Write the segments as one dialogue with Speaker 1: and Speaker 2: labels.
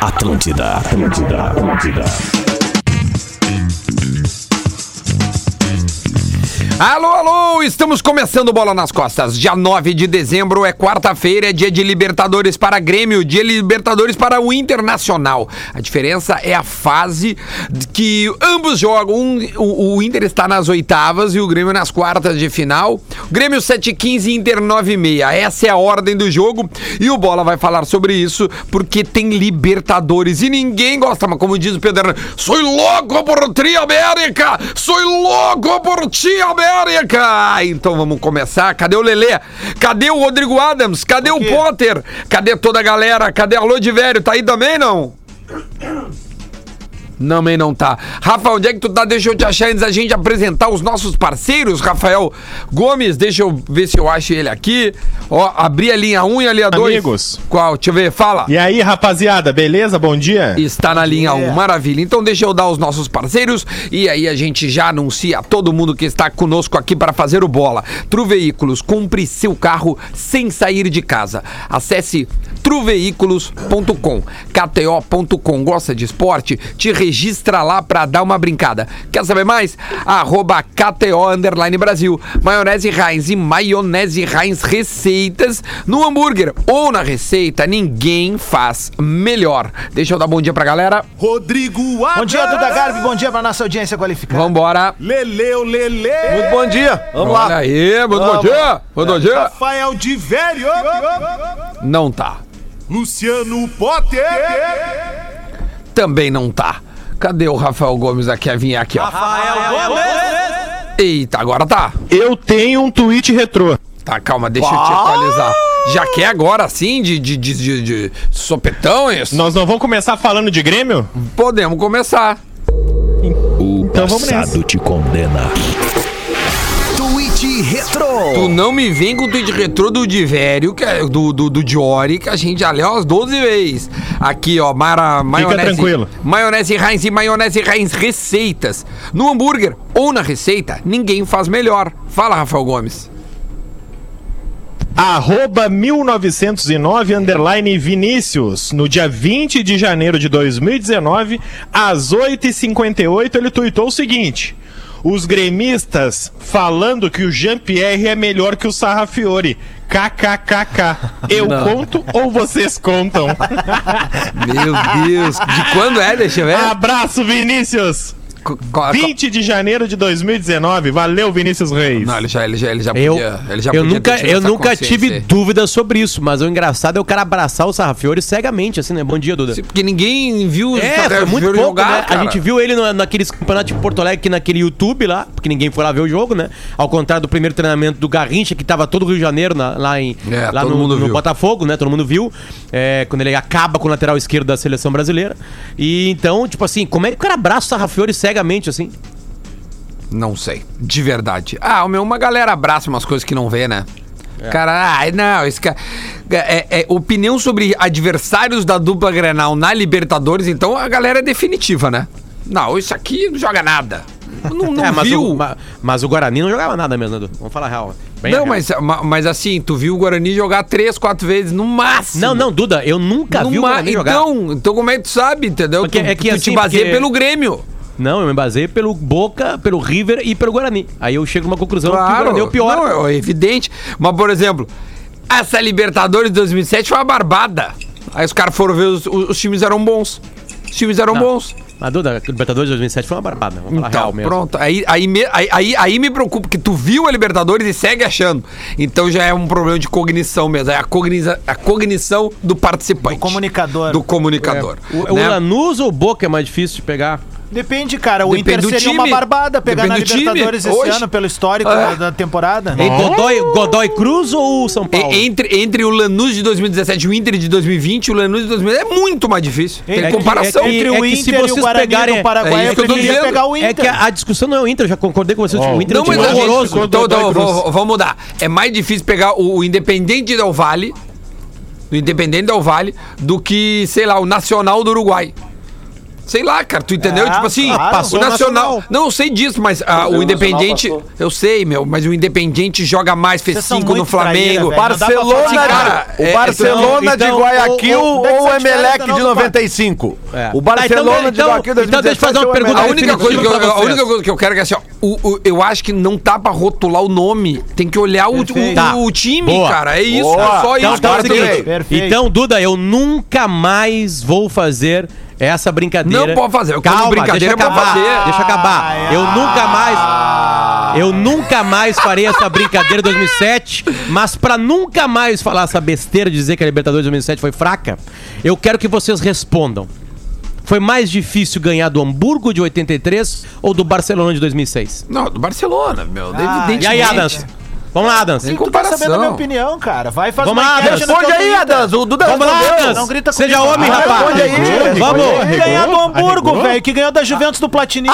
Speaker 1: Atlântida, Atlântida, Atlântida.
Speaker 2: Alô, alô, estamos começando o Bola nas Costas. Dia 9 de dezembro é quarta-feira, é dia de Libertadores para Grêmio, dia de Libertadores para o Internacional. A diferença é a fase de que ambos jogam. Um- o, o Inter está nas oitavas e o Grêmio nas quartas de final. Grêmio 7-15, Inter 9-6. Essa é a ordem do jogo e o Bola vai falar sobre isso porque tem Libertadores e ninguém gosta, mas como diz o Pedro, Hernandes, sou louco por ti, América! Sou louco por ti, América! Então vamos começar. Cadê o Lelê? Cadê o Rodrigo Adams? Cadê o, Potter? Cadê toda a galera? Cadê a Lô de Velho? Tá aí também, não? Não, mãe, não tá. Rafa, onde é que tu tá? Deixa eu te achar antes da gente apresentar os nossos parceiros, Rafael Gomes. Deixa eu ver se eu acho ele aqui. Ó, abri a linha 1 e a linha 2.
Speaker 3: Amigos.
Speaker 2: Qual? Deixa eu ver, fala.
Speaker 3: E aí, rapaziada, beleza? Bom dia?
Speaker 2: Está na linha 1, maravilha. Então deixa eu dar os nossos parceiros e aí a gente já anuncia a todo mundo que está conosco aqui para fazer o bola. Tru Veículos, compre seu carro sem sair de casa. Acesse truveículos.com, kto.com. Gosta de esporte? Te registra lá para dar uma brincada. Quer saber mais? Arroba KTO Underline Brasil. Maionese Heinz e Maionese Heinz Receitas no hambúrguer ou na receita, ninguém faz melhor. Deixa eu dar bom dia pra galera.
Speaker 4: Rodrigo Adams.
Speaker 5: Bom dia, Duda Garbi. Bom dia pra nossa audiência qualificada.
Speaker 2: Vambora.
Speaker 4: Leleu, Lele.
Speaker 5: Muito bom dia. Vamos
Speaker 2: Olha aí, muito bom
Speaker 5: Vamos.
Speaker 2: dia. Muito bom dia.
Speaker 4: Rafael de Velho.
Speaker 2: Não tá.
Speaker 4: Luciano Potter.
Speaker 2: Também não tá. Cadê o Rafael Gomes aqui? A vinha aqui, ó.
Speaker 4: Rafael Gomes.
Speaker 2: Eita, agora tá.
Speaker 3: Eu tenho um tweet retrô.
Speaker 2: Tá, calma, deixa eu te atualizar. Já quer agora sim de, de, de, de, de sopetão é isso?
Speaker 3: Nós não vamos começar falando de Grêmio?
Speaker 2: Podemos começar.
Speaker 1: O
Speaker 3: Então vamos
Speaker 1: passado te condena.
Speaker 5: Tweet
Speaker 2: Tu
Speaker 5: Retro.
Speaker 2: não me vem com o tweet retrô do Divério, que é do, do, do Diori, que a gente já leu umas 12 vezes. Aqui, ó, Mara, maionese.
Speaker 3: tranquilo.
Speaker 2: Maionese Heinz e maionese Heinz receitas. No hambúrguer ou na receita, ninguém faz melhor. Fala, Rafael Gomes.
Speaker 3: Arroba 1909, underline Vinícius. No dia 20 de janeiro de 2019, às 8h58, ele tuitou o seguinte. Os gremistas falando que o Jean-Pierre é melhor que o Sarrafiore. KKKK. Eu conto ou vocês contam?
Speaker 2: Meu Deus. De quando é? Deixa eu ver.
Speaker 6: Ah,
Speaker 3: Abraço, Vinícius!
Speaker 2: Co- co-
Speaker 3: 20 de janeiro de 2019. Valeu, Vinícius Reis.
Speaker 2: Não, ele já, ele já, ele já
Speaker 6: Eu,
Speaker 2: podia. Ele já
Speaker 6: eu
Speaker 2: podia ter
Speaker 6: nunca,
Speaker 2: tido
Speaker 6: eu
Speaker 2: essa
Speaker 6: nunca
Speaker 2: consciência
Speaker 6: tive
Speaker 2: aí.
Speaker 6: dúvida sobre isso, mas o engraçado é o cara abraçar o Sarrafiore cegamente, assim, né? Bom dia, Duda.
Speaker 2: Sim, Porque ninguém viu Então, o
Speaker 6: É,
Speaker 2: Sarrafiore
Speaker 6: foi muito pouco, né?
Speaker 2: cara.
Speaker 6: A gente viu ele no, naqueles campeonatos de Porto Alegre, que naquele YouTube lá, porque ninguém foi lá ver o jogo, né? Ao contrário do primeiro treinamento do Garrincha, que tava todo o Rio de Janeiro na- lá, em,
Speaker 2: É,
Speaker 6: lá
Speaker 2: todo
Speaker 6: no,
Speaker 2: mundo
Speaker 6: no
Speaker 2: viu.
Speaker 6: Botafogo, né? Todo mundo viu. É, quando ele acaba com o lateral esquerdo da seleção brasileira. E então, tipo assim, como é que o cara abraça o Sarrafiore cegamente, assim?
Speaker 2: Não sei. De verdade. Ah, o meu, uma galera abraça umas coisas que não vê, né?
Speaker 6: É.
Speaker 2: Cara, ai, não, esse cara. É, é, opinião sobre adversários da dupla Grenal na Libertadores, então a galera é definitiva, né? Não, isso aqui não joga nada. Não, não
Speaker 6: É, mas,
Speaker 2: viu.
Speaker 6: O, ma- mas o Guarani não jogava nada mesmo, né, Duda? Vamos falar a real. Bem né? a
Speaker 2: não,
Speaker 6: real.
Speaker 2: mas, ma- mas assim, tu viu o Guarani jogar três, quatro vezes no máximo.
Speaker 6: Não, não, Duda, eu nunca
Speaker 2: no
Speaker 6: vi o
Speaker 2: ma-
Speaker 6: Guarani jogar.
Speaker 2: Então, então, como é que tu sabe, entendeu?
Speaker 6: Porque
Speaker 2: tu
Speaker 6: é que
Speaker 2: tu te
Speaker 6: assim,
Speaker 2: baseia
Speaker 6: porque-
Speaker 2: pelo Grêmio.
Speaker 6: Não, eu me basei pelo Boca, pelo River e pelo Guarani. Aí eu chego a uma conclusão que o
Speaker 2: Claro.
Speaker 6: Guarani é o pior.
Speaker 2: Não, é evidente. Mas, por exemplo, essa Libertadores de 2007 foi uma barbada. Aí os caras foram ver, os, os- os times eram bons. Os times eram
Speaker 6: Não.
Speaker 2: bons.
Speaker 6: Mas Duda, a Libertadores de 2007 foi uma barbada. Vamos falar a
Speaker 2: Então,
Speaker 6: real mesmo.
Speaker 2: pronto. Aí, aí, me- aí, aí, aí me preocupa, porque tu viu a Libertadores e segue achando. Então já é um problema de cognição mesmo. É a, cogniza- a cognição do participante.
Speaker 5: Do comunicador.
Speaker 2: Do comunicador.
Speaker 6: É, O,
Speaker 2: né?
Speaker 6: o Lanús ou o Boca é mais difícil de pegar?
Speaker 5: Depende, cara. O
Speaker 2: Depende
Speaker 5: Inter
Speaker 2: do
Speaker 5: seria
Speaker 2: time.
Speaker 5: uma barbada pegar
Speaker 2: Depende
Speaker 5: na
Speaker 2: do time.
Speaker 5: Libertadores esse
Speaker 2: Hoje.
Speaker 5: ano pelo histórico
Speaker 2: Ah.
Speaker 5: da- da temporada.
Speaker 6: E Godoy, Godoy Cruz ou o São Paulo?
Speaker 2: Oh! E- Entre, entre o Lanús de 2017 e o Inter de 2020, o Lanús de 2017 é muito mais difícil. Tem
Speaker 5: É que- é
Speaker 2: comparação.
Speaker 6: que-
Speaker 5: Entre
Speaker 6: é
Speaker 5: o
Speaker 6: que se
Speaker 5: Inter e
Speaker 6: vocês
Speaker 5: o Guarani
Speaker 6: pegarem-
Speaker 5: do Paraguai,
Speaker 2: é isso
Speaker 5: eu
Speaker 2: que eu tô
Speaker 5: preferia
Speaker 2: dizendo.
Speaker 5: pegar o Inter.
Speaker 6: É que a, a discussão não é o Inter, eu já concordei com vocês.
Speaker 3: Ó,
Speaker 6: o Inter
Speaker 2: Oh. Não,
Speaker 6: é um
Speaker 2: mas
Speaker 6: time
Speaker 2: a gente,
Speaker 6: horroroso.
Speaker 2: então, então, vamos- vamos mudar. É mais difícil pegar o, o Independente Del Vale, do Independente Del Vale, do que, sei lá, o Nacional do Uruguai. Sei lá, cara, tu entendeu?
Speaker 5: É,
Speaker 2: tipo assim,
Speaker 5: claro.
Speaker 2: o
Speaker 3: Passou o
Speaker 2: Nacional.
Speaker 3: Nacional.
Speaker 2: Não, eu sei disso, mas ah, o
Speaker 7: Nacional
Speaker 2: Independente.
Speaker 7: passou.
Speaker 2: Eu sei, meu, mas o Independente joga mais, fez
Speaker 5: Vocês são
Speaker 2: 5 no
Speaker 5: muito traíra,
Speaker 2: Flamengo.
Speaker 5: velho. Não dá pra
Speaker 4: Barcelona,
Speaker 5: falar, assim,
Speaker 2: cara.
Speaker 4: de-
Speaker 2: É,
Speaker 4: o Barcelona
Speaker 6: então-
Speaker 4: de Guayaquil
Speaker 6: então-
Speaker 5: então-
Speaker 4: ou o tá
Speaker 5: então-
Speaker 4: Emelec
Speaker 5: então-
Speaker 4: de 95?
Speaker 6: É.
Speaker 4: O
Speaker 6: Tá, então-
Speaker 4: Barcelona de
Speaker 6: então-
Speaker 4: Guayaquil de 2017.
Speaker 6: então deixa eu fazer uma
Speaker 4: ou o
Speaker 6: pergunta
Speaker 2: é, A
Speaker 5: é
Speaker 4: Emelec.
Speaker 2: única, coisa que eu,
Speaker 6: Definitivo pra
Speaker 2: a
Speaker 6: vocês.
Speaker 2: única coisa que eu quero é que assim, ó, o- o- eu acho que não dá pra rotular o nome. Tem que olhar o, o-
Speaker 6: Tá.
Speaker 2: o time,
Speaker 6: Boa.
Speaker 2: cara. É isso,
Speaker 4: Boa.
Speaker 2: é
Speaker 6: Então,
Speaker 2: só isso.
Speaker 6: então é o
Speaker 2: cara.
Speaker 6: seguinte,
Speaker 5: Perfeito.
Speaker 6: então, Duda, eu nunca mais vou fazer essa brincadeira.
Speaker 2: Não pode fazer, eu quero
Speaker 6: Calma,
Speaker 2: brincadeira,
Speaker 6: deixa
Speaker 2: eu vou
Speaker 6: acabar.
Speaker 2: fazer.
Speaker 6: Deixa acabar. Eu nunca mais eu nunca mais farei essa brincadeira em 2007, mas pra nunca mais falar essa besteira de dizer que a Libertadores de 2007 foi fraca, eu quero que vocês respondam. Foi mais difícil ganhar do Hamburgo de 83 ou do Barcelona de 2006?
Speaker 2: Não, do Barcelona, meu.
Speaker 6: E aí, Adams? Vamos lá, Adams.
Speaker 5: Tu quer saber da minha
Speaker 2: comparação.
Speaker 5: opinião, cara. Vai fazer
Speaker 6: Vamos lá, Adams.
Speaker 5: no
Speaker 4: Responde
Speaker 5: teu
Speaker 4: aí,
Speaker 5: Twitter.
Speaker 4: Adams. O Duda
Speaker 6: Vamos lá,
Speaker 4: respondeu.
Speaker 6: Adams.
Speaker 5: tá Não grita comigo.
Speaker 6: Seja homem,
Speaker 5: Ah,
Speaker 6: rapaz.
Speaker 4: responde aí.
Speaker 6: Vamos.
Speaker 5: Ele ganhar do Hamburgo, velho, que ganhou da Juventus do Platini.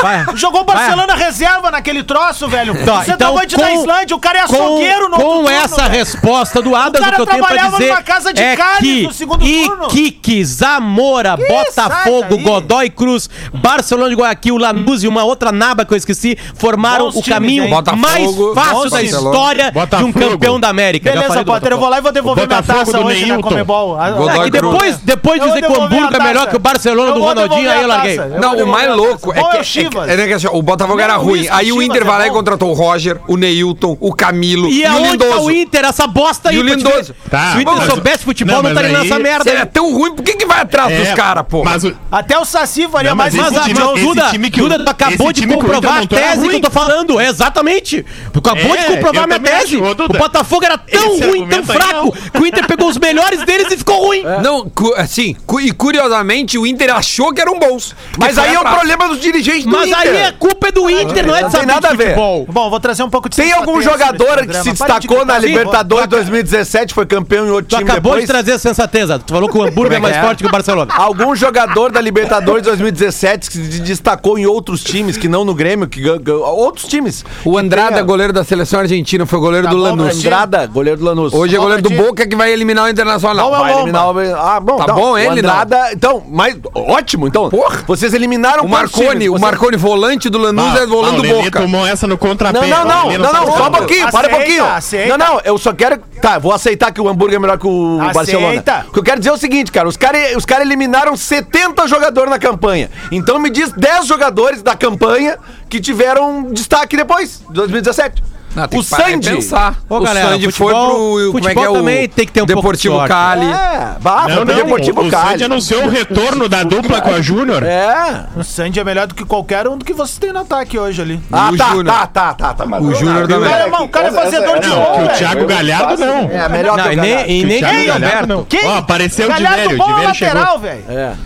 Speaker 6: Vai.
Speaker 5: Jogou o Barcelona reserva naquele troço, velho.
Speaker 6: Tá,
Speaker 5: Você
Speaker 6: então,
Speaker 5: então, de da
Speaker 6: com-
Speaker 5: Islândia, o cara é
Speaker 6: com,
Speaker 5: açougueiro no
Speaker 6: com
Speaker 5: outro turno,
Speaker 6: essa
Speaker 5: velho.
Speaker 6: resposta do Adams, o,
Speaker 5: cara
Speaker 6: que eu tenho pra
Speaker 5: trabalhava
Speaker 6: dizer
Speaker 5: numa casa de
Speaker 6: é
Speaker 5: carnes
Speaker 6: que
Speaker 5: no segundo turno.
Speaker 6: Iquique, Zamora, Botafogo,
Speaker 5: sai daí.
Speaker 6: Godoy Cruz, Barcelona de Guayaquil, Lanús e uma outra naba que eu esqueci, formaram
Speaker 5: Bons
Speaker 6: o
Speaker 5: times,
Speaker 6: caminho
Speaker 5: hein?
Speaker 2: Botafogo,
Speaker 6: mais fácil
Speaker 2: bons
Speaker 6: da
Speaker 2: times.
Speaker 6: história de um
Speaker 3: Botafogo.
Speaker 6: campeão da América. Já
Speaker 5: Beleza,
Speaker 6: falei do É,
Speaker 5: Potter, eu vou lá e vou devolver minha
Speaker 3: Botafogo
Speaker 5: taça
Speaker 3: do
Speaker 5: hoje na
Speaker 3: Neilton.
Speaker 5: Comebol. Ah,
Speaker 2: Godoy
Speaker 5: ah,
Speaker 6: E depois, depois de
Speaker 5: Eu
Speaker 6: dizer que o
Speaker 5: devolvi
Speaker 6: Hamburgo
Speaker 5: a
Speaker 6: é melhor
Speaker 5: taça.
Speaker 6: que o Barcelona
Speaker 5: Eu
Speaker 6: do
Speaker 5: vou
Speaker 6: Ronaldinho,
Speaker 5: devolver
Speaker 6: aí eu
Speaker 5: a
Speaker 6: larguei.
Speaker 5: taça.
Speaker 2: Não, o mais louco é que,
Speaker 5: Bom, é o
Speaker 2: é que-
Speaker 5: Chivas.
Speaker 2: é que assim, ó, o Botafogo
Speaker 5: Não,
Speaker 2: era
Speaker 5: o
Speaker 2: ruim.
Speaker 5: Isco,
Speaker 2: aí
Speaker 5: o
Speaker 2: o Inter
Speaker 5: Chivas
Speaker 2: vai
Speaker 5: é
Speaker 2: lá e
Speaker 5: bom.
Speaker 2: contratou o Roger, o Neilton, o Camilo
Speaker 6: E
Speaker 2: e, o
Speaker 6: aonde tá
Speaker 2: Lindoso.
Speaker 6: o Inter? Essa bosta aí.
Speaker 2: E o
Speaker 6: pra te ver.
Speaker 2: Lindoso.
Speaker 3: Tá,
Speaker 6: Se o Inter
Speaker 3: mas-
Speaker 6: soubesse futebol,
Speaker 3: não,
Speaker 6: não
Speaker 3: mas
Speaker 6: estaria nessa
Speaker 3: aí-
Speaker 6: merda.
Speaker 2: Se ele é tão ruim, por que, que vai
Speaker 4: é
Speaker 2: atrás dos caras, pô?
Speaker 3: É, Mas o,
Speaker 5: Até o Saci valia
Speaker 3: Não,
Speaker 5: mais um
Speaker 3: mas
Speaker 6: Mas,
Speaker 3: esse
Speaker 6: a-
Speaker 3: time-
Speaker 6: mas,
Speaker 3: esse
Speaker 6: Duda,
Speaker 3: time que o-
Speaker 6: Duda, tu acabou
Speaker 3: esse
Speaker 6: de
Speaker 3: time que o Inter
Speaker 6: comprovar a
Speaker 3: montou era
Speaker 6: tese que eu
Speaker 3: ruim.
Speaker 6: tô falando. É, exatamente. Tu acabou
Speaker 3: É,
Speaker 6: de comprovar
Speaker 3: eu
Speaker 6: minha
Speaker 3: também
Speaker 6: tese.
Speaker 3: acho, ô,
Speaker 6: o
Speaker 3: Duda.
Speaker 6: Botafogo era tão
Speaker 3: Esse
Speaker 6: ruim, tão
Speaker 3: argumento aí
Speaker 6: fraco,
Speaker 3: não. É.
Speaker 6: que o Inter pegou os melhores deles e ficou ruim.
Speaker 2: Não, cu- assim, cu- e curiosamente o Inter achou que um eram bons.
Speaker 4: Mas aí é
Speaker 2: um
Speaker 4: o
Speaker 2: problema.
Speaker 4: problema dos dirigentes do
Speaker 6: Mas
Speaker 4: Inter.
Speaker 6: aí a culpa é do Inter, não é de
Speaker 4: Não tem
Speaker 6: saber
Speaker 4: nada
Speaker 6: de
Speaker 4: a ver.
Speaker 6: futebol.
Speaker 5: Bom, vou trazer um pouco de
Speaker 4: Tem algum
Speaker 5: sensatez nesse
Speaker 4: jogador que
Speaker 5: programa.
Speaker 4: se
Speaker 5: Para de
Speaker 4: destacou na
Speaker 5: gritar,
Speaker 4: Libertadores 2017, foi campeão em outro
Speaker 6: Tu
Speaker 4: time
Speaker 6: acabou
Speaker 4: depois?
Speaker 6: de trazer a sensateza. Tu falou que o Hamburgo é
Speaker 4: que
Speaker 6: mais
Speaker 4: é?
Speaker 6: forte que o Barcelona.
Speaker 4: Algum jogador da Libertadores 2017 que se destacou em outros times, que não no Grêmio, que gan- gan- outros times.
Speaker 2: O Andrada, goleiro da seleção argentina, foi goleiro do Lanús.
Speaker 4: Andrada, goleiro do Lanús.
Speaker 2: Hoje é goleiro do
Speaker 5: Brasil.
Speaker 2: Boca que vai eliminar o Internacional.
Speaker 4: Vai eliminar o... Ah, bom,
Speaker 2: Tá
Speaker 4: não.
Speaker 2: bom ele,
Speaker 4: o Andrada, então, mas ótimo, então.
Speaker 2: Porra.
Speaker 4: Vocês eliminaram
Speaker 2: O
Speaker 4: quantos
Speaker 2: Marconi,
Speaker 4: times?
Speaker 2: o
Speaker 4: Vocês-
Speaker 2: Marconi volante do Lanús é volante
Speaker 3: o
Speaker 2: do
Speaker 3: Ah, Lelê
Speaker 2: Boca.
Speaker 3: tomou essa no contrapé.
Speaker 4: Não, não,
Speaker 3: O
Speaker 4: não,
Speaker 3: Lelê
Speaker 4: não,
Speaker 3: tá
Speaker 4: não, só um
Speaker 3: jogando.
Speaker 4: pouquinho, para um
Speaker 5: Aceita,
Speaker 4: pouquinho.
Speaker 5: aceita.
Speaker 4: Não, não, eu só quero. Tá, vou aceitar que o Hamburgo é melhor que o
Speaker 5: Aceita.
Speaker 4: Barcelona. O que eu quero dizer é o seguinte, cara: os caras os cara eliminaram 70 jogadores na campanha. Então me diz 10 jogadores da campanha que tiveram destaque depois, 2017.
Speaker 2: Ah, tem
Speaker 4: o
Speaker 2: que parar e
Speaker 4: Sandy.
Speaker 2: pensar.
Speaker 6: Ô,
Speaker 2: o
Speaker 6: galera,
Speaker 2: Sandy
Speaker 6: futebol-
Speaker 2: foi pro. Como é que é
Speaker 6: futebol
Speaker 2: o.
Speaker 6: também tem que ter um pouco de
Speaker 2: Deportivo
Speaker 6: sorte.
Speaker 2: Cali.
Speaker 4: É, bah,
Speaker 3: Não,
Speaker 4: foi pro
Speaker 3: não,
Speaker 4: Deportivo
Speaker 3: o
Speaker 4: Cali.
Speaker 3: Sandy é anunciou o retorno da dupla com a Júnior.
Speaker 4: É.
Speaker 5: O Sandy é melhor do que qualquer um do que vocês têm no ataque hoje ali.
Speaker 4: Ah,
Speaker 2: o
Speaker 4: tá,
Speaker 2: Júnior.
Speaker 4: tá, tá, tá, tá. mas
Speaker 2: O
Speaker 4: não,
Speaker 2: Júnior
Speaker 4: não,
Speaker 2: também.
Speaker 4: não,
Speaker 5: Cara, irmão, o cara é
Speaker 7: Essa- essa-
Speaker 5: fazedor de
Speaker 3: Não,
Speaker 5: gol,
Speaker 3: que o
Speaker 5: velho.
Speaker 3: Thiago Galhardo não.
Speaker 4: É melhor
Speaker 6: Não,
Speaker 4: que
Speaker 6: Ah, e
Speaker 4: o Galhardo.
Speaker 6: nem, e
Speaker 3: Que
Speaker 6: nem
Speaker 3: o Thiago
Speaker 6: quem,
Speaker 3: Galhardo não.
Speaker 6: Alberto.
Speaker 5: Quem?
Speaker 3: Ó, apareceu o de
Speaker 5: Galhardo
Speaker 3: velho,
Speaker 5: bom
Speaker 3: de velho chegou.
Speaker 5: lateral, velho.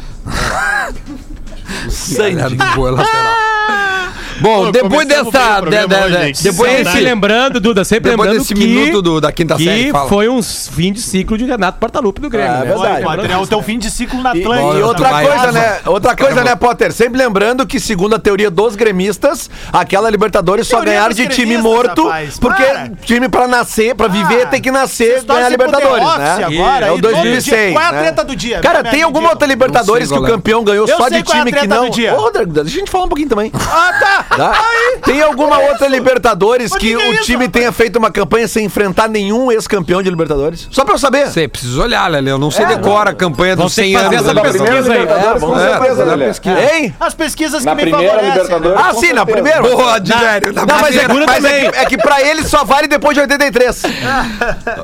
Speaker 2: Sandy. Boa, lateral. Bom,
Speaker 3: Pô,
Speaker 2: depois
Speaker 3: começamos bem
Speaker 2: dessa.
Speaker 3: o programa
Speaker 2: de- de-
Speaker 3: hoje,
Speaker 2: de-
Speaker 3: gente.
Speaker 2: depois
Speaker 6: Sempre
Speaker 2: desse,
Speaker 6: lembrando, Duda, sempre
Speaker 2: depois
Speaker 6: lembrando
Speaker 2: desse
Speaker 6: que,
Speaker 2: minuto do- da quinta série.
Speaker 6: que
Speaker 2: Fala.
Speaker 6: foi um fim de ciclo de Renato Portaluppi do Grêmio.
Speaker 4: Tá É
Speaker 6: né?
Speaker 4: verdade.
Speaker 5: Olha, Potter, é o teu fim de ciclo na
Speaker 4: E,
Speaker 5: Atlântica.
Speaker 4: e outra
Speaker 2: Vai, um
Speaker 4: coisa,
Speaker 2: vai.
Speaker 4: né? Outra coisa, né, Potter? Sempre lembrando que, segundo a teoria dos gremistas, aquela Libertadores só
Speaker 5: Teoria
Speaker 4: ganharam
Speaker 5: dos
Speaker 4: de time
Speaker 5: gremistas,
Speaker 4: morto,
Speaker 5: rapaz,
Speaker 4: porque
Speaker 5: para.
Speaker 4: time pra nascer, pra viver,
Speaker 5: Ah,
Speaker 4: tem que nascer
Speaker 5: Vocês
Speaker 4: ganhar
Speaker 5: torcem pro The
Speaker 4: Libertadores,
Speaker 5: Office
Speaker 4: né?
Speaker 5: agora,
Speaker 4: é o
Speaker 5: aí, todo
Speaker 4: 2006.
Speaker 5: dia. Qual é a
Speaker 4: né?
Speaker 5: treta do dia?
Speaker 4: Cara,
Speaker 5: Me-
Speaker 4: tem
Speaker 5: me
Speaker 4: alguma
Speaker 5: digam.
Speaker 4: outra
Speaker 2: Não
Speaker 4: Libertadores
Speaker 2: sei
Speaker 4: que
Speaker 2: qual
Speaker 4: o
Speaker 2: é.
Speaker 4: campeão ganhou
Speaker 5: Eu
Speaker 4: só
Speaker 5: sei
Speaker 4: de
Speaker 5: qual é a
Speaker 4: time que
Speaker 5: treta
Speaker 4: não.
Speaker 5: do dia.
Speaker 4: Ô, Rodrigo, deixa a gente falar um pouquinho também.
Speaker 5: Ah, tá.
Speaker 4: Tá? Tem alguma outra Libertadores
Speaker 5: Mas
Speaker 4: que
Speaker 5: que que é
Speaker 4: o
Speaker 5: isso,
Speaker 4: time
Speaker 5: rapaz?
Speaker 4: tenha feito uma campanha sem enfrentar nenhum ex-campeão de Libertadores? Só pra eu saber.
Speaker 2: Você precisa olhar, Lele. Eu não sei decora a campanha dos
Speaker 6: É, Vamos ter que
Speaker 2: 100
Speaker 6: fazer
Speaker 2: anos.
Speaker 6: essa
Speaker 2: Lelê.
Speaker 6: pesquisa.
Speaker 7: primeira
Speaker 6: Pesquisa aí.
Speaker 7: Libertadores, com
Speaker 4: É,
Speaker 7: certeza,
Speaker 2: dá
Speaker 7: Lelê.
Speaker 2: né? pesquisa.
Speaker 4: Hein?
Speaker 5: As pesquisas
Speaker 7: Na
Speaker 5: que me
Speaker 7: primeira
Speaker 5: favorecem. né?
Speaker 7: Libertadores.
Speaker 4: Ah, sim, na primeira.
Speaker 2: Boa, Diverio.
Speaker 4: Não, mas, é,
Speaker 6: segura
Speaker 4: mas é
Speaker 6: também.
Speaker 4: que, é que pra ele só vale depois de 83.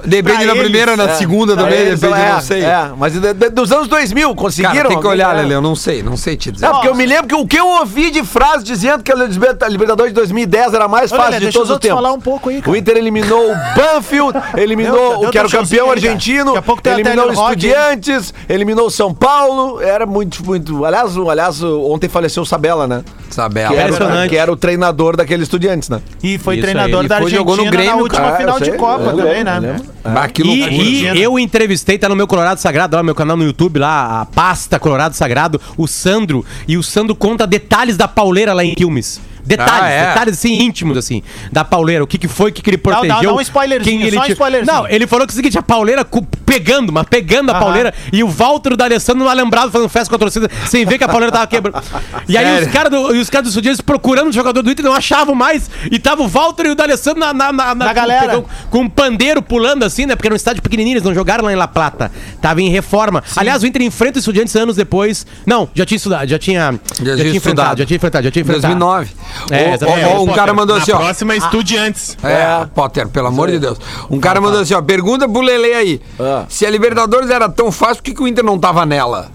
Speaker 2: Depende
Speaker 5: pra
Speaker 2: da primeira,
Speaker 5: eles,
Speaker 3: É.
Speaker 2: na segunda também,
Speaker 4: Pra ele,
Speaker 2: depende,
Speaker 4: é,
Speaker 2: não sei.
Speaker 4: É, mas de- de- dos anos 2000, conseguiram?
Speaker 2: Cara, tem que olhar, né,
Speaker 4: É.
Speaker 2: Lele.
Speaker 6: né?
Speaker 2: Eu não sei, não sei te dizer.
Speaker 4: Não, porque eu me lembro que o que eu ouvi de frase dizendo que a Liberta- Libertadores de 2010 era a mais
Speaker 5: Olha,
Speaker 4: fácil
Speaker 5: Lelê,
Speaker 4: de
Speaker 5: deixa
Speaker 4: todos
Speaker 5: os
Speaker 4: os
Speaker 5: outros
Speaker 4: tempos.
Speaker 5: falar um pouco aí, cara.
Speaker 4: o Inter eliminou o Banfield, eliminou
Speaker 5: Deu- deu
Speaker 4: o que era o
Speaker 5: teu
Speaker 4: campeão
Speaker 5: showzinho aí,
Speaker 4: argentino,
Speaker 5: cara. Daqui a pouco tem até
Speaker 4: eliminou o
Speaker 5: Leonardo Rock, hein?
Speaker 4: Estudiantes, eliminou o São Paulo. Era muito, muito. Aliás, o- aliás o- ontem faleceu o Sabela, né?
Speaker 2: Isabela.
Speaker 4: Que era,
Speaker 6: Impressionante.
Speaker 4: que era o treinador daquele Estudiantes, né?
Speaker 5: E foi
Speaker 6: Isso
Speaker 5: treinador
Speaker 6: aí.
Speaker 5: da
Speaker 2: E foi-
Speaker 5: Argentina
Speaker 2: jogou no
Speaker 5: na
Speaker 2: Grêmio,
Speaker 5: última
Speaker 4: cara.
Speaker 5: final
Speaker 4: Eu
Speaker 5: de
Speaker 4: sei,
Speaker 5: Copa
Speaker 4: eu
Speaker 5: também,
Speaker 4: lembro, eu
Speaker 5: né?
Speaker 4: lembro.
Speaker 2: Bah, que loucura.
Speaker 6: E, e eu entrevistei, tá no meu Colorado Sagrado, lá no meu canal no YouTube, lá, a pasta Colorado Sagrado, o Sandro. E o Sandro conta detalhes da pauleira lá em Quilmes. Detalhes,
Speaker 2: Ah, é.
Speaker 6: detalhes assim íntimos, assim, da pauleira. O que, que foi, o que, que ele protegeu.
Speaker 5: dá um spoilerzinho,
Speaker 6: quem ele
Speaker 5: só um
Speaker 6: tirou.
Speaker 5: spoilerzinho.
Speaker 6: Não, ele falou que é o seguinte, a pauleira cu- pegando, mas pegando a
Speaker 5: Aham.
Speaker 6: pauleira. E o Walter e o D'Alessandro no alambrado fazendo festa com a torcida, sem ver que a pauleira tava quebrando. E aí os caras do, e os caras do Sudinense procurando o jogador do Inter, não achavam mais. E tava o Walter e o D'Alessandro na, na, na,
Speaker 5: Na galera.
Speaker 6: Tá Com, com um pandeiro pulando assim, né? Porque era um estádio pequenininho, eles não jogaram lá em La Plata. Tava em reforma. Aliás, o Inter enfrenta o Estudiantes anos depois. Não, já tinha estudado, já tinha...
Speaker 2: Já
Speaker 6: Já,
Speaker 2: tinha
Speaker 6: tinha
Speaker 2: estudado.
Speaker 6: enfrentado, já tinha enfrentado, já tinha enfrentado.
Speaker 2: 2009.
Speaker 6: É,
Speaker 2: Ó,
Speaker 6: exatamente.
Speaker 2: ó, ó,
Speaker 3: Ô,
Speaker 2: um
Speaker 3: Potter,
Speaker 2: cara mandou
Speaker 3: na
Speaker 2: assim, ó.
Speaker 3: próxima, estudiantes.
Speaker 2: É, Potter, pelo amor de Deus. Um cara mandou assim, ó. Pergunta pro Lele aí. Se a Libertadores era tão fácil, por que, que o Inter não tava nela?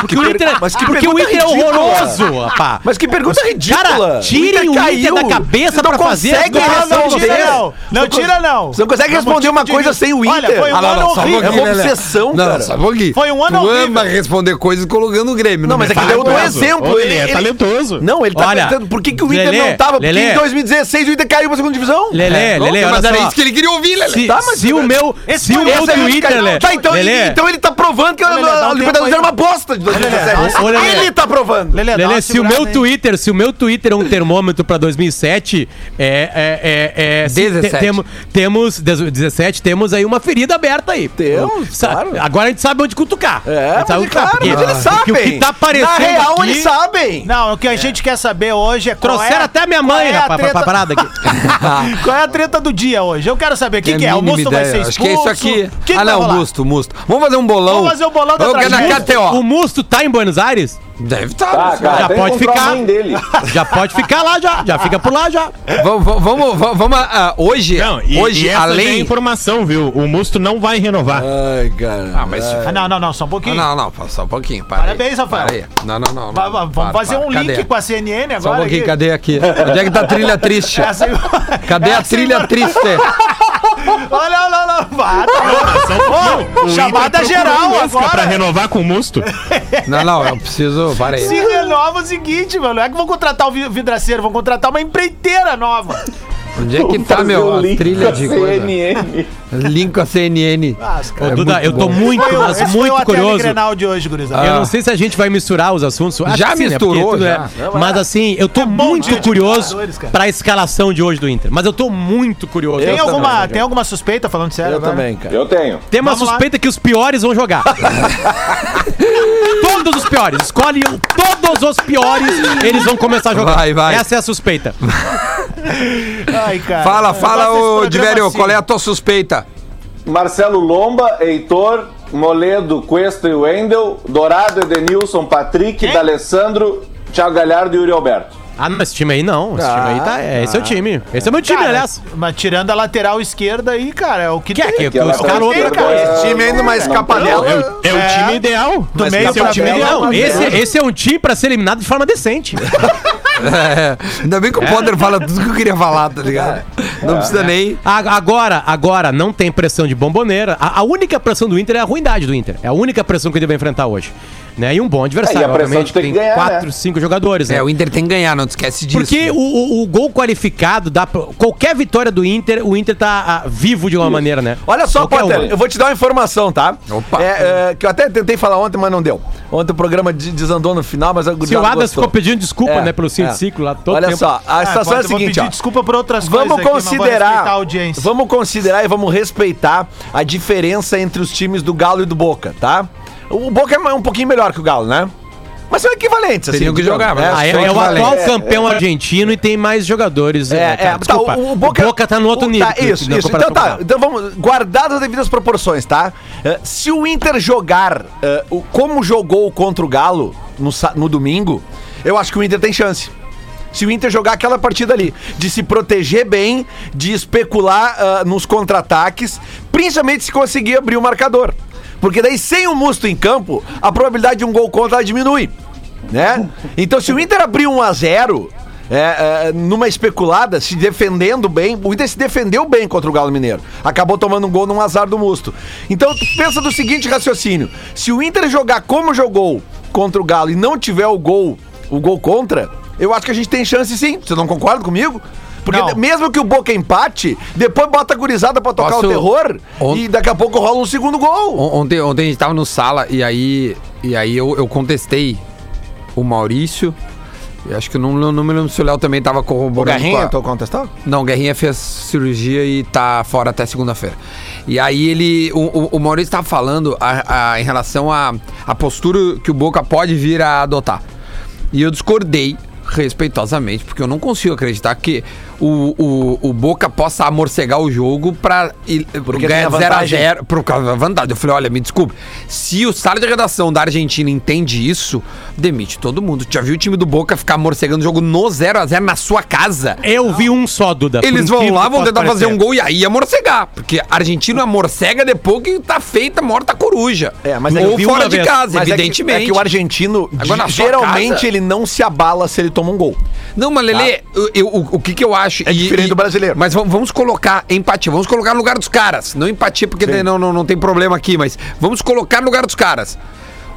Speaker 6: Porque o Inter,
Speaker 4: Mas que
Speaker 6: porque o
Speaker 4: pergunta
Speaker 6: Inter é
Speaker 4: ridícula.
Speaker 6: horroroso, rapá.
Speaker 4: Mas que pergunta ridícula!
Speaker 6: Cara, tirem o Inter, da cabeça pra fazer a
Speaker 4: consegue
Speaker 5: Não,
Speaker 4: Pressão
Speaker 5: não
Speaker 6: comparação
Speaker 4: de
Speaker 5: tira
Speaker 4: Deus.
Speaker 5: não. Não tira não.
Speaker 4: Você não consegue responder uma coisa sem o
Speaker 5: Olha,
Speaker 4: Inter.
Speaker 5: foi um
Speaker 4: Ah, não,
Speaker 5: ano
Speaker 4: não, só um
Speaker 5: horrível.
Speaker 4: pouquinho. É uma obsessão,
Speaker 2: Não,
Speaker 4: cara.
Speaker 2: só um pouquinho.
Speaker 5: Foi um ano
Speaker 2: tu
Speaker 5: horrível.
Speaker 2: ama responder coisas colocando o Grêmio.
Speaker 4: Não, mas é que
Speaker 2: fala.
Speaker 4: deu um exemplo.
Speaker 3: Ô, Lelê, é talentoso.
Speaker 4: Não, ele tá
Speaker 6: Olha,
Speaker 4: perguntando por que, que o Inter
Speaker 6: Lelê,
Speaker 4: não tava. Porque
Speaker 6: Lelê.
Speaker 4: em 2016 o Inter caiu pra segunda divisão.
Speaker 6: Lelê, Lelê,
Speaker 2: Mas
Speaker 6: olha
Speaker 2: era
Speaker 6: só.
Speaker 2: isso que ele queria ouvir, Lelê.
Speaker 6: Se,
Speaker 4: Tá, mas-
Speaker 6: se o meu, se o meu
Speaker 4: Essa aí,
Speaker 6: Twitter,
Speaker 4: cara,
Speaker 6: Lelê,
Speaker 4: Tá, então,
Speaker 6: Lelê,
Speaker 4: ele, então ele tá provando que
Speaker 5: Lelê, dá
Speaker 4: a
Speaker 5: um
Speaker 4: a Libertadores
Speaker 5: tempo
Speaker 4: era
Speaker 5: aí.
Speaker 4: uma bosta de 2017.
Speaker 6: Ô, Lelê, ô, Lelê.
Speaker 4: Ele tá provando.
Speaker 5: Lelê, dá uma
Speaker 6: Lelê, se o
Speaker 5: segurada
Speaker 6: meu
Speaker 5: aí.
Speaker 6: Twitter, se o meu Twitter é um termômetro pra 2007, é é é, é se-
Speaker 2: 17.
Speaker 6: te- temo- temos dezo- 17, temos aí uma ferida aberta aí.
Speaker 4: Temos,
Speaker 6: Sa-
Speaker 4: claro.
Speaker 6: Agora a gente sabe onde cutucar.
Speaker 4: É,
Speaker 6: a gente sabe
Speaker 4: mas,
Speaker 6: onde cutucar,
Speaker 4: claro,
Speaker 6: porque-
Speaker 4: mas eles sabem.
Speaker 6: porque o que tá aparecendo
Speaker 4: Na real,
Speaker 6: aqui-
Speaker 4: eles sabem.
Speaker 5: Não, o que a gente quer saber hoje é qual
Speaker 6: Trouxeram
Speaker 5: é,
Speaker 6: até minha
Speaker 5: qual
Speaker 6: mãe,
Speaker 5: é a
Speaker 6: rapaz, pra,
Speaker 5: treta-
Speaker 6: pra parada aqui.
Speaker 5: Qual é a treta do dia hoje? Eu quero saber o que,
Speaker 2: Tem a
Speaker 5: que é. O
Speaker 2: mínima
Speaker 5: moço vai ser
Speaker 2: ideia.
Speaker 5: expulso.
Speaker 2: Acho que é isso aqui.
Speaker 5: O que que
Speaker 2: ah,
Speaker 5: vai
Speaker 2: não,
Speaker 5: rolar?
Speaker 2: Musto, Musto. Vamos fazer um bolão.
Speaker 5: Vamos fazer o bolão da
Speaker 2: Vamos na
Speaker 5: tragédia.
Speaker 6: O
Speaker 2: KTO.
Speaker 6: Musto tá em Buenos Aires?
Speaker 2: Deve estar. Tá, né?
Speaker 6: já pode ficar. Já pode ficar lá, já. Já fica por lá, já.
Speaker 2: Vamos, vamos, vamos, vamos, ah, hoje,
Speaker 3: Não, e,
Speaker 2: hoje
Speaker 3: e essa já é
Speaker 2: além.
Speaker 3: informação, viu? O Musto não vai renovar.
Speaker 4: Ai, cara.
Speaker 2: Ah, mas
Speaker 5: Ah, não, não, não, só um pouquinho.
Speaker 2: Não, não, não, só um pouquinho. Para
Speaker 5: Parabéns,
Speaker 2: aí,
Speaker 5: Rafael.
Speaker 2: para aí. Não, não, não. não.
Speaker 5: Va- va- Vamos
Speaker 2: Para,
Speaker 5: fazer
Speaker 2: para.
Speaker 5: um link
Speaker 2: Cadê?
Speaker 5: com a CNN agora.
Speaker 2: Só um pouquinho,
Speaker 5: aqui. assim,
Speaker 2: cadê aqui? Onde é que tá a trilha triste?
Speaker 5: Essa aí-
Speaker 2: Cadê a
Speaker 5: essa aí
Speaker 2: trilha
Speaker 5: vai-
Speaker 2: triste?
Speaker 5: Olha, olha, olha. Vá, tá
Speaker 3: Não, o
Speaker 5: chamada
Speaker 3: Inter procurou
Speaker 5: geral
Speaker 3: o Lisca
Speaker 5: agora.
Speaker 3: Pra renovar com o Musto.
Speaker 2: Não, não, eu preciso. Para aí.
Speaker 5: Se renova o seguinte, mano. Não é que vão contratar o vi- vidraceiro, vão contratar uma empreiteira nova.
Speaker 2: Onde é que tá, meu? A trilha de coisa. Link com a CNN.
Speaker 5: Ah,
Speaker 6: Ô, Duda, eu tô
Speaker 2: bom.
Speaker 6: muito,
Speaker 5: Foi o-
Speaker 6: mas
Speaker 5: esse foi o
Speaker 6: muito
Speaker 5: ATL
Speaker 6: curioso. Ah,
Speaker 5: Grenal de hoje, gurizada.
Speaker 6: Eu não sei se a gente vai misturar os assuntos. Acho
Speaker 2: Já
Speaker 6: que né,
Speaker 2: misturou,
Speaker 6: porque tudo
Speaker 2: já.
Speaker 6: é- Mas assim, eu tô
Speaker 5: bom
Speaker 6: muito
Speaker 5: dia de
Speaker 6: curioso
Speaker 5: jogadores, cara.
Speaker 6: pra escalação de hoje do Inter. Mas eu tô muito curioso.
Speaker 5: Tem
Speaker 4: Eu
Speaker 5: alguma,
Speaker 4: também,
Speaker 5: tem alguma suspeita falando sério?
Speaker 4: Eu
Speaker 5: agora?
Speaker 4: também, cara.
Speaker 6: Tem uma
Speaker 5: Vamos lá.
Speaker 6: suspeita que os piores vão jogar. todos os piores. Escolhe um, todos os piores, eles vão começar a jogar.
Speaker 2: Vai, vai.
Speaker 6: Essa é a suspeita.
Speaker 5: Ai, cara.
Speaker 2: Fala, fala,
Speaker 5: Eu gosto
Speaker 2: ô
Speaker 5: desse
Speaker 2: Diverio,
Speaker 5: programa assim.
Speaker 2: qual é a tua suspeita?
Speaker 8: Marcelo Lomba, Heitor, Moledo, Cuesta e Wendel, Dourado, Edenilson, Patrick, D'Alessandro, Thiago Galhardo e Yuri Alberto.
Speaker 6: Ah, não, esse time aí não. Esse time aí tá. É, esse
Speaker 8: Ah.
Speaker 6: é o time. Esse é o meu time,
Speaker 5: Cara,
Speaker 6: aliás.
Speaker 5: Mas tirando a lateral esquerda aí, cara, é o que,
Speaker 6: Que é que,
Speaker 8: Que
Speaker 6: os
Speaker 8: ela
Speaker 6: caras.
Speaker 8: tá esquerda,
Speaker 5: cara,
Speaker 4: Esse time ainda mais
Speaker 3: É
Speaker 4: escapadela.
Speaker 3: o, é o time ideal.
Speaker 5: Do meio
Speaker 3: esse é
Speaker 5: pra
Speaker 3: o time
Speaker 5: frente.
Speaker 3: ideal.
Speaker 6: Não, esse, esse é um time pra ser eliminado de forma decente.
Speaker 2: É, ainda bem que o Potter fala tudo que eu queria falar, tá ligado?
Speaker 5: É.
Speaker 2: Não precisa nem.
Speaker 6: A- Agora, agora não tem pressão de bomboneira. A, a única pressão do Inter é a ruindade do Inter. É a única pressão que ele vai enfrentar hoje. Né? E um bom adversário,
Speaker 8: É, e a pressão
Speaker 6: obviamente,
Speaker 8: de ter
Speaker 6: tem
Speaker 8: que ganhar,
Speaker 6: quatro,
Speaker 8: né?
Speaker 6: cinco jogadores. né?
Speaker 2: É, o Inter tem que ganhar, não te esquece disso.
Speaker 6: Porque o, o- o gol qualificado dá pra- qualquer vitória do Inter, o Inter tá ah, vivo de uma maneira, né?
Speaker 4: Olha só,
Speaker 6: Qualquer
Speaker 4: Potter,
Speaker 6: uma.
Speaker 4: eu vou te dar uma informação, tá?
Speaker 2: Opa.
Speaker 4: É, é, que eu até tentei falar ontem, mas não deu. Ontem o programa de- desandou no final, mas a
Speaker 6: Se o
Speaker 4: gurizada
Speaker 6: Adas
Speaker 4: gostou.
Speaker 6: ficou pedindo desculpa,
Speaker 4: É,
Speaker 6: né, pelo fim
Speaker 4: é.
Speaker 6: de ciclo lá todo
Speaker 4: Olha
Speaker 6: tempo.
Speaker 4: só, a situação
Speaker 5: Ah,
Speaker 4: é a
Speaker 5: Potter, vou
Speaker 4: seguinte,
Speaker 5: pedir
Speaker 4: ó.
Speaker 5: desculpa por outras
Speaker 4: Vamos
Speaker 5: coisas aqui, mas vou
Speaker 4: considerar,
Speaker 5: respeitar a audiência.
Speaker 4: vamos considerar e vamos respeitar a diferença entre os times do Galo e do Boca, tá? O Boca é um pouquinho melhor que o Galo, né? Mas são equivalentes, assim.
Speaker 2: Teriam que
Speaker 4: digamos,
Speaker 2: jogar,
Speaker 4: né?
Speaker 2: mas-
Speaker 6: Ah, é,
Speaker 4: São
Speaker 6: é o
Speaker 4: equivalentes.
Speaker 6: atual campeão argentino e tem mais jogadores. né,
Speaker 4: É,
Speaker 6: cara?
Speaker 4: é, tá,
Speaker 6: Desculpa,
Speaker 4: o, o Boca,
Speaker 6: tá no outro
Speaker 4: o-
Speaker 6: nível.
Speaker 4: Tá,
Speaker 6: que-
Speaker 4: isso,
Speaker 6: na
Speaker 4: isso. Então
Speaker 6: comparação com o
Speaker 4: tá,
Speaker 6: Galo.
Speaker 4: então vamos guardar as devidas proporções, tá? Eh, se o Inter jogar eh, o, como jogou contra o Galo no, sa- no domingo, eu acho que o Inter tem chance. Se o Inter jogar aquela partida ali, de se proteger bem, de especular ah, nos contra-ataques, principalmente se conseguir abrir o marcador. Porque daí, sem o Musto em campo, a probabilidade de um gol contra ela diminui. Né? Então, se o Inter abrir 1 a 0 é, é, numa especulada, se defendendo bem, o Inter se defendeu bem contra o Galo Mineiro. Acabou tomando um gol num azar do Musto. Então, tu pensa do seguinte raciocínio: se o Inter jogar como jogou contra o Galo e não tiver o gol, o gol contra, eu acho que a gente tem chance sim. Você não concorda comigo? Porque
Speaker 5: Não.
Speaker 4: mesmo que o Boca empate, depois bota a gurizada pra tocar
Speaker 2: Posso-
Speaker 4: o terror
Speaker 2: On-
Speaker 4: e daqui a pouco rola um segundo gol.
Speaker 2: On- Ontem, ontem a gente tava no sala e aí, e aí eu, eu contestei o Maurício Eu acho que não, não, não me lembro se o Léo também tava
Speaker 4: O
Speaker 2: corroborando. com
Speaker 4: Garrinha,
Speaker 2: a-
Speaker 4: tô contestando?
Speaker 2: Não, o Guerrinha fez cirurgia e tá fora até segunda-feira. E aí ele. O, o- o Maurício tava falando a- a- em relação à a, postura que o Boca pode vir a adotar. E eu discordei respeitosamente, porque eu não consigo acreditar que o, o, o Boca possa amorcegar o jogo pra il- ganhar
Speaker 4: tem
Speaker 2: 0 a
Speaker 4: a vantagem.
Speaker 2: 0 era por causa da vantagem. Eu falei, olha, me desculpe. Se o sala de redação da Argentina entende isso, demite todo mundo. Já viu o time do Boca ficar morcegando o jogo no 0x0 na sua casa?
Speaker 9: Eu vi um só, Duda. por
Speaker 2: Eles vão
Speaker 9: incrível
Speaker 2: lá,
Speaker 9: que
Speaker 2: vão
Speaker 9: possa
Speaker 2: tentar fazer
Speaker 9: parecer.
Speaker 2: um gol e aí ia morcegar. Porque argentino amorcega depois que tá feita morta a coruja.
Speaker 4: É, mas é que
Speaker 2: Ou
Speaker 9: eu vi
Speaker 2: fora
Speaker 9: uma
Speaker 2: de
Speaker 9: vez.
Speaker 2: casa,
Speaker 4: Mas é que-
Speaker 2: evidentemente.
Speaker 4: É que o argentino,
Speaker 2: Agora na sua
Speaker 4: geralmente,
Speaker 2: casa-
Speaker 4: ele não se abala se ele toma um gol.
Speaker 2: Não, mas Lelê, eu- eu- o, o que que eu acho... É
Speaker 4: Tá. diferente do brasileiro.
Speaker 2: Mas vamos, vamos colocar empatia, vamos colocar no lugar dos caras. Não empatia porque daí não, não, não tem problema aqui, mas vamos colocar no lugar dos caras.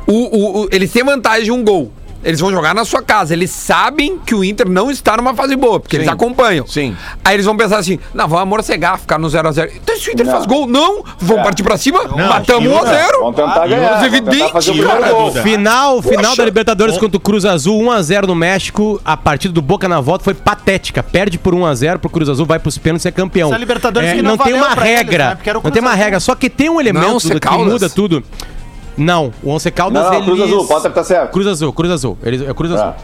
Speaker 2: O- o- o- eles têm vantagem de um gol. Eles vão jogar na sua casa. Eles sabem que o Inter não está numa fase boa, porque eles acompanham.
Speaker 4: Sim.
Speaker 2: Aí eles vão pensar assim: não, vamos amorcegar, ficar no 0x0. Então, se o Inter faz gol, não, vamos
Speaker 4: É.
Speaker 2: partir pra cima, matamos
Speaker 3: acho que não.
Speaker 2: 1x0.
Speaker 8: Vamos tentar ganhar.
Speaker 2: Mas
Speaker 8: Vamos tentar fazer o
Speaker 2: evidente,
Speaker 8: primeiro
Speaker 2: cara.
Speaker 8: gol.
Speaker 9: Final, final da Libertadores contra o Cruz Azul, 1x0 no México. A partida do Boca na volta foi patética. Perde por 1x0 pro Cruz Azul, vai pros pênaltis e é campeão.
Speaker 5: Essa Libertadores
Speaker 9: É,
Speaker 5: que
Speaker 9: não,
Speaker 5: não
Speaker 9: tem
Speaker 5: valeu
Speaker 9: uma
Speaker 5: pra eles, né?
Speaker 9: regra.
Speaker 5: Porque era o
Speaker 9: não
Speaker 5: Cruz
Speaker 9: tem uma
Speaker 5: Azul.
Speaker 9: regra, só que tem um
Speaker 2: Não,
Speaker 9: elemento
Speaker 2: Once
Speaker 9: Duda, que
Speaker 2: Caldas.
Speaker 9: muda tudo. Não, o Once Caldas
Speaker 8: Não, não, Cruz Azul, Potter tá certo.
Speaker 9: Cruz Azul, Cruz Azul. Eles, é Cruz Azul.
Speaker 8: Tá.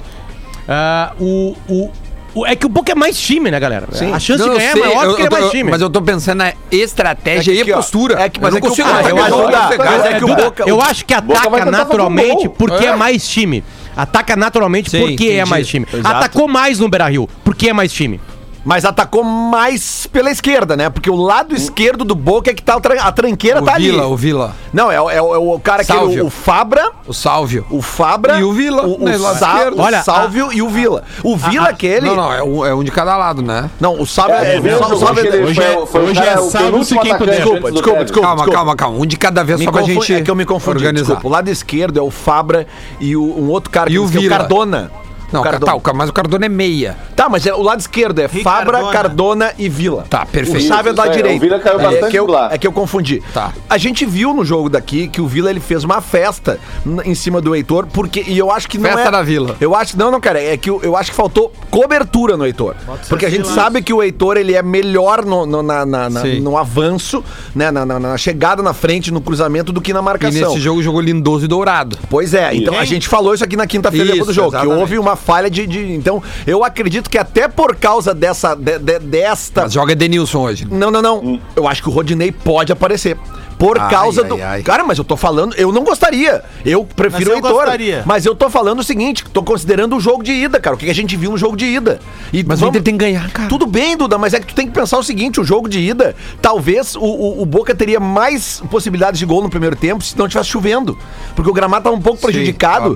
Speaker 9: Ah, o, o, o- é que o Boca é mais time, né, galera? A chance
Speaker 2: Não,
Speaker 9: de
Speaker 2: eu
Speaker 9: ganhar
Speaker 2: sei,
Speaker 9: é maior
Speaker 2: eu-
Speaker 9: porque
Speaker 2: eu
Speaker 9: ele é
Speaker 2: tô-
Speaker 9: mais time.
Speaker 2: Mas eu tô pensando na estratégia e
Speaker 4: aqui,
Speaker 2: a
Speaker 4: ó,
Speaker 2: postura.
Speaker 4: é que- mas
Speaker 2: eu
Speaker 4: é que o-
Speaker 2: consigo
Speaker 4: ah,
Speaker 2: mais
Speaker 4: eu
Speaker 2: ganhar
Speaker 4: acho
Speaker 2: um
Speaker 4: que dá.
Speaker 2: jogo,
Speaker 4: Mas
Speaker 2: cara.
Speaker 4: é que o
Speaker 9: Duda,
Speaker 4: Boca-
Speaker 9: eu
Speaker 4: o-
Speaker 9: acho que
Speaker 8: Boca vai
Speaker 9: ataca
Speaker 8: tentar fazer um
Speaker 9: naturalmente
Speaker 8: gol.
Speaker 9: porque é.
Speaker 2: É.
Speaker 9: mais time. Ataca naturalmente
Speaker 2: Sim,
Speaker 9: porque é
Speaker 2: entendi.
Speaker 9: mais time.
Speaker 2: Exato.
Speaker 9: Atacou mais no Beira-Rio porque é mais time.
Speaker 4: Mas atacou mais pela esquerda, né? Porque o lado esquerdo do Boca é que tá o tran- a tranqueira tá
Speaker 2: O Vila,
Speaker 4: ali.
Speaker 2: o Vila,
Speaker 4: Não, é, o- é o- é o cara que
Speaker 2: Sálvio.
Speaker 4: o, o Fabra,
Speaker 2: o Sálvio.
Speaker 4: o Fabra
Speaker 2: E o Vila,
Speaker 4: o,
Speaker 2: né,
Speaker 4: o,
Speaker 2: lado
Speaker 4: Sa-
Speaker 2: esquerdo.
Speaker 4: o
Speaker 9: Olha,
Speaker 4: Sálvio e o Vila. O Vila aquele
Speaker 2: Não, não, é um, é um de cada lado, né?
Speaker 4: Não, o Sábio. É,
Speaker 8: É, é mesmo,
Speaker 4: o Sábio
Speaker 8: hoje ele
Speaker 3: hoje
Speaker 8: foi
Speaker 3: é-
Speaker 8: o- foi o
Speaker 3: hoje é
Speaker 8: cara- o
Speaker 3: salve-se
Speaker 8: penúltimo
Speaker 3: quem puder.
Speaker 8: atacante
Speaker 4: Desculpa,
Speaker 8: antes do
Speaker 4: desculpa,
Speaker 8: Kevin.
Speaker 4: desculpa.
Speaker 2: calma, calma, calma. Um de cada vez
Speaker 4: Me
Speaker 2: só pra
Speaker 4: confundi-
Speaker 2: gente.
Speaker 4: é que eu me confundi.
Speaker 2: Organizar.
Speaker 4: desculpa. O lado esquerdo é o Fabra e o, um outro cara que
Speaker 2: E o
Speaker 4: eu esqueci,
Speaker 2: Vila.
Speaker 4: Cardona.
Speaker 2: Não,
Speaker 4: o Cardona.
Speaker 2: Tá, o Ca- mas o Cardona é meia.
Speaker 4: Tá, mas é, o lado esquerdo é Fabra,
Speaker 5: Cardona.
Speaker 4: Cardona e Vila.
Speaker 2: Tá, perfeito.
Speaker 4: O Sávio é do lado
Speaker 8: Isso aí,
Speaker 4: direito.
Speaker 8: o Vila caiu
Speaker 4: é
Speaker 8: bastante
Speaker 4: que eu,
Speaker 8: do lado.
Speaker 4: É que eu confundi.
Speaker 2: Tá.
Speaker 4: A gente viu no jogo daqui que o Vila ele fez uma festa n- em cima do Heitor, porque. E eu acho que não.
Speaker 2: Festa
Speaker 4: é,
Speaker 2: da Vila.
Speaker 4: Eu acho. Não, não, cara. É que eu, eu acho que faltou cobertura no Heitor. Porque a gente sabe que o Heitor ele é melhor no, no- na- na- na-
Speaker 2: Sim.
Speaker 4: no avanço, né? Na, na- na chegada na frente, no cruzamento, do que na
Speaker 2: E
Speaker 4: marcação.
Speaker 2: nesse jogo jogou Lindoso e Dourado.
Speaker 4: Pois é, então a gente falou isso aqui na quinta-feira depois do
Speaker 2: Isso,
Speaker 4: jogo, que
Speaker 2: exatamente.
Speaker 4: houve uma falha de, de- Então, eu acredito que até por causa dessa. de- de- desta.
Speaker 2: Mas joga Denilson hoje.
Speaker 4: Não, não, não. Eu acho que o Rodinei pode aparecer. Por
Speaker 2: Ai,
Speaker 4: causa
Speaker 2: ai,
Speaker 4: do.
Speaker 2: ai.
Speaker 4: Cara, mas eu tô falando. Eu não gostaria. Eu prefiro
Speaker 5: Mas eu
Speaker 4: o Heitor.
Speaker 5: gostaria.
Speaker 4: Mas eu tô falando o seguinte: tô considerando o jogo de ida, cara. O que a gente viu no jogo de ida. E
Speaker 2: Mas o
Speaker 4: vamos-
Speaker 2: Inter tem que ganhar, cara.
Speaker 4: tudo bem, Duda, mas é que tu tem que pensar o seguinte: o jogo de ida, talvez o, o- o Boca teria mais possibilidades de gol no primeiro tempo se não tivesse chovendo. Porque o gramado tá um pouco prejudicado,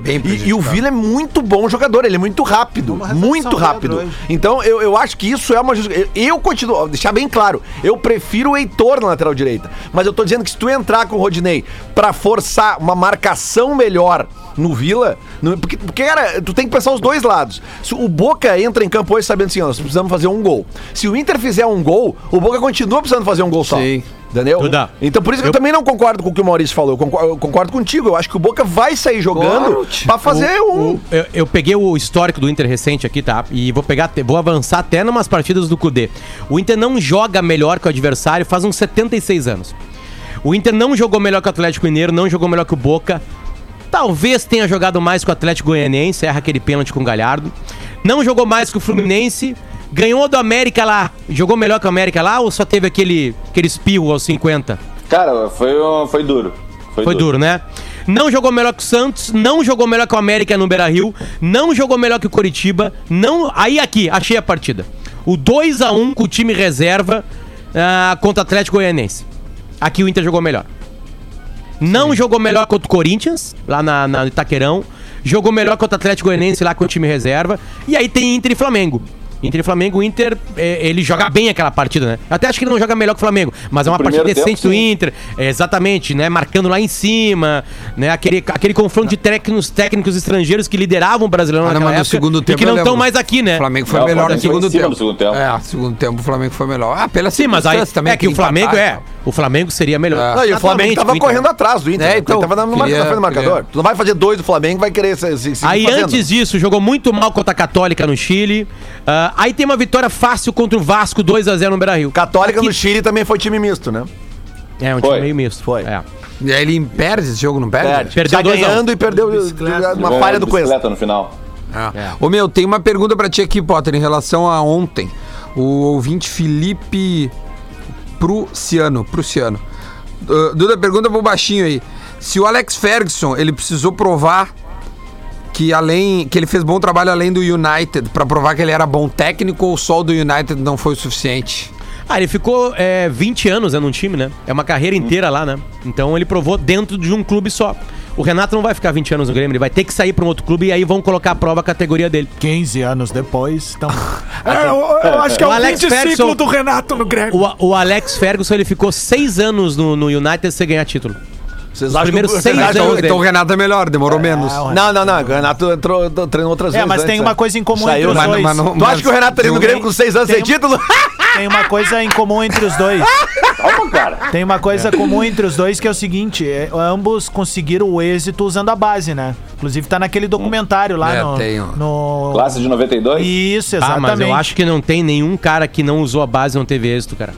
Speaker 2: tava bem
Speaker 4: e- E, o
Speaker 2: prejudicado.
Speaker 4: Vila é muito bom jogador, ele é muito rápido. Muito
Speaker 5: São
Speaker 4: rápido.
Speaker 5: Pedro hoje.
Speaker 4: Então eu, eu acho que isso é uma. justi- Eu, eu continuo, ó, deixar bem claro, eu prefiro o Heitor na lateral direita. Mas eu tô dizendo que se tu entrar com o Rodinei pra forçar uma marcação melhor no Vila, no- porque, porque, cara, tu tem que pensar os dois lados. Se o Boca entra em campo hoje sabendo assim, ó, nós precisamos fazer um gol. Se o Inter fizer um gol, o Boca continua precisando fazer um gol só.
Speaker 2: Sim.
Speaker 4: Entendeu?
Speaker 9: Duda.
Speaker 4: Então por isso que eu,
Speaker 9: Eu-
Speaker 4: também não concordo com o que o Maurício falou. Eu concordo, eu concordo contigo. Eu acho que o Boca vai sair jogando
Speaker 2: Claro, tio.
Speaker 4: pra fazer um.
Speaker 9: Eu, eu peguei o histórico do Inter recente aqui, tá? E vou pegar, até- vou avançar até numas partidas do Cudê. O Inter não joga melhor que o adversário faz uns 76 anos. O Inter não jogou melhor que o Atlético Mineiro, não jogou melhor que o Boca. Talvez tenha jogado mais que o Atlético Goianiense, erra aquele pênalti com o Galhardo. Não jogou mais que o Fluminense. Ganhou do América lá. Jogou melhor que o América lá ou só teve aquele, aquele espirro aos 50?
Speaker 8: Cara, foi, um- foi duro. Foi,
Speaker 9: Foi
Speaker 8: duro.
Speaker 9: duro, né? Não jogou melhor que o Santos, não jogou melhor que o América no Beira Rio, não jogou melhor que o Coritiba, não. Aí aqui, achei a partida. O 2 a 1 com o time reserva ah, contra o Atlético Goianense. Aqui o Inter jogou melhor. Não jogou melhor contra o Corinthians, lá na, na Itaquerão. Jogou melhor contra o Atlético Goianiense, lá com o time reserva. E aí tem Inter e Flamengo. Inter e Flamengo, o Inter, é, ele joga bem aquela partida, né? Eu até acho que ele não joga melhor que o Flamengo, mas é uma partida
Speaker 8: primeiro tempo,
Speaker 9: decente do
Speaker 8: sim.
Speaker 9: Inter. é, exatamente, né? Marcando lá em cima, né? Aquele, aquele confronto de técnicos, técnicos estrangeiros que lideravam o Brasileirão
Speaker 2: Ah, não,
Speaker 9: naquela
Speaker 2: mas no
Speaker 9: época
Speaker 2: segundo
Speaker 9: e
Speaker 2: tempo.
Speaker 9: que
Speaker 2: eu
Speaker 9: não estão
Speaker 2: lembro.
Speaker 9: mais aqui, né?
Speaker 2: O Flamengo foi
Speaker 8: Não, o
Speaker 2: melhor no
Speaker 8: Flamengo foi
Speaker 2: segundo
Speaker 8: em cima
Speaker 2: tempo.
Speaker 8: do segundo tempo.
Speaker 2: É, segundo tempo o Flamengo foi melhor. Ah, pela
Speaker 9: Sim, mas aí é que o Flamengo é. o Flamengo seria melhor.
Speaker 8: É.
Speaker 4: Ah. Não, e o Flamengo
Speaker 9: Naturalmente,
Speaker 4: tava
Speaker 9: o Inter-
Speaker 4: correndo atrás do Inter.
Speaker 2: É,
Speaker 4: né?
Speaker 2: então,
Speaker 4: Ele tava na, na
Speaker 2: queria-
Speaker 4: frente do marcador.
Speaker 2: queria.
Speaker 4: Tu não vai fazer dois do Flamengo, vai querer se, se, seguir
Speaker 9: Aí
Speaker 4: fazendo.
Speaker 9: antes disso, jogou muito mal contra a Católica no Chile. Ah, aí tem uma vitória fácil contra o Vasco, 2x0 no Beira-Rio.
Speaker 4: Católica
Speaker 9: Aqui-
Speaker 4: no Chile também foi time misto, né?
Speaker 9: É, um time
Speaker 8: Foi.
Speaker 9: meio misto.
Speaker 4: Foi.
Speaker 9: É.
Speaker 2: E aí ele perde esse jogo, não perde?
Speaker 9: Perdeu
Speaker 4: tá
Speaker 9: dois a um.
Speaker 4: ganhando e perdeu uma
Speaker 8: Ganhou
Speaker 4: falha
Speaker 8: de
Speaker 4: do Cuesta.
Speaker 8: bicicleta no final.
Speaker 2: Ah. Ô meu, tem uma pergunta pra ti aqui, Potter, em relação a ontem. O ouvinte Felipe Pruciano. Pruciano. Uh, Duda, pergunta pro baixinho aí. Se o Alex Ferguson, ele precisou provar que além que ele fez bom trabalho além do United pra provar que ele era bom técnico ou só o do United não foi o suficiente?
Speaker 9: Ah, ele ficou é, 20 anos né, num time, né? É uma carreira
Speaker 4: Uhum.
Speaker 9: inteira lá, né? Então ele provou dentro de um clube só. O Renato não vai ficar 20 anos no Grêmio, ele vai ter que sair pra um outro clube e aí vão colocar à prova a categoria dele.
Speaker 5: 15 anos depois, então.
Speaker 10: É, eu, eu acho que é
Speaker 9: O
Speaker 10: o,
Speaker 9: Alex
Speaker 10: fim de
Speaker 9: Ferguson-
Speaker 10: ciclo do Renato no Grêmio.
Speaker 9: O, o Alex Ferguson, ele ficou 6 anos no, no United sem ganhar título.
Speaker 4: Vocês
Speaker 9: primeiros seis
Speaker 4: Renato-
Speaker 9: anos
Speaker 2: Então,
Speaker 9: dele.
Speaker 2: então o Renato é melhor, demorou
Speaker 9: Ah,
Speaker 2: menos.
Speaker 4: um, Não, não, não. O Renato entrou, entrou- treinou outras
Speaker 5: então. É,
Speaker 4: vezes.
Speaker 5: mas
Speaker 4: antes,
Speaker 5: tem
Speaker 4: né?
Speaker 5: uma coisa em comum
Speaker 4: Saiu,
Speaker 5: entre os
Speaker 4: mas- um
Speaker 5: dois.
Speaker 2: mas não-
Speaker 4: Tu acha que o Renato teria no
Speaker 2: Tem-
Speaker 4: Grêmio com seis anos sem
Speaker 5: tem-
Speaker 4: título?
Speaker 5: Tem uma coisa em comum entre os dois.
Speaker 8: Calma, cara.
Speaker 5: Tem uma coisa comum entre os dois que é o seguinte: é, ambos conseguiram o êxito usando a base, né? Inclusive tá naquele documentário lá
Speaker 2: É,
Speaker 5: no.
Speaker 2: tem, ó.
Speaker 5: no-
Speaker 8: Classe de 92?
Speaker 5: Isso,
Speaker 9: Ah,
Speaker 5: exatamente.
Speaker 9: mas eu acho que não tem nenhum cara que não usou a base e não teve êxito, cara.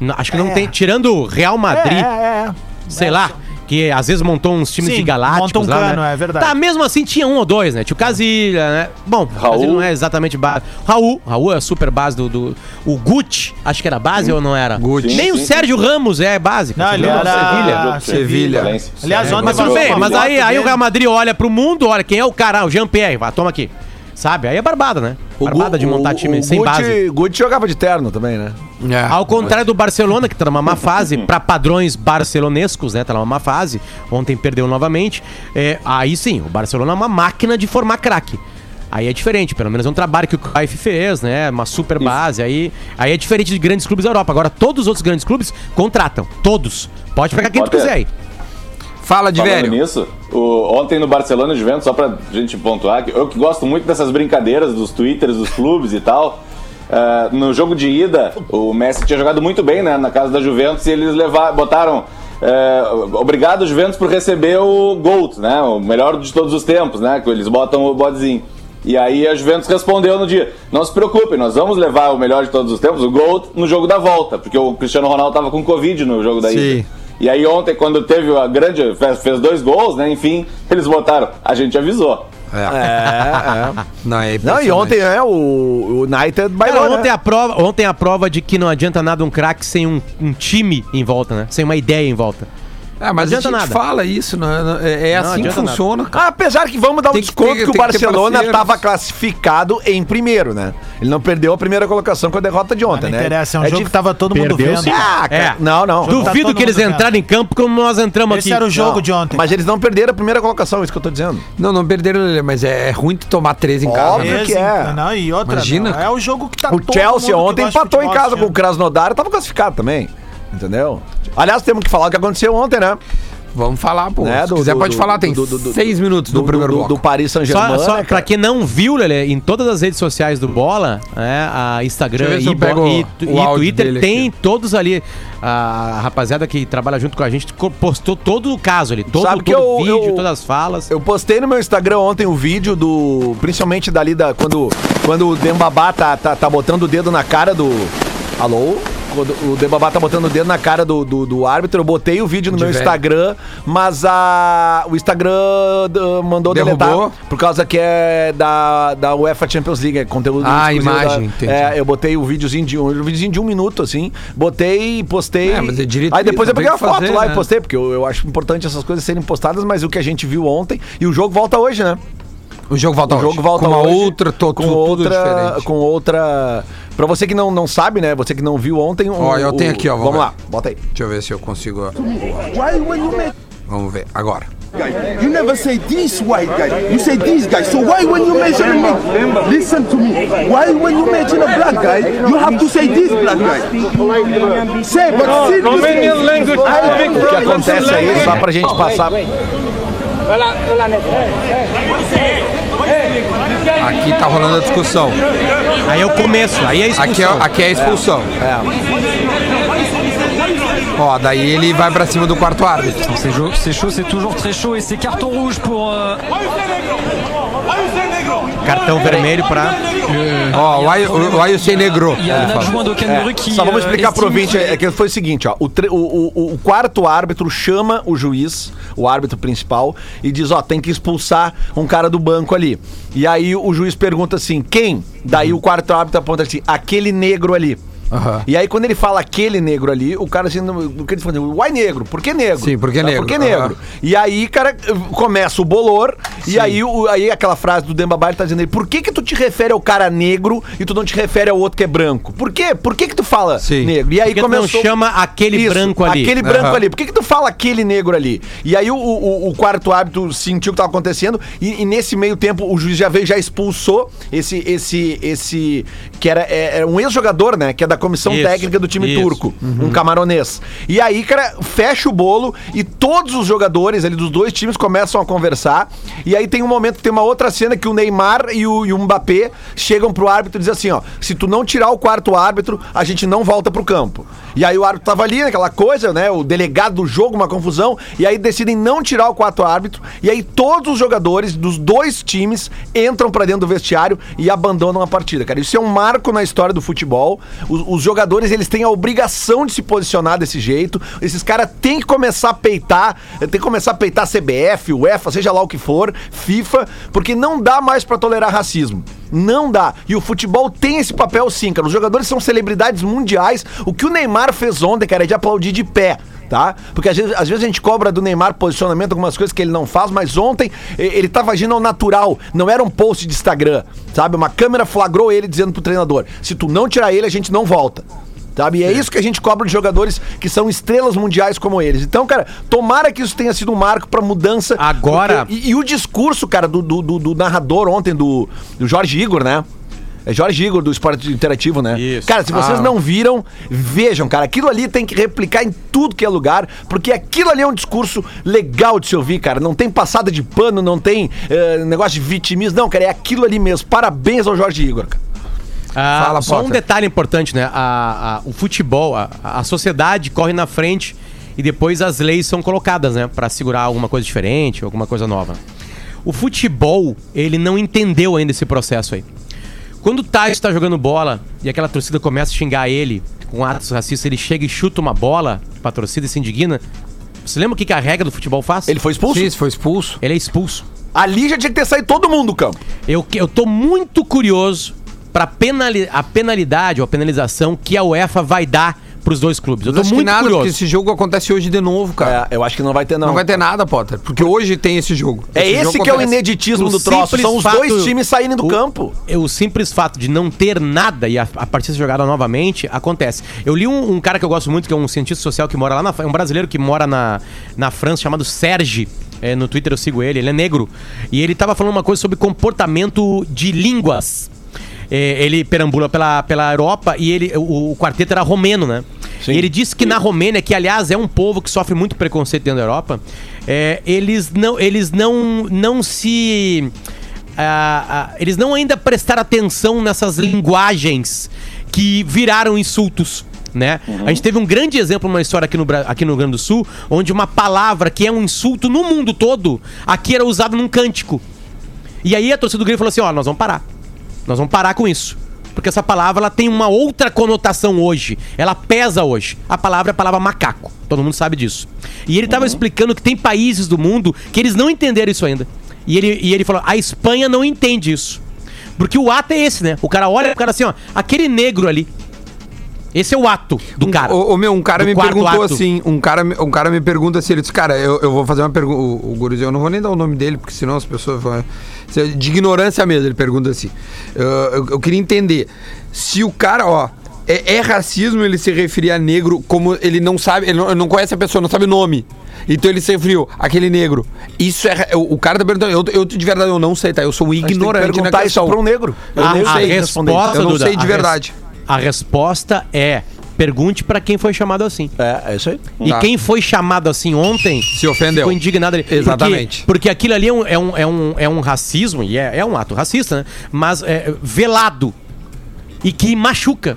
Speaker 9: Não, acho que não tem. Tirando o Real
Speaker 5: É,
Speaker 9: Madrid,
Speaker 5: é, é.
Speaker 9: sei lá, que às vezes montou uns times
Speaker 5: Sim,
Speaker 9: de galácticos
Speaker 5: monta um
Speaker 9: lá,
Speaker 5: cano,
Speaker 9: né?
Speaker 5: é verdade.
Speaker 9: Tá, mesmo assim tinha um ou dois, né? Tinha o Casilha, né? Bom,
Speaker 8: Raul.
Speaker 9: Casilha não é exatamente base. Raul, Raul é a super base do... do- O Gucci, acho que era base ou não era?
Speaker 2: Gucci.
Speaker 9: Nem o
Speaker 8: Sim, sim.
Speaker 9: Sérgio Ramos é base. cara.
Speaker 5: Não, ele
Speaker 8: Não,
Speaker 5: era.
Speaker 8: Sevilha.
Speaker 2: Sevilha.
Speaker 8: Valência.
Speaker 5: Aliás, ontem
Speaker 9: Mas tudo
Speaker 5: vazou
Speaker 9: bem,
Speaker 5: uma
Speaker 9: mas
Speaker 5: foto
Speaker 9: aí, aí o
Speaker 5: dele.
Speaker 9: Real Madrid olha pro mundo, olha quem é o cara, o Jean-Pierre, vai, toma aqui. Sabe? Aí é barbada, né? Barbada de montar time sem base.
Speaker 4: Guti jogava de terno também, né?
Speaker 2: É.
Speaker 9: Ao contrário do Barcelona, que tá numa má fase, pra padrões barcelonescos, né? Tá numa má fase. Ontem perdeu novamente. É, aí sim, o Barcelona é uma máquina de formar craque. Aí é diferente, pelo menos é um trabalho que o Cruyff fez, né? Uma super base. Aí, aí é diferente de grandes clubes da Europa. Agora, todos os outros grandes clubes contratam. Todos. Pode pegar quem tu
Speaker 8: Pode é.
Speaker 9: quiser aí.
Speaker 2: Fala de
Speaker 8: Falando
Speaker 2: velho.
Speaker 8: nisso, o- ontem no Barcelona e Juventus, só pra gente pontuar, que eu que gosto muito dessas brincadeiras dos twitters, dos clubes e tal. ah, no jogo de ida, o Messi tinha jogado muito bem, né? Na casa da Juventus, e eles levaram, botaram. eh, obrigado, Juventus, por receber o Gold, né? O melhor de todos os tempos, né? Que eles botam o bodezinho. E aí a Juventus respondeu no dia: Não se preocupem, nós vamos levar o melhor de todos os tempos, o Gold, no jogo da volta, porque o Cristiano Ronaldo tava com Covid no jogo da
Speaker 2: Sim.
Speaker 8: ida. E aí ontem, quando teve a grande. fez, fez dois gols, né? Enfim, eles botaram. A gente avisou.
Speaker 2: Não, é
Speaker 4: Não, e
Speaker 2: impressionante.
Speaker 4: ontem, né, o o United
Speaker 9: Cara,
Speaker 4: bailou, né?
Speaker 9: ontem, a prova, ontem a prova de que não adianta nada um craque sem um, um time em volta, né? Sem uma ideia em volta.
Speaker 2: Ah, mas
Speaker 9: Não
Speaker 2: a gente
Speaker 9: adianta nada.
Speaker 2: fala isso, né? É, é
Speaker 9: Não
Speaker 2: assim que
Speaker 9: adianta nada.
Speaker 2: funciona, cara.
Speaker 4: Ah, apesar que vamos dar um
Speaker 2: Tem que ter-
Speaker 4: desconto que,
Speaker 2: tem
Speaker 4: o
Speaker 2: que ter
Speaker 4: Barcelona
Speaker 2: parceiros.
Speaker 4: estava classificado em primeiro, né? Ele não perdeu a primeira colocação com a derrota de ontem,
Speaker 5: Não
Speaker 4: né?
Speaker 5: interessa, é um jogo
Speaker 4: de-
Speaker 5: que tava todo mundo
Speaker 3: Perdeu,
Speaker 5: vendo.
Speaker 3: sim.
Speaker 4: Ah, cara,
Speaker 9: É.
Speaker 4: não, não.
Speaker 5: Duvido Tá
Speaker 9: Duvido
Speaker 5: todo
Speaker 9: que eles
Speaker 5: mundo vendo.
Speaker 9: entraram em campo como nós entramos
Speaker 5: Esse
Speaker 9: aqui.
Speaker 5: era o jogo de ontem.
Speaker 4: Mas eles não perderam a primeira colocação, é isso que eu tô dizendo.
Speaker 2: Não, não perderam, Lelê, mas é, é ruim tu tomar três em casa.
Speaker 4: Óbvio.
Speaker 2: né?
Speaker 5: Esse-
Speaker 4: que é.
Speaker 5: Não, e outra,
Speaker 2: Imagina.
Speaker 5: não, é o jogo que tá
Speaker 4: O
Speaker 5: todo
Speaker 4: Chelsea
Speaker 5: mundo que
Speaker 4: ontem
Speaker 5: gosta de
Speaker 4: empatou em
Speaker 5: futebol
Speaker 4: casa com o
Speaker 5: assistindo.
Speaker 4: Krasnodar, tava classificado também. Entendeu? Aliás, temos que falar o que aconteceu ontem, né?
Speaker 2: Vamos falar, pô.
Speaker 4: né?
Speaker 2: Se quiser, pode falar, tem
Speaker 4: do- do- do-
Speaker 2: seis minutos do, primeiro bloco.
Speaker 4: Do Paris Saint-Germain.
Speaker 9: Só, só
Speaker 4: né,
Speaker 9: pra
Speaker 4: cara?
Speaker 9: quem não viu, Lelê, em todas as redes sociais do Bola, né, a Instagram
Speaker 2: Deixa eu
Speaker 9: e,
Speaker 2: ver se eu
Speaker 9: Bo-
Speaker 2: pego
Speaker 9: e tu-
Speaker 2: o
Speaker 9: e
Speaker 2: áudio
Speaker 9: Twitter,
Speaker 2: dele
Speaker 9: tem
Speaker 2: aqui.
Speaker 9: todos ali. A rapaziada que trabalha junto com a gente co- postou todo o caso ali, todo,
Speaker 4: Sabe que
Speaker 9: todo
Speaker 4: eu-
Speaker 9: o vídeo,
Speaker 4: eu-
Speaker 9: todas as falas.
Speaker 4: Eu postei no meu Instagram ontem o vídeo do. Principalmente dali da. Quando, quando o Dembabá tá, tá, tá botando o dedo na cara do. Alô? Quando o Dembabá tá botando o dedo na cara do, do, do árbitro, eu botei o vídeo no
Speaker 2: De
Speaker 4: meu
Speaker 2: velho.
Speaker 4: Instagram, mas a, o Instagram d- mandou
Speaker 2: Derrubou?
Speaker 4: deletar por causa que é da, da UEFA Champions League, é conteúdo
Speaker 2: Ah,
Speaker 4: exclusivo
Speaker 2: imagem,
Speaker 4: da-
Speaker 2: entendi.
Speaker 4: é, eu botei o videozinho de um, um videozinho de um minuto, assim, botei, postei.
Speaker 2: É, mas é direito
Speaker 4: aí depois
Speaker 2: disso,
Speaker 4: eu peguei
Speaker 2: não
Speaker 4: a
Speaker 2: tem o que
Speaker 4: foto
Speaker 2: fazer,
Speaker 4: lá e
Speaker 2: né?
Speaker 4: postei postei, porque eu, eu acho importante essas coisas serem postadas, mas o que a gente viu ontem. E o jogo volta hoje, né?
Speaker 2: O jogo volta
Speaker 4: o jogo
Speaker 2: hoje.
Speaker 4: volta
Speaker 2: com uma
Speaker 4: hoje,
Speaker 2: outra, to,
Speaker 4: com
Speaker 2: tudo
Speaker 4: outra,
Speaker 2: diferente.
Speaker 4: com outra. Pra você que não, não sabe, né? Você que não viu ontem. o-
Speaker 2: Ó, eu
Speaker 4: o-
Speaker 2: tenho aqui, ó, vamos
Speaker 4: Vamos
Speaker 2: ver.
Speaker 4: lá, bota aí.
Speaker 2: Deixa eu ver se eu consigo... Vamos ver, agora.
Speaker 11: You never say this white guy. You say this guy. So why when you mention me? Listen to me. Why when you mention a black guy, you have to say this black guy? Say, but seriously.
Speaker 4: O que acontece aí, só pra gente passar.
Speaker 2: Aqui tá rolando a discussão.
Speaker 9: Aí é o começo, aí é a
Speaker 2: Aqui é,
Speaker 9: expulsão.
Speaker 2: aqui é a expulsão. Ó, daí ele vai pra cima do quarto árbitro.
Speaker 12: C'est chaud, c'est toujours très chaud et c'est carton rouge pour. euh,
Speaker 9: Cartão vermelho pra.
Speaker 2: Ó, o Ay- o o Ayusen Negro.
Speaker 12: Il y
Speaker 9: né?
Speaker 12: a un adjoint de
Speaker 4: É,
Speaker 12: qui.
Speaker 4: só vamos
Speaker 12: euh,
Speaker 4: explicar pro
Speaker 12: estime
Speaker 4: ouvinte, é que foi o seguinte, ó, o, tre- o- o- o quarto árbitro chama o juiz, o árbitro principal, e diz, ó, tem que expulsar um cara do banco ali. E aí o juiz pergunta assim, quem? Daí o quarto árbitro aponta assim, aquele negro ali.
Speaker 2: Aham.
Speaker 4: E aí quando ele fala aquele negro ali, o cara assim, não- o que ele fala, uai negro, por que negro?
Speaker 2: Sim, por que
Speaker 4: Tá,
Speaker 2: negro?
Speaker 4: Por que negro? E aí, cara, começa o bolor, e aí, o, aí aquela frase do Demba Bar tá dizendo aí, por que que tu te refere ao cara negro e tu não te refere ao outro que é branco? Por quê? Por que que tu fala
Speaker 2: Sim.
Speaker 4: negro? E aí
Speaker 9: Por que tu não
Speaker 4: começou...
Speaker 9: chama aquele
Speaker 4: Isso,
Speaker 9: branco ali?
Speaker 4: Aquele branco
Speaker 2: Aham.
Speaker 4: ali. Por que que tu fala aquele negro ali? E aí o, o- o quarto árbitro sentiu o que tava acontecendo e, e nesse meio tempo o juiz já veio, já expulsou esse, esse, esse, que era é, é um ex-jogador, né? Que é da comissão
Speaker 9: Isso,
Speaker 4: técnica do time
Speaker 9: isso.
Speaker 4: turco, um camaronês. E aí, cara, fecha o bolo e todos os jogadores ali dos dois times começam a conversar. E aí tem um momento, tem uma outra cena que o Neymar e o, e o Mbappé chegam pro árbitro e dizem assim, ó, se tu não tirar o quarto árbitro, a gente não volta pro campo. E aí o árbitro tava ali, naquela coisa, né, o delegado do jogo, uma confusão, e aí decidem não tirar o quarto árbitro, e aí todos os jogadores dos dois times entram pra dentro do vestiário e abandonam a partida, cara. Isso é um marco na história do futebol. Os, os jogadores, eles têm a obrigação de se posicionar desse jeito. Esses caras têm que começar a peitar, eh, tem que começar a peitar CBF, UEFA, seja lá o que for, FIFA, porque não dá mais pra tolerar racismo. Não dá. E o futebol tem esse papel sim, cara. Os jogadores são celebridades mundiais. O que o Neymar fez ontem, cara, é de aplaudir de pé tá? Porque às vezes, às vezes a gente cobra do Neymar posicionamento, algumas coisas que ele não faz, mas ontem e- ele tava agindo ao natural, não era um post de Instagram, sabe? Uma câmera flagrou ele dizendo pro treinador: se tu não tirar ele, a gente não volta. Sabe? E é isso que a gente cobra de jogadores que são estrelas mundiais como eles. Então, cara, tomara que isso tenha sido um marco pra mudança.
Speaker 9: Agora-
Speaker 4: porque- e, e o discurso, cara, do, do, do- do narrador ontem, do, do Jorge Igor, né? É Jorge Igor do Esporte Interativo, né?
Speaker 9: Isso.
Speaker 4: Cara, se vocês
Speaker 2: Ah.
Speaker 4: não viram, vejam, cara. Aquilo ali tem que replicar em tudo que é lugar, porque aquilo ali é um discurso legal de se ouvir, cara. Não tem passada de pano, não tem eh, negócio de vitimismo. Não, cara, é aquilo ali mesmo. Parabéns ao Jorge Igor, cara.
Speaker 9: Ah,
Speaker 2: Fala,
Speaker 9: só um
Speaker 2: Potter.
Speaker 9: detalhe importante, né? A- a- o futebol, a, a sociedade corre na frente e depois as leis são colocadas, né? Pra segurar alguma coisa diferente, alguma coisa nova. O futebol, ele não entendeu ainda esse processo aí. Quando o Tais tá jogando bola e aquela torcida começa a xingar ele com atos racistas, ele chega e chuta uma bola pra torcida e se indigna. Você lembra o que, que a regra do futebol faz?
Speaker 4: Ele foi expulso?
Speaker 2: Sim, se foi expulso.
Speaker 9: Ele é expulso.
Speaker 4: Ali já tinha que ter saído todo mundo do campo.
Speaker 9: Eu, que- eu tô muito curioso pra penali a penalidade ou a penalização que a UEFA vai dar pros dois clubes. Eu
Speaker 2: Eu
Speaker 9: tô muito
Speaker 2: nada,
Speaker 9: curioso.
Speaker 2: porque esse jogo acontece hoje de novo, cara.
Speaker 4: É, eu acho que não vai ter, não.
Speaker 2: Não vai ter nada, Potter, porque hoje tem esse jogo.
Speaker 4: É esse
Speaker 2: jogo
Speaker 4: que é o
Speaker 2: acontece.
Speaker 4: ineditismo
Speaker 9: O
Speaker 4: do troço.
Speaker 9: simples
Speaker 4: São os
Speaker 9: fato-
Speaker 4: dois times saindo do
Speaker 9: o-
Speaker 4: campo.
Speaker 9: é o simples fato de não ter nada e a, a partida ser jogada novamente acontece. Eu li um, um cara que eu gosto muito, que é um cientista social que mora lá na Fra- um brasileiro que mora na, na França, chamado Serge. É, no Twitter eu sigo ele, ele é negro. E ele tava falando uma coisa sobre comportamento de línguas. É, ele perambula pela, pela Europa e ele, o, o quarteto era romeno, né? E ele disse que na Romênia, que aliás é um povo que sofre muito preconceito dentro da Europa, é, eles não, eles não, não se ah, ah, eles não ainda prestaram atenção nessas linguagens que viraram insultos. Né? A gente teve um grande exemplo, uma história aqui no, Bra- aqui no Rio Grande do Sul, onde uma palavra que é um insulto no mundo todo, aqui era usada num cântico. E aí a torcida do Grêmio falou assim: ó, nós vamos parar. Nós vamos parar com isso. Porque essa palavra ela tem uma outra conotação hoje. Ela pesa hoje. A palavra é a palavra macaco. Todo mundo sabe disso. E ele
Speaker 2: Uhum.
Speaker 9: estava explicando que tem países do mundo que eles não entenderam isso ainda. E ele, e ele falou: a Espanha não entende isso. Porque o ato é esse, né? O cara olha o cara assim, ó, aquele negro ali. Esse é o ato do cara.
Speaker 2: Ô, ô, meu, um cara
Speaker 9: Do
Speaker 2: me
Speaker 9: quarto
Speaker 2: perguntou
Speaker 9: ato.
Speaker 2: assim, um cara, me- um cara me pergunta assim, ele disse, cara, eu, eu vou fazer uma pergunta, o, o Guruzinho, eu não vou nem dar o nome dele, porque senão as pessoas vão... se é De ignorância mesmo, ele pergunta assim. Eu, eu- eu queria entender, se o cara, ó, é, é racismo ele se referir a negro como ele não sabe, ele não, ele não conhece a pessoa, não sabe o nome. Então ele se referiu, aquele negro. Isso é. ra- O, o cara tá perguntando, eu, eu de verdade eu não sei, tá? Eu sou um
Speaker 4: tem que
Speaker 2: ignorante. na
Speaker 4: perguntar isso
Speaker 2: questão.
Speaker 4: pra um negro. Eu
Speaker 9: a,
Speaker 4: nem
Speaker 9: a
Speaker 4: sei responder.
Speaker 9: resposta,
Speaker 2: Eu não
Speaker 9: Duda,
Speaker 2: sei de
Speaker 9: a res-
Speaker 2: verdade.
Speaker 9: a resposta é: pergunte pra quem foi chamado assim.
Speaker 4: É, é isso aí.
Speaker 9: E
Speaker 2: Tá.
Speaker 9: quem foi chamado assim ontem
Speaker 2: Se ofendeu.
Speaker 9: ficou indignado ali.
Speaker 2: Exatamente.
Speaker 9: Porque, porque aquilo ali é um, é um, é um, é um racismo, e é, é um ato racista, né? Mas é, velado. E que machuca.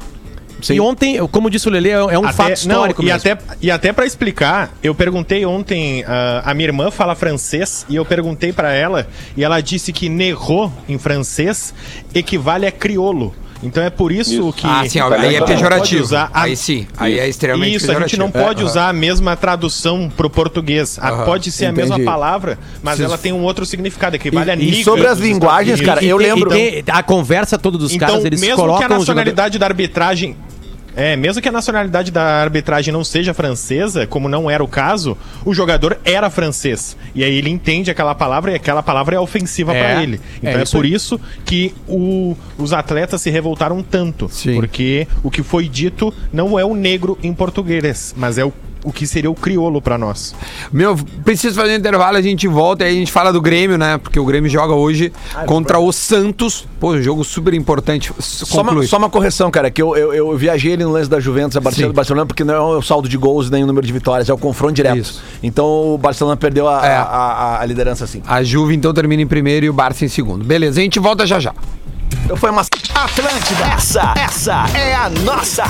Speaker 9: E ontem, como disse o Lele, é um
Speaker 3: Até-
Speaker 9: fato histórico
Speaker 3: não, e
Speaker 9: mesmo.
Speaker 3: até e até para explicar, eu perguntei ontem ah, a minha irmã fala francês e eu perguntei para ela e ela disse que nerro em francês equivale a criolo. Então é por isso,
Speaker 2: Isso.
Speaker 3: que
Speaker 2: Ah, sim,
Speaker 3: a
Speaker 2: aí é
Speaker 3: gente não tá pode
Speaker 2: pejorativo.
Speaker 3: usar a-
Speaker 2: Aí sim, aí é extremamente
Speaker 3: Isso, a gente não
Speaker 2: pejorativo.
Speaker 3: pode
Speaker 2: É,
Speaker 3: usar a mesma tradução pro português. Ah,
Speaker 2: Aham.
Speaker 3: Pode ser a
Speaker 9: Entendi.
Speaker 3: mesma palavra, mas
Speaker 9: Vocês-
Speaker 3: ela tem um outro significado, equivale a
Speaker 9: E-
Speaker 3: nigga
Speaker 9: e
Speaker 3: nos Estados Unidos.
Speaker 9: E tem- e tem a conversa toda dos
Speaker 3: Então,
Speaker 9: caras, eles
Speaker 3: mesmo
Speaker 9: colocam
Speaker 3: que a
Speaker 9: os jogadores-
Speaker 3: nacionalidade da arbitragem. É, mesmo que a nacionalidade da arbitragem não seja francesa, como não era o caso, o jogador era francês. E aí ele entende aquela palavra e aquela palavra é ofensiva
Speaker 9: É,
Speaker 3: pra ele. Então
Speaker 9: é
Speaker 3: é,
Speaker 9: isso
Speaker 3: por
Speaker 9: aí.
Speaker 3: isso que o- os atletas se revoltaram tanto. Porque o que foi dito não é o negro em português, mas é o, o que seria o criolo pra nós.
Speaker 2: Meu, preciso fazer um intervalo, a gente volta e aí a gente fala do Grêmio, né? Porque o Grêmio joga hoje
Speaker 4: Ah,
Speaker 2: contra o Santos. Pô, jogo super importante. S-
Speaker 4: Só uma,
Speaker 2: conclui.
Speaker 4: só uma correção, cara, que eu, eu, eu viajei ele no lance da Juventus a Barcelona, do Barcelona, porque não é o saldo de gols nem o número de vitórias, é o confronto direto. Então o Barcelona perdeu a, a- a- a liderança assim.
Speaker 2: A Juve então termina em primeiro e o Barça em segundo. Beleza, a gente volta já já.
Speaker 4: Então foi uma
Speaker 13: Atlântida. Essa, essa é a nossa.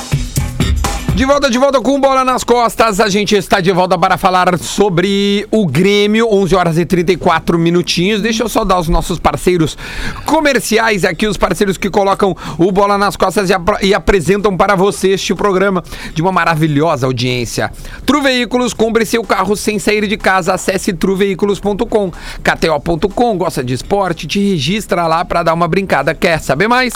Speaker 2: De volta, de volta com bola nas costas. A gente está de volta para falar sobre o Grêmio, 11 horas e 34 minutinhos. Deixa eu só dar os nossos parceiros comerciais aqui, os parceiros que colocam o bola nas costas e, apro- e apresentam para você este programa de uma maravilhosa audiência. Tru Veículos, compre seu carro sem sair de casa. Acesse truveículos.com, kto.com. Gosta de esporte? Te registra lá para dar uma brincada. Quer saber mais?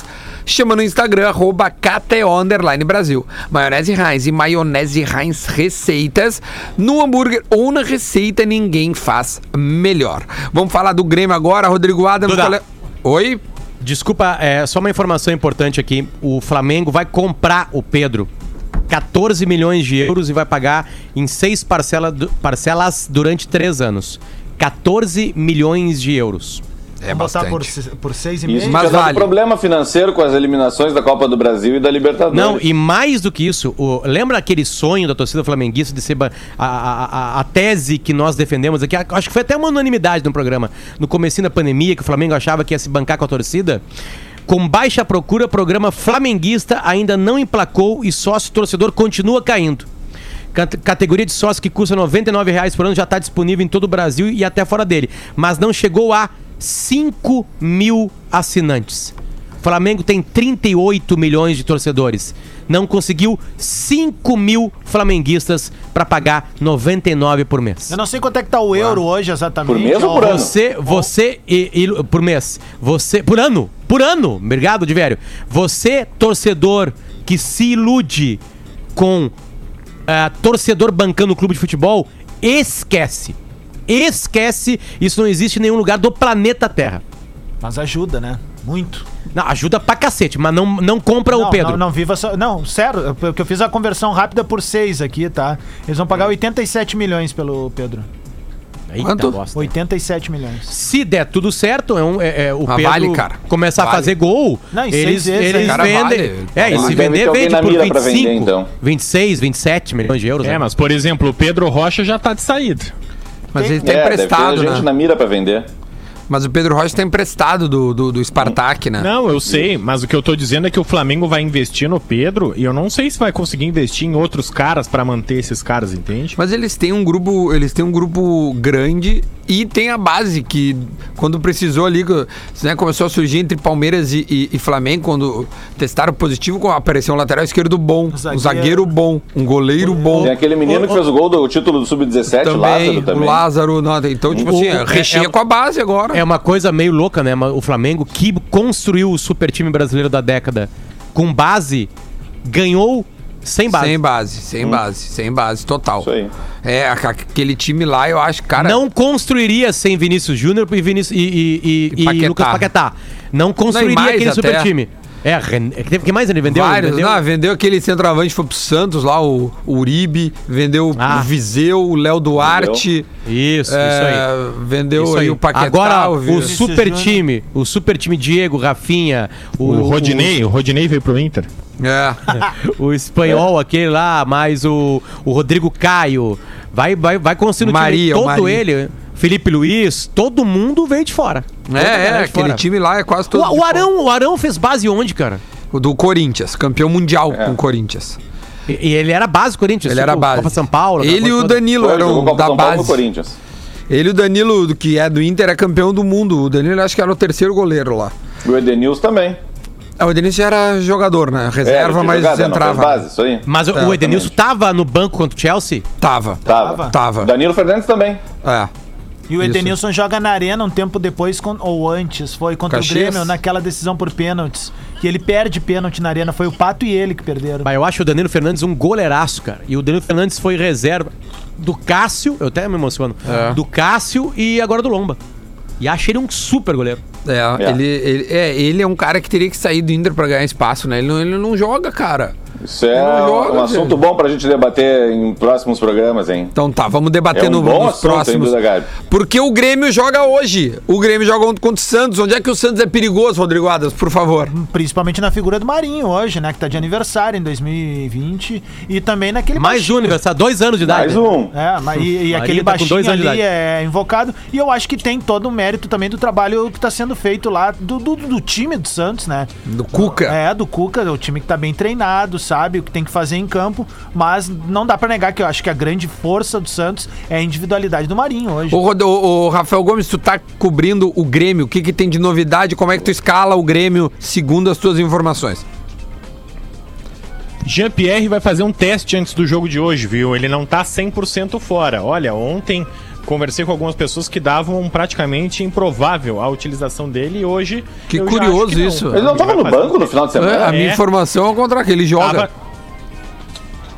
Speaker 2: Chama no Instagram, arroba KTO Underline Brasil. Maionese Heinz e Maionese Heinz Receitas. No hambúrguer ou na receita, ninguém faz melhor. Vamos falar do Grêmio agora, Rodrigo Adams.
Speaker 9: Duda.
Speaker 2: qual é- Oi?
Speaker 9: Desculpa, é só uma informação importante aqui. O Flamengo vai comprar o Pedro. 14 milhões de euros e vai pagar em seis parcela, du- parcelas durante três anos. 14 milhões de euros.
Speaker 2: É
Speaker 5: botar por, se- por seis e
Speaker 2: Uhum.
Speaker 8: Isso
Speaker 5: meio.
Speaker 8: tinha dado problema financeiro com as eliminações da Copa do Brasil e da Libertadores.
Speaker 9: Não, e mais do que isso, o- lembra aquele sonho da torcida flamenguista de ser ba- a, a- a- a tese que nós defendemos aqui? a- Acho que foi até uma unanimidade no programa. No comecinho da pandemia, que o Flamengo achava que ia se bancar com a torcida. Com baixa procura, programa flamenguista ainda não emplacou e sócio-torcedor continua caindo. Cate- Categoria de sócio que custa R$ 99 reais por ano já está disponível em todo o Brasil e até fora dele. Mas não chegou a 5 mil assinantes. O Flamengo tem 38 milhões de torcedores. Não conseguiu 5 mil flamenguistas para pagar 99 por mês.
Speaker 5: Eu não sei quanto é que tá o euro hoje exatamente.
Speaker 9: Por mês ou
Speaker 5: ó.
Speaker 9: por ano? Você, você e, e- por mês. Você por ano, por ano. Obrigado, de velho. Você torcedor que se ilude com ah, torcedor bancando o clube de futebol, esquece. Esquece, isso não existe em nenhum lugar do planeta Terra.
Speaker 5: Mas ajuda, né? Muito.
Speaker 9: Não, ajuda pra cacete, mas não, não compra
Speaker 5: não,
Speaker 9: o Pedro.
Speaker 5: Não, não viva só. Não, sério, porque eu fiz a conversão rápida por seis aqui, tá? Eles vão pagar 87 milhões pelo Pedro.
Speaker 9: Eita Quanto? bosta.
Speaker 5: 87 milhões.
Speaker 9: Se der tudo certo, é um, é, é, o
Speaker 5: Mas
Speaker 9: Pedro
Speaker 5: vale, cara.
Speaker 9: começar
Speaker 5: Vale.
Speaker 9: a fazer gol,
Speaker 5: Não, em seis
Speaker 9: eles,
Speaker 5: vezes,
Speaker 9: eles
Speaker 5: hein? Cara,
Speaker 9: vendem.
Speaker 5: vale.
Speaker 9: É, e
Speaker 3: Vale. Deve ter
Speaker 9: se vender,
Speaker 3: alguém
Speaker 9: vende
Speaker 3: na
Speaker 9: por
Speaker 3: mira
Speaker 9: 25,
Speaker 3: pra vender, então.
Speaker 9: 26, 27 milhões de euros.
Speaker 3: É,
Speaker 9: né?
Speaker 3: mas por exemplo, o Pedro Rocha já tá de saída.
Speaker 2: Mas ele tá
Speaker 8: É, deve ter
Speaker 2: emprestado,
Speaker 8: gente
Speaker 2: né?
Speaker 8: na mira pra vender.
Speaker 2: Mas o Pedro Rocha tá emprestado do, do, do Spartak, né?
Speaker 3: Não, eu sei, mas o que eu tô dizendo é que o Flamengo vai investir no Pedro e eu não sei se vai conseguir investir em outros caras pra manter esses caras, entende?
Speaker 2: Mas eles têm um grupo, eles têm um grupo grande e tem a base que quando precisou ali, que, né, começou a surgir entre Palmeiras e, e- e Flamengo quando testaram positivo, com- apareceu um lateral esquerdo bom, um
Speaker 8: Zagueiro.
Speaker 2: zagueiro bom, um goleiro bom.
Speaker 8: Tem aquele menino que fez o gol do título do Sub-17, Lázaro
Speaker 2: também, o
Speaker 8: também.
Speaker 2: Lázaro, não, então tipo assim,
Speaker 9: O- o-
Speaker 2: recheia
Speaker 9: é-
Speaker 2: com a base agora.
Speaker 9: É uma coisa meio louca, né? mas O Flamengo, que construiu o super time brasileiro da década com base, ganhou sem base. Hum.
Speaker 2: Sem base, sem base, sem base total. Isso aí. É, a- aquele time lá, eu acho, cara,
Speaker 9: Não construiria sem Vinícius Júnior e, Vinícius, e, e, e- e
Speaker 2: Paquetá.
Speaker 9: Lucas Paquetá. Não construiria
Speaker 2: mais
Speaker 9: aquele
Speaker 2: até.
Speaker 9: super time. É, Ren- é que teve que mais ele vendeu?
Speaker 2: Vários,
Speaker 9: vendeu?
Speaker 2: não, é vendeu aquele centroavante, foi pro Santos lá, o, o Uribe, vendeu
Speaker 9: Ah.
Speaker 2: o Viseu, o Léo Duarte.
Speaker 9: Isso,
Speaker 2: É,
Speaker 9: isso aí.
Speaker 2: Vendeu
Speaker 9: Isso
Speaker 2: aí o Paquetá.
Speaker 9: Agora,
Speaker 2: o Vi-
Speaker 9: o super time, o super time Diego, Rafinha,
Speaker 3: O, Rodinei, o Rodinei veio pro Inter.
Speaker 2: É.
Speaker 9: o
Speaker 3: É.
Speaker 9: espanhol aquele lá, mais o, o Rodrigo Caio. Vai, vai, vai construindo o time
Speaker 2: Maria, o
Speaker 9: todo
Speaker 2: Maria.
Speaker 9: ele. Felipe Luiz, todo mundo veio de fora. Toda
Speaker 2: É,
Speaker 9: a
Speaker 2: é,
Speaker 9: galera de
Speaker 2: aquele
Speaker 9: fora.
Speaker 2: time lá é quase todo.
Speaker 9: O- o Arão, o Arão fez base onde, cara?
Speaker 2: O do Corinthians, campeão mundial
Speaker 8: É.
Speaker 2: com o Corinthians.
Speaker 9: E, e ele era base do Corinthians.
Speaker 2: Ele era
Speaker 9: tipo,
Speaker 2: base.
Speaker 9: Copa São Paulo. aquela
Speaker 2: Ele e
Speaker 9: coisa
Speaker 2: o
Speaker 9: toda.
Speaker 2: Danilo
Speaker 8: Foi, ele
Speaker 2: eram
Speaker 8: jogou Copa
Speaker 2: um da
Speaker 8: São Paulo
Speaker 2: base.
Speaker 8: no Corinthians.
Speaker 2: Ele e o Danilo, do que é do Inter, é campeão do mundo. O Danilo acho que era o terceiro goleiro lá.
Speaker 8: E o Edenilson também.
Speaker 2: Ah, O Edenilson era jogador, né?
Speaker 8: Era um
Speaker 2: Reserva,
Speaker 8: de
Speaker 2: mas
Speaker 8: jogada, não,
Speaker 2: entrava.
Speaker 8: fez base, isso aí.
Speaker 9: Mas o-
Speaker 2: É,
Speaker 9: o Edenilson tava no banco contra o Chelsea?
Speaker 2: Tava.
Speaker 8: Tava.
Speaker 2: Tava.
Speaker 8: Danilo Fernandes também.
Speaker 2: É.
Speaker 5: E o
Speaker 2: Isso.
Speaker 5: Edenilson joga na arena um tempo depois, con- ou antes, foi contra
Speaker 2: Caxias.
Speaker 5: o Grêmio, naquela decisão por pênaltis. Que ele perde pênalti na arena, foi o Pato e ele que perderam.
Speaker 9: Bah, eu acho o Danilo Fernandes um goleiraço, cara. E o Danilo Fernandes foi reserva do Cássio, eu até me emociono,
Speaker 2: É.
Speaker 9: do Cássio e agora do Lomba. E acho ele um super goleiro.
Speaker 2: É, Ele, ele- é, ele é um cara que teria que sair do Inter pra ganhar espaço, né? Ele não, ele não joga, cara.
Speaker 8: Isso é
Speaker 2: Não joga,
Speaker 8: um
Speaker 2: velho.
Speaker 8: assunto bom pra gente debater em próximos programas, hein?
Speaker 2: Então tá, vamos debater
Speaker 8: É um
Speaker 2: no,
Speaker 8: bom
Speaker 2: nos
Speaker 8: assunto, hein,
Speaker 2: próximos.
Speaker 8: Duda Garbi?
Speaker 2: Porque o Grêmio joga hoje. O Grêmio joga ontem contra o Santos. Onde é que o Santos é perigoso, Rodrigo Adas? Por favor.
Speaker 5: Principalmente na figura do Marinho hoje, né? Que tá de aniversário em 2020. E também naquele
Speaker 9: Mais um aniversário, dois anos de idade.
Speaker 8: Mais
Speaker 9: né?
Speaker 8: um.
Speaker 5: É, mas e, e
Speaker 9: Marinho
Speaker 5: aquele
Speaker 9: tá com
Speaker 5: baixinho
Speaker 9: dois anos de
Speaker 5: ali
Speaker 9: idade.
Speaker 5: é invocado. E eu acho que tem todo o mérito também do trabalho que tá sendo feito lá do, do, do time do Santos, né?
Speaker 2: Do Cuca.
Speaker 5: É, do Cuca, o time que tá bem treinado, sabe o que tem que fazer em campo, mas não dá pra negar que eu acho que a grande força do Santos é a individualidade do Marinho hoje.
Speaker 2: Ô, Rod- ô, ô, Rafael Gomes, tu tá cobrindo o Grêmio. O que, que tem de novidade? Como é que tu escala o Grêmio segundo as tuas informações?
Speaker 3: Jean-Pierre vai fazer um teste antes do jogo de hoje, viu? Ele não tá 100% fora. Olha, ontem conversei com algumas pessoas que davam um praticamente improvável a utilização dele e hoje.
Speaker 2: Que
Speaker 3: eu já acho
Speaker 2: curioso
Speaker 3: não.
Speaker 2: isso.
Speaker 8: Ele não
Speaker 3: vai
Speaker 8: tava no
Speaker 3: fazer um
Speaker 8: banco no final de
Speaker 2: É,
Speaker 8: semana?
Speaker 2: a minha
Speaker 3: É.
Speaker 2: informação é o contrário, que ele joga.
Speaker 3: Tava-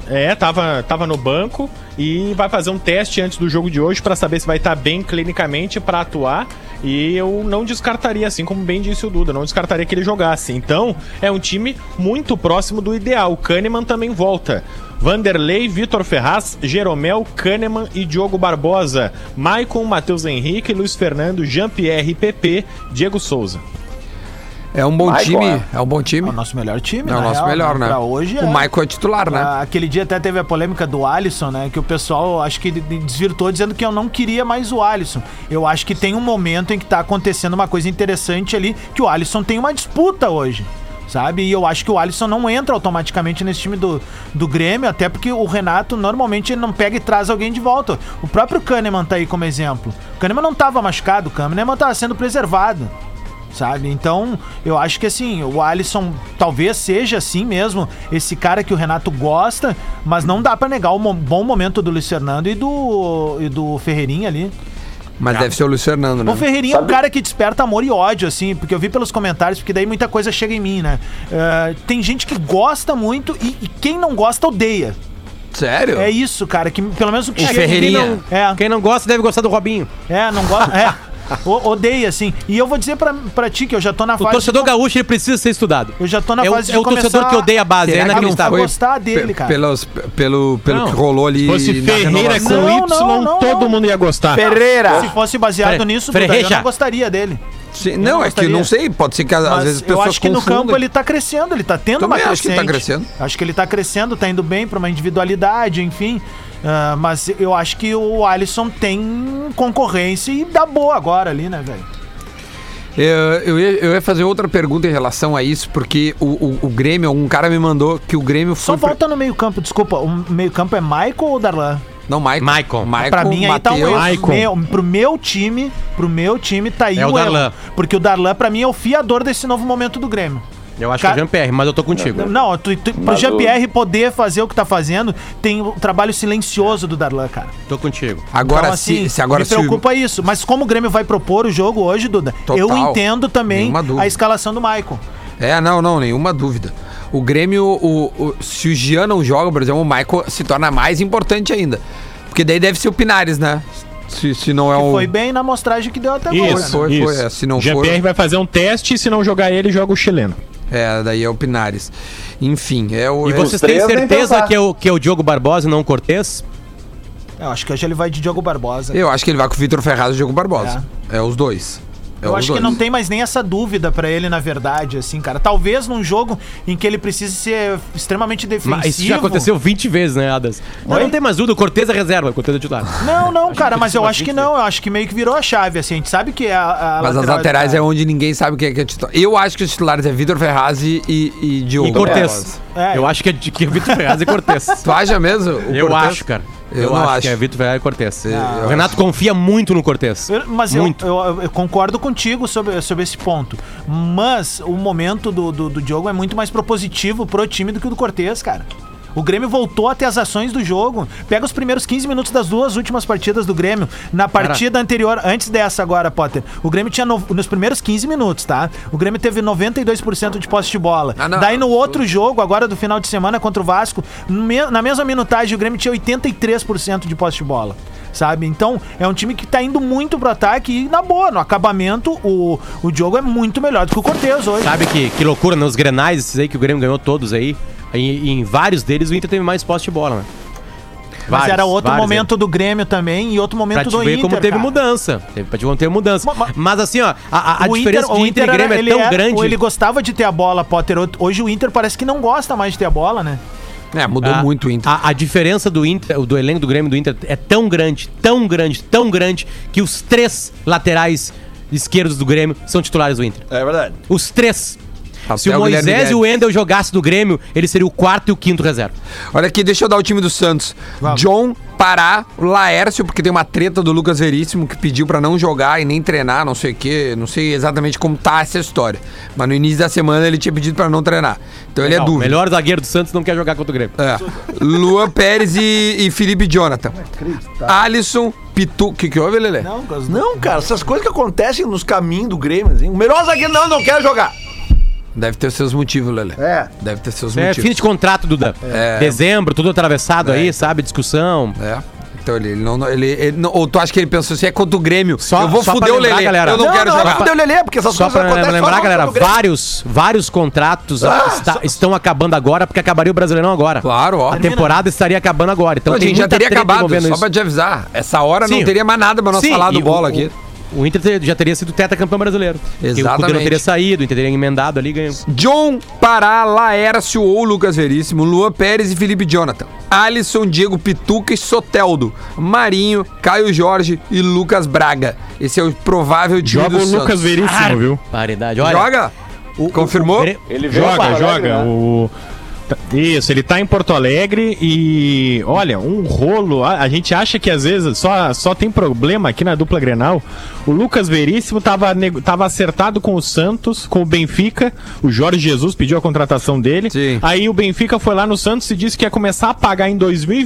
Speaker 3: É, tava, tava no banco e vai fazer um teste antes do jogo de hoje pra saber se vai estar bem clinicamente pra atuar. E eu não descartaria, assim como bem disse o Duda, não descartaria que ele jogasse. Então, é um time muito próximo do ideal. O Kahneman também volta. Vanderlei, Vitor Ferraz, Jeromel, Kahneman e Diogo Barbosa. Maicon, Matheus Henrique, Luiz Fernando, Jean-Pierre, PP, Diego Souza.
Speaker 2: É um bom
Speaker 8: Michael,
Speaker 2: time.
Speaker 8: é.
Speaker 2: É um bom
Speaker 5: É
Speaker 2: time.
Speaker 5: o nosso melhor time,
Speaker 2: É o
Speaker 5: na
Speaker 2: nosso
Speaker 5: real,
Speaker 2: melhor, né?
Speaker 5: Pra hoje é.
Speaker 2: O Michael é titular, né?
Speaker 5: Ah, Aquele dia até teve a polêmica do Alisson, né? Que o pessoal acho que ele desvirtuou dizendo que eu não queria mais o Alisson. Eu acho que tem um momento em que tá acontecendo uma coisa interessante ali, que o Alisson tem uma disputa hoje. Sabe? E eu acho que o Alisson não entra automaticamente nesse time do, do Grêmio, até porque o Renato normalmente ele não pega e traz alguém de volta. O próprio Kahneman tá aí como exemplo. O Kahneman não tava machucado, o Kahneman tava sendo preservado sabe? Então, eu acho que assim, o Alisson talvez seja assim mesmo, esse cara que o Renato gosta, mas não dá pra negar o mo- bom momento do Luiz Fernando e do, e do Ferreirinha ali. tá.
Speaker 2: Mas deve ser o Luiz Fernando, né?
Speaker 5: O Ferreirinha é um
Speaker 8: Sabe-
Speaker 5: cara que desperta amor e ódio, assim, porque eu vi pelos comentários, porque daí muita coisa chega em mim, né? Eh, tem gente que gosta muito e, e quem não gosta odeia.
Speaker 2: Sério?
Speaker 5: É isso, cara, que pelo menos o que
Speaker 2: O
Speaker 5: chega em mim
Speaker 2: Ferreirinha.
Speaker 5: não-
Speaker 3: um-
Speaker 5: É.
Speaker 9: Quem não gosta deve gostar do Robinho.
Speaker 5: É, não gosta. É. O- odeia, assim. E eu vou dizer pra, pra ti que eu já tô na
Speaker 9: O
Speaker 5: fase.
Speaker 9: torcedor
Speaker 5: de-
Speaker 9: gaúcho ele precisa ser estudado.
Speaker 5: Eu já tô na
Speaker 9: é o,
Speaker 5: fase
Speaker 9: é o torcedor que odeia a base, é
Speaker 5: Será que não
Speaker 9: inacreditável.
Speaker 5: foi? gostar dele,
Speaker 2: pe-
Speaker 5: cara.
Speaker 2: Pelos, pe- pelo pelo
Speaker 9: Não.
Speaker 2: que rolou ali.
Speaker 3: Se fosse
Speaker 2: na
Speaker 3: Ferreira
Speaker 2: renovação.
Speaker 3: com
Speaker 5: Não,
Speaker 3: Y,
Speaker 5: não, não,
Speaker 3: todo
Speaker 5: não.
Speaker 3: mundo ia gostar.
Speaker 9: Ah.
Speaker 4: Pereira.
Speaker 5: Se fosse baseado
Speaker 9: Fre-
Speaker 5: nisso, Duda, eu
Speaker 9: Freja.
Speaker 5: não gostaria dele.
Speaker 2: Sim, não, é que eu
Speaker 5: gostaria.
Speaker 2: não sei. Pode ser que às
Speaker 5: Mas
Speaker 2: vezes as
Speaker 5: eu
Speaker 2: pessoas
Speaker 5: acho que no
Speaker 2: confundem.
Speaker 5: campo ele tá crescendo, ele tá tendo
Speaker 2: Também
Speaker 5: uma
Speaker 2: acho que ele tá
Speaker 5: crescente. Acho que ele tá crescendo, tá indo bem pra uma individualidade, enfim. Ah, mas eu acho que o Alisson tem concorrência e dá boa agora ali, né, velho?
Speaker 2: Eu, eu, ia, eu ia fazer outra pergunta em relação a isso, porque o, o, o Grêmio, um cara me mandou que o Grêmio
Speaker 5: Só
Speaker 2: foi. pre-
Speaker 5: volta no meio-campo, desculpa. O meio-campo é Michael ou Darlan?
Speaker 2: Não, Maicon.
Speaker 9: Maicon.
Speaker 2: Maicon
Speaker 5: Pra mim aí tá um
Speaker 2: Mateus.
Speaker 5: erro.
Speaker 3: Maicon.
Speaker 5: Meu, pro meu time, pro meu time tá aí
Speaker 9: É o
Speaker 5: erro.
Speaker 9: Darlan.
Speaker 5: Porque o Darlan, pra mim, é o fiador desse novo momento do Grêmio.
Speaker 9: Eu acho
Speaker 5: Cara-
Speaker 9: que é o Jean-Pierre, mas eu tô contigo.
Speaker 5: Não, tu, tu, pro
Speaker 8: Mas
Speaker 5: GPR poder fazer o que tá fazendo, tem o trabalho silencioso do Darlan, cara.
Speaker 9: Tô contigo.
Speaker 2: Agora,
Speaker 5: Então,
Speaker 2: se, se agora
Speaker 5: me
Speaker 2: se o-
Speaker 5: preocupa isso. Mas como o Grêmio vai propor o jogo hoje, Duda,
Speaker 2: Total.
Speaker 5: eu entendo também
Speaker 2: Nenhuma dúvida.
Speaker 5: a escalação do Maicon.
Speaker 2: É, não, não, nenhuma dúvida. O Grêmio, o, o- se o Jean não joga, por exemplo, o Michael se torna mais importante ainda. Porque daí deve ser o Pinares, né? Se, se não é
Speaker 5: Que
Speaker 2: o.
Speaker 5: foi bem na amostragem que deu até agora.
Speaker 3: Isso,
Speaker 5: né?
Speaker 2: foi, foi,
Speaker 3: isso.
Speaker 2: é, se não
Speaker 3: Jean-Pierre
Speaker 2: for-
Speaker 3: vai fazer um teste e se não jogar ele, joga o chileno.
Speaker 2: É, daí é o Pinares. Enfim, é o.
Speaker 9: E
Speaker 2: é o-
Speaker 9: vocês têm
Speaker 8: três nem
Speaker 9: certeza
Speaker 8: pensar.
Speaker 9: que é, o, que é o Diogo Barbosa e não o Cortez?
Speaker 5: Eu acho que hoje ele vai de Diogo Barbosa.
Speaker 2: Eu acho que ele vai com o Vitor Ferraz e o Diogo Barbosa. É, os dois.
Speaker 5: Eu acho que não tem mais nem essa dúvida pra ele, na verdade, assim, cara. Talvez num jogo em que ele precise ser extremamente defensivo.
Speaker 9: Mas isso já aconteceu 20 vezes, né, Adas? Mas
Speaker 5: Oi?
Speaker 9: não tem mais dúvida, o Cortez é reserva, o Cortez é titular.
Speaker 5: Não, não, cara, mas eu acho que não. Eu acho que meio que virou a chave, assim. A gente sabe que a. a
Speaker 2: Mas as
Speaker 5: lateral-
Speaker 2: laterais é onde ninguém sabe quem é que é titular. Eu acho que os titulares é Vitor Ferraz e, e, e Diogo.
Speaker 9: E Cortez.
Speaker 5: É.
Speaker 9: Eu acho que é, de- que é Vitor Ferraz e Cortez.
Speaker 2: Tu acha mesmo? o
Speaker 9: Eu
Speaker 2: Cortez?
Speaker 9: acho, cara.
Speaker 2: Eu
Speaker 9: Eu,
Speaker 2: não
Speaker 9: acho,
Speaker 2: acho.
Speaker 9: que é Vitor Ferraz e Cortez.
Speaker 2: Ah, eu
Speaker 9: o Renato confia muito no Cortez.
Speaker 5: Eu- Mas eu,
Speaker 9: muito.
Speaker 5: eu- eu concordo contigo sobre, sobre esse ponto. Mas o momento do, do, do Diogo é muito mais propositivo pro time do que o do Cortez, cara. O Grêmio voltou até as ações do jogo. Pega os primeiros 15 minutos das duas últimas partidas do Grêmio. Na partida anterior, antes dessa agora, Potter, o Grêmio tinha no- nos primeiros 15 minutos, tá? O Grêmio teve 92% de posse de bola.
Speaker 2: Ah, não.
Speaker 5: Daí no outro jogo, agora do final de semana contra o Vasco, no me- na mesma minutagem o Grêmio tinha 83% de posse de bola. Sabe? Então, é um time que tá indo muito pro ataque e, na boa, no acabamento, o, o Diogo é muito melhor do que o Cortez hoje.
Speaker 9: Sabe que, que loucura, né? Os grenais esses aí que o Grêmio ganhou todos aí. Em, em vários deles o Inter teve mais posse de bola, né?
Speaker 5: Mas
Speaker 9: Vários,
Speaker 5: era outro
Speaker 9: vários, né?
Speaker 5: momento do Grêmio também e outro
Speaker 9: Pra
Speaker 5: momento
Speaker 9: te
Speaker 5: do
Speaker 9: ver
Speaker 5: Inter.
Speaker 9: como teve
Speaker 5: cara.
Speaker 9: mudança. Teve, pra te ver como teve mudança. Mas, assim, ó, a, a- a
Speaker 5: O
Speaker 9: diferença
Speaker 5: o
Speaker 9: de Inter, e
Speaker 5: era-
Speaker 9: Grêmio
Speaker 5: ele
Speaker 9: é tão
Speaker 5: era-
Speaker 9: grande.
Speaker 5: ou Ele gostava de ter a bola, Potter. Hoje o Inter parece que não gosta mais de ter a bola, né?
Speaker 2: É, mudou
Speaker 9: A-
Speaker 2: muito o
Speaker 5: Ah.
Speaker 2: Inter.
Speaker 9: A, a diferença do Inter, do elenco do Grêmio e do Inter é tão grande, tão grande, tão grande, que os três laterais esquerdos do Grêmio são titulares do Inter.
Speaker 4: É verdade.
Speaker 9: Os três.
Speaker 2: Até
Speaker 9: Se o
Speaker 2: Tá, o Guilherme
Speaker 9: Moisés e o
Speaker 2: Guedes.
Speaker 9: Wendel jogassem do Grêmio, ele seria o quarto e o quinto reserva.
Speaker 2: Olha aqui, deixa eu dar o time do Santos. John, Pará, Laércio, porque tem uma treta do Lucas Veríssimo que pediu pra não jogar e nem treinar, não sei o quê. Não sei exatamente como tá essa história. Mas no início da semana ele tinha pedido pra não treinar. Então ele é
Speaker 9: Não, O
Speaker 2: dúvida.
Speaker 9: melhor zagueiro do Santos não quer jogar contra o Grêmio.
Speaker 2: É. Luan Pérez e, e Felipe Jonathan. Alisson, Pitu. O que, que houve, Lelê?
Speaker 5: Não, gosto-
Speaker 4: Não, cara, essas coisas que acontecem nos caminhos do Grêmio, assim, o melhor zagueiro não, não quer jogar.
Speaker 2: Deve ter seus motivos, Lelê.
Speaker 4: É.
Speaker 2: Deve ter seus
Speaker 9: É, fim
Speaker 2: motivos.
Speaker 9: de contrato, Duda. Dezembro, tudo atravessado aí, sabe? Discussão.
Speaker 2: É. Então ele, ele não. Ele, ele não- ou tu acha que ele pensou assim, é contra o Grêmio.
Speaker 9: Só-
Speaker 2: eu vou
Speaker 9: só pra
Speaker 2: fuder o
Speaker 9: lembrar,
Speaker 2: Lelê.
Speaker 9: galera.
Speaker 2: Eu não,
Speaker 4: Não,
Speaker 2: quero
Speaker 4: não,
Speaker 2: jogar.
Speaker 4: não, Lelê, porque essas
Speaker 9: Só
Speaker 4: coisas
Speaker 9: pra
Speaker 4: acontecem
Speaker 9: lembrar,
Speaker 4: só
Speaker 9: galera,
Speaker 4: no Grêmio.
Speaker 9: vários, vários contratos está- estão acabando agora, porque acabaria o Brasileirão agora.
Speaker 2: Ah, Claro, ó.
Speaker 9: A temporada estaria acabando agora. Então
Speaker 2: Não, a
Speaker 9: tem
Speaker 2: gente já
Speaker 9: muita
Speaker 2: teria
Speaker 9: treta
Speaker 2: acabado,
Speaker 9: envolvendo
Speaker 2: só
Speaker 9: isso.
Speaker 2: pra te avisar. Essa hora
Speaker 9: Sim.
Speaker 2: não teria mais nada pra nós
Speaker 9: Sim,
Speaker 2: falar
Speaker 9: e
Speaker 2: do
Speaker 9: o-
Speaker 2: bola
Speaker 9: o-
Speaker 2: aqui.
Speaker 9: O Inter ter- já teria sido tetracampeão brasileiro. Porque O Cudê
Speaker 2: Exatamente.
Speaker 9: não teria saído, o Inter teria emendado ali e ganhou.
Speaker 2: John Pará, Laércio ou Lucas Veríssimo, Luan Pérez e Felipe Jonathan. Alisson, Diego Pituca e Soteldo. Marinho, Caio Jorge e Lucas Braga. Esse é o provável time
Speaker 3: Joga
Speaker 2: do
Speaker 3: o Lucas
Speaker 2: Santos. Ah!
Speaker 3: Veríssimo, viu?
Speaker 9: Paridade, olha.
Speaker 2: Joga? Confirmou?
Speaker 9: Grê-
Speaker 8: Ele veio pra
Speaker 3: Joga,
Speaker 8: Alegre,
Speaker 3: joga.
Speaker 8: né?
Speaker 3: O... tá- Isso, ele tá em Porto Alegre e olha, um rolo. A, a gente acha que às vezes só, só tem problema aqui na dupla Grenal. O Lucas Veríssimo tava, nego- tava acertado com o Santos, com o Benfica. O Jorge Jesus pediu a contratação dele.
Speaker 2: Sim.
Speaker 3: Aí o Benfica foi lá no Santos e disse que ia começar a pagar em